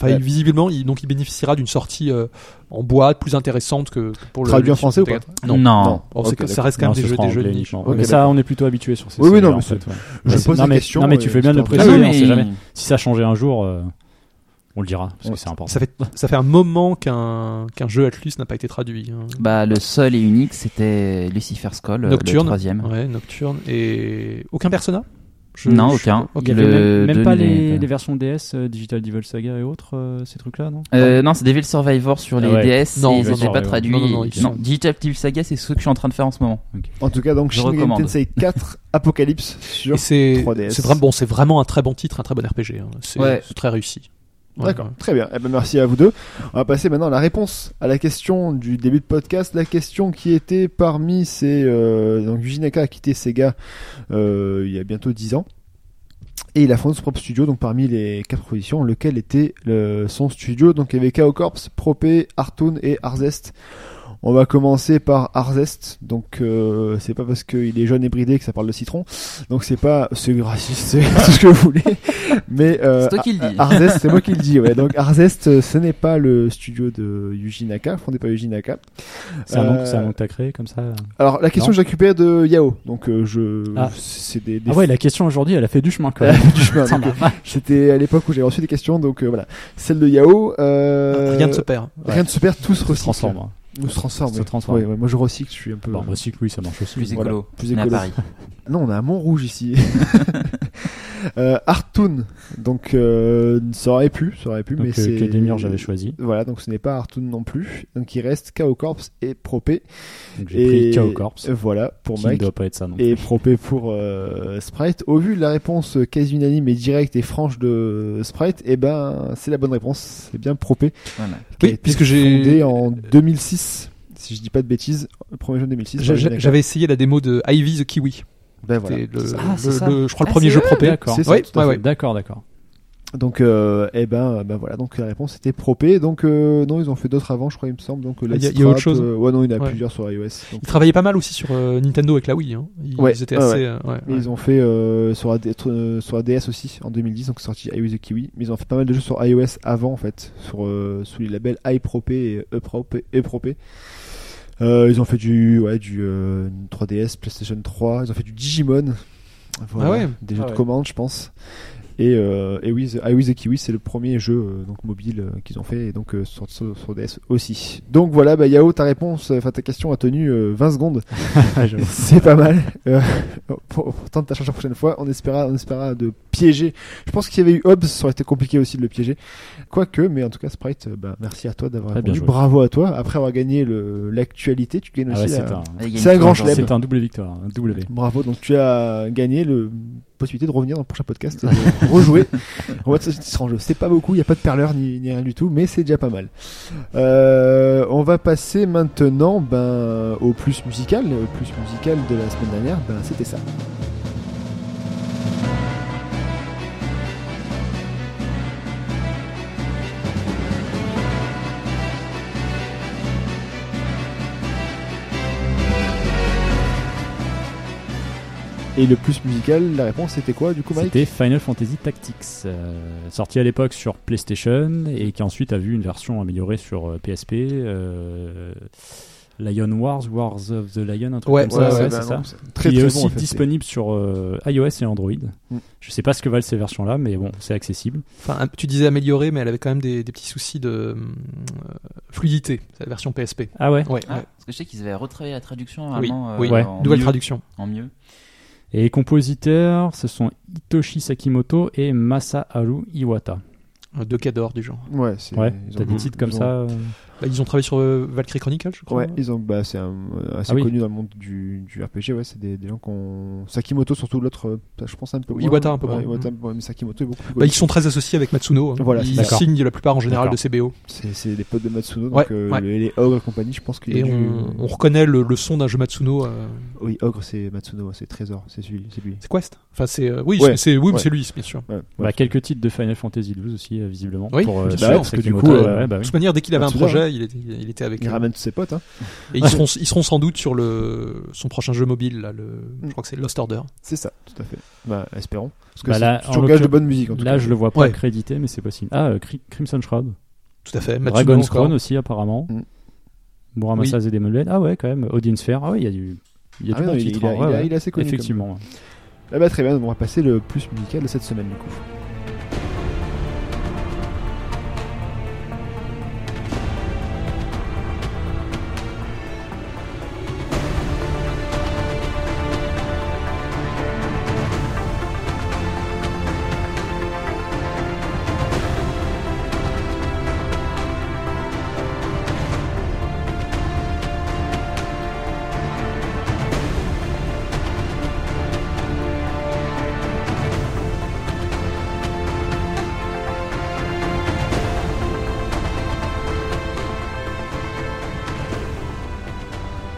[SPEAKER 5] Enfin,
[SPEAKER 2] Ouais.
[SPEAKER 5] il- visiblement, il, donc il bénéficiera d'une sortie euh, en boîte plus intéressante que, que pour le.
[SPEAKER 2] Traduit en
[SPEAKER 5] le-
[SPEAKER 2] français ou pas
[SPEAKER 5] Bon,
[SPEAKER 4] Non. Ah Oh,
[SPEAKER 5] c'est
[SPEAKER 2] Ok,
[SPEAKER 5] que- ça reste quand même
[SPEAKER 3] Non,
[SPEAKER 5] des
[SPEAKER 3] ce
[SPEAKER 5] jeux,
[SPEAKER 3] sera
[SPEAKER 5] des jeux
[SPEAKER 3] anglais
[SPEAKER 5] de niche.
[SPEAKER 3] uniquement.
[SPEAKER 2] Ok,
[SPEAKER 3] mais ça,
[SPEAKER 2] d'accord.
[SPEAKER 3] on est plutôt habitué sur ces
[SPEAKER 2] Oui, oui,
[SPEAKER 3] séries,
[SPEAKER 2] non,
[SPEAKER 3] en
[SPEAKER 2] mais
[SPEAKER 3] fait, ouais.
[SPEAKER 2] Je
[SPEAKER 3] Mais
[SPEAKER 2] pose
[SPEAKER 3] c'est- non,
[SPEAKER 2] des
[SPEAKER 3] mais-
[SPEAKER 2] questions,
[SPEAKER 3] Non, mais
[SPEAKER 2] euh,
[SPEAKER 3] tu fais bien de le
[SPEAKER 2] histoire de-
[SPEAKER 3] préciser.
[SPEAKER 2] Ah oui,
[SPEAKER 3] on
[SPEAKER 4] mais-
[SPEAKER 3] sait jamais. Si ça changeait un jour, euh, on le dira, parce
[SPEAKER 2] On-
[SPEAKER 3] que c'est important.
[SPEAKER 5] Ça fait, ça fait un moment qu'un qu'un jeu Atlus n'a pas été traduit. hein.
[SPEAKER 4] Bah, le seul et unique, c'était Lucifer's Call, euh, le
[SPEAKER 5] Nocturne.
[SPEAKER 4] troisième.
[SPEAKER 5] Ouais, Nocturne. Et aucun Persona Je-
[SPEAKER 4] Non,
[SPEAKER 5] je-
[SPEAKER 4] aucun.
[SPEAKER 5] ok.
[SPEAKER 3] Il y avait
[SPEAKER 4] Le
[SPEAKER 3] même, même pas
[SPEAKER 4] deux, il est
[SPEAKER 3] les,
[SPEAKER 4] pas.
[SPEAKER 3] les versions DS, euh, Digital Devil Saga et autres, euh, ces trucs-là, non
[SPEAKER 4] Euh, non, c'est Devil Survivor sur
[SPEAKER 3] Ah
[SPEAKER 4] les
[SPEAKER 3] ouais.
[SPEAKER 4] DS.
[SPEAKER 5] Non,
[SPEAKER 4] et ils
[SPEAKER 5] non,
[SPEAKER 4] n'étaient
[SPEAKER 3] non,
[SPEAKER 4] pas
[SPEAKER 3] ouais.
[SPEAKER 4] traduits.
[SPEAKER 5] Non, non, non, ils
[SPEAKER 4] Non,
[SPEAKER 5] sont-
[SPEAKER 4] Digital Devil Saga, c'est ce que je suis en train de faire en ce moment.
[SPEAKER 2] En tout cas, donc
[SPEAKER 4] Je
[SPEAKER 2] Shin Megami
[SPEAKER 4] recommande.
[SPEAKER 2] Tensei 4 Apocalypse sur.
[SPEAKER 5] Et c'est
[SPEAKER 2] 3DS.
[SPEAKER 5] c'est vraiment bon, c'est vraiment un très bon titre, un très bon RPG. hein. C'est
[SPEAKER 4] Ouais.
[SPEAKER 5] c'est très réussi. Ouais.
[SPEAKER 2] D'accord, très bien. Eh ben, merci à vous deux. On va passer maintenant à la réponse à la question du début de podcast. La question qui était parmi ces. euh, donc, Yuji Naka a quitté Sega euh, il y a bientôt 10 ans. Et il a fondé son propre studio. Donc, parmi les quatre propositions, lequel était le- son studio Donc, il y avait KO Corps, Propé, Artoon et Arzest. On va commencer par Arzest. Donc, euh, c'est pas parce qu'il est jeune et bridé que ça parle de citron. Donc, c'est pas. C'est raciste, c'est tout ce que vous voulez. Mais. euh,
[SPEAKER 4] C'est toi qui le dis.
[SPEAKER 2] Arzest, c'est moi qui le dis. Ouais. Donc Arzest, euh, ce n'est pas le studio de Yuji Naka, fondé par Yuji Naka.
[SPEAKER 3] C'est un, nom-
[SPEAKER 2] Euh,
[SPEAKER 3] c'est un nom que t'as créé comme ça
[SPEAKER 2] Alors la question
[SPEAKER 3] Non.
[SPEAKER 2] que j'ai récupérée de Yao, donc euh, je,
[SPEAKER 3] Ah.
[SPEAKER 2] c'est des, des
[SPEAKER 3] Ah ouais, la question aujourd'hui, elle a fait du chemin
[SPEAKER 2] Elle a
[SPEAKER 3] quand même.
[SPEAKER 2] fait du chemin, donc, euh, C'était à l'époque où j'avais reçu des questions, donc euh, voilà. Celle de Yao, euh,
[SPEAKER 5] Rien ne se perd.
[SPEAKER 2] rien ne se perd, tout se
[SPEAKER 3] On se
[SPEAKER 2] recycle.
[SPEAKER 3] transforme. hein.
[SPEAKER 2] Nous se transforme.
[SPEAKER 3] Se
[SPEAKER 2] ouais.
[SPEAKER 3] transforme.
[SPEAKER 2] Ouais, ouais, moi je recycle, je suis un peu.
[SPEAKER 3] Bon, recycle, oui, ça marche aussi.
[SPEAKER 4] Plus
[SPEAKER 2] Voilà,
[SPEAKER 4] écolo.
[SPEAKER 2] plus
[SPEAKER 4] On est à
[SPEAKER 2] écolo.
[SPEAKER 4] Paris.
[SPEAKER 2] Non, on a un Montrouge ici. euh, Artoon, donc euh, ça aurait pu, ça aurait pu,
[SPEAKER 3] Donc,
[SPEAKER 2] mais
[SPEAKER 3] euh,
[SPEAKER 2] c'est.
[SPEAKER 3] que des murs j'avais choisi.
[SPEAKER 2] Voilà, donc ce n'est pas Artoon non plus. Donc il reste KO Corps et Propé.
[SPEAKER 3] Donc j'ai
[SPEAKER 2] Et
[SPEAKER 3] pris Chaos Corps. Qui
[SPEAKER 2] Voilà, pour
[SPEAKER 3] ne
[SPEAKER 2] Mike.
[SPEAKER 3] doit pas être ça non
[SPEAKER 2] Et Propé pour euh, Sprite. Au vu de la réponse quasi unanime et directe et franche de Sprite, eh ben c'est la bonne réponse. C'est bien Propé.
[SPEAKER 4] Voilà.
[SPEAKER 2] qui a
[SPEAKER 5] Oui,
[SPEAKER 2] été
[SPEAKER 5] puisque j'ai-
[SPEAKER 2] fondé en 2006, si je dis pas de bêtises, le 1er juin 2006.
[SPEAKER 5] J'a-
[SPEAKER 2] par
[SPEAKER 5] j'a-
[SPEAKER 2] Yannick.
[SPEAKER 5] J'avais essayé la démo de Ivy the Kiwi.
[SPEAKER 2] Ben voilà.
[SPEAKER 5] C'était le-
[SPEAKER 2] c'est ça.
[SPEAKER 3] Ah, c'est
[SPEAKER 5] le-
[SPEAKER 3] ça.
[SPEAKER 5] le- je crois le
[SPEAKER 4] Ah,
[SPEAKER 5] premier
[SPEAKER 4] c'est
[SPEAKER 5] jeu
[SPEAKER 4] eux
[SPEAKER 5] propé.
[SPEAKER 3] D'accord.
[SPEAKER 2] C'est ça,
[SPEAKER 5] Oui,
[SPEAKER 2] tout à
[SPEAKER 5] ouais,
[SPEAKER 2] fait.
[SPEAKER 5] ouais.
[SPEAKER 3] D'accord, d'accord.
[SPEAKER 2] Donc euh, eh ben ben voilà, donc la réponse était Propé. Donc euh, non, ils ont fait d'autres avant, je crois il me semble. Donc euh,
[SPEAKER 5] Ah, il y a-
[SPEAKER 2] Let's
[SPEAKER 5] il y a autre
[SPEAKER 2] Trap,
[SPEAKER 5] chose
[SPEAKER 2] euh, ouais non, il y en a
[SPEAKER 5] Ouais.
[SPEAKER 2] plusieurs sur iOS. donc,
[SPEAKER 5] Ils travaillaient pas mal aussi sur euh, Nintendo avec la Wii. hein. Ils,
[SPEAKER 2] Ouais,
[SPEAKER 5] ils étaient
[SPEAKER 2] ouais,
[SPEAKER 5] assez.
[SPEAKER 2] ouais.
[SPEAKER 5] euh, ouais,
[SPEAKER 2] Mais
[SPEAKER 5] ouais.
[SPEAKER 2] Ils ont fait euh, sur, AD euh, sur ADS aussi en 2010, donc sorti iOS et Kiwi. Mais ils ont fait pas mal de jeux sur iOS avant en fait, sur, euh, sous les labels iPropé et EPROP. EPROP. Euh, ils ont fait du, ouais, du euh, 3DS, PlayStation 3, ils ont fait du Digimon. Voilà,
[SPEAKER 5] Ah ouais.
[SPEAKER 2] Des jeux
[SPEAKER 3] Ah
[SPEAKER 2] de
[SPEAKER 3] ouais.
[SPEAKER 2] commande, je pense. Et, euh, et oui, The- iOS et Kiwi, c'est le premier jeu euh, donc mobile euh, qu'ils ont fait, et donc euh, sur, sur, sur DS aussi. Donc voilà, bah, Yao, ta réponse, enfin ta question a tenu euh, 20 secondes.
[SPEAKER 3] Ah,
[SPEAKER 2] C'est pas mal. Euh, pour, pour tenter de la prochaine fois, on espéra, on espéra de piéger. Je pense qu'il y avait eu Hobbs, ça aurait été compliqué aussi de le piéger. Quoique, mais en tout cas, Sprite, euh, bah, merci à toi d'avoir
[SPEAKER 3] Très bien
[SPEAKER 2] répondu.
[SPEAKER 3] joué.
[SPEAKER 2] Bravo à toi. Après avoir gagné le- l'actualité, tu gagnes
[SPEAKER 3] Ah ouais,
[SPEAKER 2] aussi.
[SPEAKER 3] c'est
[SPEAKER 2] la-
[SPEAKER 3] un,
[SPEAKER 4] Il y a
[SPEAKER 2] C'est
[SPEAKER 4] une
[SPEAKER 2] un grand
[SPEAKER 4] tendance.
[SPEAKER 2] chelem.
[SPEAKER 3] c'est un double victoire, un W.
[SPEAKER 2] Bravo, donc tu as gagné le possibilité de revenir dans le prochain podcast et de rejouer. En mode Société sans jeu. C'est pas beaucoup, il n'y a pas de perleur ni, ni rien du tout, mais c'est déjà pas mal. Euh, on va passer maintenant ben, au plus musical. Le plus musical de la semaine dernière, ben, c'était ça. Et le plus musical, la réponse c'était quoi du coup, Mike
[SPEAKER 3] C'était Final Fantasy Tactics, euh, sorti à l'époque sur PlayStation et qui ensuite a vu une version améliorée sur euh, PSP. euh, Lion Wars, Wars of the Lion, un truc
[SPEAKER 5] Ouais,
[SPEAKER 3] comme ça,
[SPEAKER 5] ouais,
[SPEAKER 3] ouais,
[SPEAKER 5] ouais,
[SPEAKER 3] c'est
[SPEAKER 2] ben,
[SPEAKER 3] ça.
[SPEAKER 2] non, très, très
[SPEAKER 3] qui est
[SPEAKER 2] bon,
[SPEAKER 3] aussi
[SPEAKER 2] en fait, c'est-
[SPEAKER 3] disponible sur euh, iOS et Android.
[SPEAKER 2] Mm.
[SPEAKER 3] Je sais pas ce que valent ces versions-là, mais bon, c'est accessible.
[SPEAKER 5] Enfin, un- tu disais améliorée, mais elle avait quand même des, des petits soucis de euh, fluidité. C'est la version PSP.
[SPEAKER 3] Ah ouais
[SPEAKER 5] Ouais,
[SPEAKER 4] Ah,
[SPEAKER 5] ouais.
[SPEAKER 4] parce que je sais qu'ils avaient retravaillé la traduction
[SPEAKER 5] Oui,
[SPEAKER 4] vraiment euh,
[SPEAKER 5] oui.
[SPEAKER 3] Ouais.
[SPEAKER 4] en,
[SPEAKER 5] Nouvelle
[SPEAKER 4] mieux,
[SPEAKER 5] traduction.
[SPEAKER 4] en mieux.
[SPEAKER 3] Et les compositeurs, ce sont Hitoshi Sakimoto et Masaharu Iwata.
[SPEAKER 5] Euh, Deux cas d'or du genre.
[SPEAKER 2] Ouais, c'est-
[SPEAKER 3] Ouais,
[SPEAKER 2] ils
[SPEAKER 3] t'as
[SPEAKER 2] ont-
[SPEAKER 3] des titres comme
[SPEAKER 2] ils ont-
[SPEAKER 3] ça euh,
[SPEAKER 5] Bah, ils ont travaillé sur euh, Valkyrie Chronicle, je crois.
[SPEAKER 2] Ouais, ils ont, bah, c'est un- euh, assez
[SPEAKER 3] Ah oui.
[SPEAKER 2] connu dans le monde du, du RPG. Ouais, c'est des, des gens qui ont. Sakimoto, surtout l'autre, euh, je pense un peu. moins.
[SPEAKER 5] Iwata, un peu
[SPEAKER 2] Ouais,
[SPEAKER 5] moins.
[SPEAKER 3] Mmh.
[SPEAKER 2] Iwata, ouais, mais Sakimoto est beaucoup plus
[SPEAKER 5] Bah,
[SPEAKER 2] connu.
[SPEAKER 5] ils sont très associés avec Matsuno. hein.
[SPEAKER 2] Voilà,
[SPEAKER 5] ils
[SPEAKER 3] d'accord.
[SPEAKER 5] signent la plupart en général de
[SPEAKER 3] D'accord.
[SPEAKER 5] CBO.
[SPEAKER 2] C'est c'est des potes de Matsuno,
[SPEAKER 5] Ouais,
[SPEAKER 2] donc euh,
[SPEAKER 5] ouais.
[SPEAKER 2] les, les Ogres et compagnie, je pense qu'il y
[SPEAKER 5] Et
[SPEAKER 2] a du-
[SPEAKER 5] on, on reconnaît le, le son d'un jeu Matsuno. euh,
[SPEAKER 2] Oui, Ogre, c'est Matsuno, c'est Trésor, c'est celui. C'est lui.
[SPEAKER 5] C'est Quest Enfin, c'est. euh, oui,
[SPEAKER 2] Ouais.
[SPEAKER 5] c'est- c'est oui, mais
[SPEAKER 2] Ouais.
[SPEAKER 5] c'est lui, bien sûr.
[SPEAKER 2] Ouais, ouais.
[SPEAKER 3] bah, quelques titres de Final Fantasy XII aussi, euh, visiblement.
[SPEAKER 5] Oui,
[SPEAKER 3] pour, euh,
[SPEAKER 5] bien
[SPEAKER 2] sûr,
[SPEAKER 3] bah,
[SPEAKER 5] parce
[SPEAKER 2] que du
[SPEAKER 3] Sakimoto,
[SPEAKER 2] coup,
[SPEAKER 3] ouais,
[SPEAKER 2] euh,
[SPEAKER 3] ouais, bah
[SPEAKER 5] De
[SPEAKER 3] oui.
[SPEAKER 5] toute manière, dès qu'il avait un
[SPEAKER 2] Matsuno, hein.
[SPEAKER 5] projet, il était, il était avec.
[SPEAKER 2] Il
[SPEAKER 5] eux.
[SPEAKER 2] ramène tous ses potes, hein.
[SPEAKER 5] Et ils seront, ils seront sans doute sur le, son prochain jeu mobile, là, le, je crois que c'est Lost Order.
[SPEAKER 2] c'est ça, tout à fait. Bah, espérons. Parce que
[SPEAKER 3] Bah, là,
[SPEAKER 2] c'est
[SPEAKER 3] en
[SPEAKER 2] toujours gage de
[SPEAKER 3] l'occurrence-
[SPEAKER 2] bonne musique en tout
[SPEAKER 3] Là,
[SPEAKER 2] cas.
[SPEAKER 3] je le vois pas
[SPEAKER 5] Ouais.
[SPEAKER 3] crédité, mais c'est possible. Ah, euh, Cri- Crimson Shroud.
[SPEAKER 5] Tout à fait. Matsuno
[SPEAKER 3] Dragon's
[SPEAKER 5] encore.
[SPEAKER 3] Crown aussi, apparemment.
[SPEAKER 2] Mm.
[SPEAKER 3] Muramasa
[SPEAKER 5] Oui.
[SPEAKER 3] et Demon Blade. Ah ouais, quand même. Odin Sphere. Ah ouais, il y a du, il y
[SPEAKER 2] Ah oui,
[SPEAKER 3] a du bon
[SPEAKER 2] non, il,
[SPEAKER 3] titre.
[SPEAKER 2] il a-
[SPEAKER 3] hein.
[SPEAKER 2] il
[SPEAKER 3] Ouais,
[SPEAKER 2] a-
[SPEAKER 3] ouais.
[SPEAKER 2] il est assez connu.
[SPEAKER 3] Effectivement. ouais.
[SPEAKER 2] comme- Ah bah, très bien, donc on va passer le plus musical de cette semaine du coup.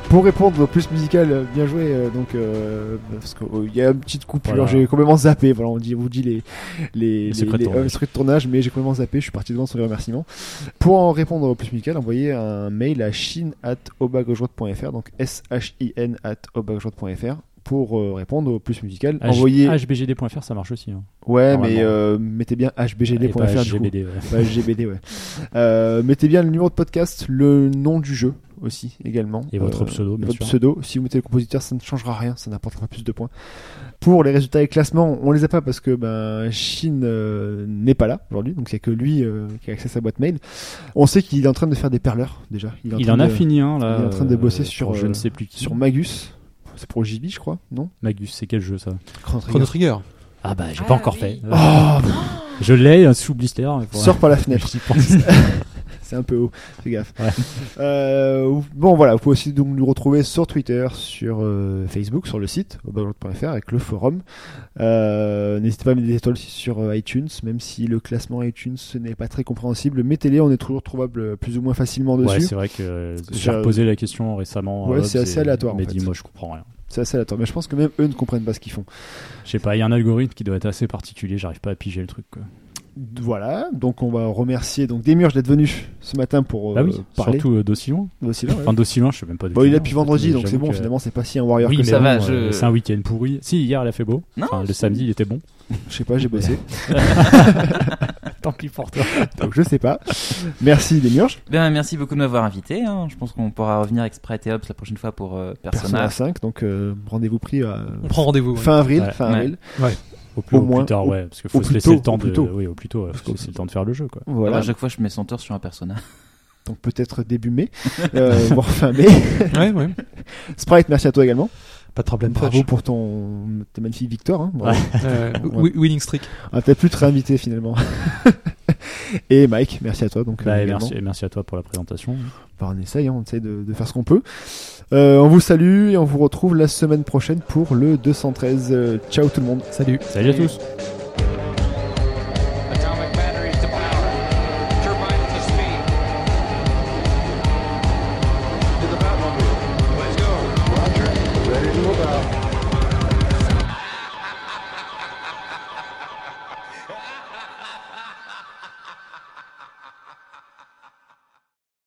[SPEAKER 2] Pour répondre au plus musical, euh, bien joué. euh, donc, euh, parce qu'il y a une petite coupure,
[SPEAKER 3] Voilà.
[SPEAKER 2] j'ai complètement zappé. Voilà, on dit, vous dit les les, les,
[SPEAKER 3] secrets de
[SPEAKER 2] les-
[SPEAKER 3] tournage.
[SPEAKER 2] euh, secrets de tournage, mais j'ai complètement zappé. Je suis parti devant sans les remerciements. Pour en répondre au plus musical, envoyez un mail à chine at donc s h i n at pour euh, répondre au plus musical.
[SPEAKER 3] H-
[SPEAKER 2] envoyez
[SPEAKER 3] HBGD.fr, ça marche aussi. hein.
[SPEAKER 2] ouais,
[SPEAKER 3] normalement.
[SPEAKER 2] mais euh, mettez bien
[SPEAKER 3] Et pas
[SPEAKER 2] hbgd.fr du coup.
[SPEAKER 3] HGBD, ouais.
[SPEAKER 2] Bah, GBD, ouais. Euh, mettez bien le numéro de podcast, le nom du jeu aussi, également.
[SPEAKER 3] Et votre
[SPEAKER 2] Euh,
[SPEAKER 3] pseudo, bien
[SPEAKER 2] votre
[SPEAKER 3] sûr.
[SPEAKER 2] pseudo. Si vous mettez le compositeur, ça ne changera rien, ça n'apportera pas plus de points. Pour les résultats et classements, on les a pas parce que ben Shin euh, n'est pas là aujourd'hui, donc il y a que lui euh, qui a accès à sa boîte mail. On sait qu'il est en train de faire des perleurs déjà. est
[SPEAKER 3] Il
[SPEAKER 2] train
[SPEAKER 3] en a
[SPEAKER 2] de-
[SPEAKER 3] fini un là.
[SPEAKER 2] il est en train de
[SPEAKER 3] euh,
[SPEAKER 2] bosser
[SPEAKER 3] pour
[SPEAKER 2] sur,
[SPEAKER 3] Je
[SPEAKER 2] euh,
[SPEAKER 3] ne sais plus qui.
[SPEAKER 2] sur Magus. C'est pour JB, je crois, non
[SPEAKER 3] Magus, c'est quel jeu ça
[SPEAKER 2] Chrono Trigger.
[SPEAKER 5] Chrono Trigger.
[SPEAKER 3] Ah bah, j'ai
[SPEAKER 6] Ah
[SPEAKER 3] pas encore
[SPEAKER 6] oui.
[SPEAKER 3] fait.
[SPEAKER 2] Oh,
[SPEAKER 3] Je l'ai euh, sous blister. mais pour-
[SPEAKER 2] sort par la fenêtre.
[SPEAKER 3] J'y pense.
[SPEAKER 2] C'est un peu haut, fais gaffe.
[SPEAKER 3] Ouais.
[SPEAKER 2] Euh, bon voilà, vous pouvez aussi donc nous retrouver sur Twitter, sur euh, Facebook, sur le site obaground.fr avec le forum. Euh, N'hésitez pas à mettre des étoiles aussi sur euh, iTunes, même si le classement iTunes ce n'est pas très compréhensible. Mettez-les, on est toujours trouvable euh, plus ou moins facilement dessus.
[SPEAKER 3] Ouais, c'est vrai que euh, j'ai
[SPEAKER 2] Ça-
[SPEAKER 3] reposé la question récemment. à
[SPEAKER 2] Ouais,
[SPEAKER 3] Rob,
[SPEAKER 2] c'est assez aléatoire, en
[SPEAKER 3] Il m'a
[SPEAKER 2] fait.
[SPEAKER 3] dit, moi, je comprends rien.
[SPEAKER 2] c'est assez aléatoire, mais je pense que même eux ne comprennent pas ce qu'ils font.
[SPEAKER 3] Je sais pas, il y a un algorithme qui doit être assez particulier. J'arrive pas à piger le truc. Quoi.
[SPEAKER 2] Euh, Voilà, donc on va remercier donc Demurge d'être venu ce matin pour euh,
[SPEAKER 3] bah oui,
[SPEAKER 2] parler.
[SPEAKER 3] surtout euh, d'aussi loin.
[SPEAKER 2] Aussi là, ouais.
[SPEAKER 3] Enfin, d'aussi loin, je sais même pas. d'où
[SPEAKER 2] Bon, il
[SPEAKER 3] il
[SPEAKER 2] est
[SPEAKER 3] vient,
[SPEAKER 2] depuis
[SPEAKER 3] en fait,
[SPEAKER 2] vendredi,
[SPEAKER 3] mais
[SPEAKER 2] donc c'est
[SPEAKER 3] j'avoue
[SPEAKER 2] bon,
[SPEAKER 3] que-
[SPEAKER 2] finalement, c'est pas si un warrior
[SPEAKER 3] Oui,
[SPEAKER 2] que
[SPEAKER 3] mais
[SPEAKER 4] ça
[SPEAKER 3] bon,
[SPEAKER 4] va,
[SPEAKER 3] euh,
[SPEAKER 4] je-
[SPEAKER 3] C'est un week-end pourri. Si, hier, il a fait beau.
[SPEAKER 4] Non,
[SPEAKER 3] Enfin, le samedi, il était bon.
[SPEAKER 2] Je sais pas, j'ai bossé,
[SPEAKER 3] Tant pis pour toi.
[SPEAKER 2] donc je sais pas. Merci Demurge.
[SPEAKER 4] Ben, merci beaucoup de m'avoir invité. hein. Je pense qu'on pourra revenir avec Sprite et Ops la prochaine fois pour euh,
[SPEAKER 2] Persona
[SPEAKER 4] Persona.
[SPEAKER 2] 5, donc euh, rendez-vous pris à
[SPEAKER 5] On prend rendez-vous. ouais.
[SPEAKER 2] fin avril.
[SPEAKER 3] Ouais.
[SPEAKER 2] Fin
[SPEAKER 4] Ouais.
[SPEAKER 2] avril.
[SPEAKER 3] Au plus,
[SPEAKER 2] Au
[SPEAKER 3] au
[SPEAKER 2] moins,
[SPEAKER 3] plus tard,
[SPEAKER 2] au-
[SPEAKER 3] ouais. Parce qu'il faut
[SPEAKER 2] au
[SPEAKER 3] se
[SPEAKER 2] plus
[SPEAKER 3] laisser le
[SPEAKER 2] tôt,
[SPEAKER 3] temps
[SPEAKER 2] au plus
[SPEAKER 3] de.
[SPEAKER 2] tôt.
[SPEAKER 3] Oui, au plus tôt. ouais, Faut se
[SPEAKER 2] qu'au
[SPEAKER 3] laisser le temps de faire le jeu, quoi.
[SPEAKER 2] Voilà.
[SPEAKER 4] Alors, à chaque fois, je mets 100 heures sur un Persona.
[SPEAKER 2] Donc peut-être début mai, euh, voire fin mai.
[SPEAKER 5] Ouais, ouais.
[SPEAKER 2] Sprite, merci à toi également.
[SPEAKER 5] Pas de problème.
[SPEAKER 2] Bravo
[SPEAKER 5] Fudge.
[SPEAKER 2] pour ton ta magnifique victoire. hein. Bravo.
[SPEAKER 5] Euh,
[SPEAKER 2] Ouais.
[SPEAKER 5] wi- winning streak.
[SPEAKER 2] On va peut-être plus te réinviter finalement. Et Mike, merci à toi. Donc,
[SPEAKER 3] Bah,
[SPEAKER 2] euh,
[SPEAKER 3] et
[SPEAKER 2] également.
[SPEAKER 3] merci, et merci à toi pour la présentation.
[SPEAKER 2] Bah, on essaye, hein, on essaye de, de faire ce qu'on peut. Euh, on vous salue et on vous retrouve la semaine prochaine pour le 213. Euh, Ciao tout le monde.
[SPEAKER 5] Salut.
[SPEAKER 3] Salut à tous.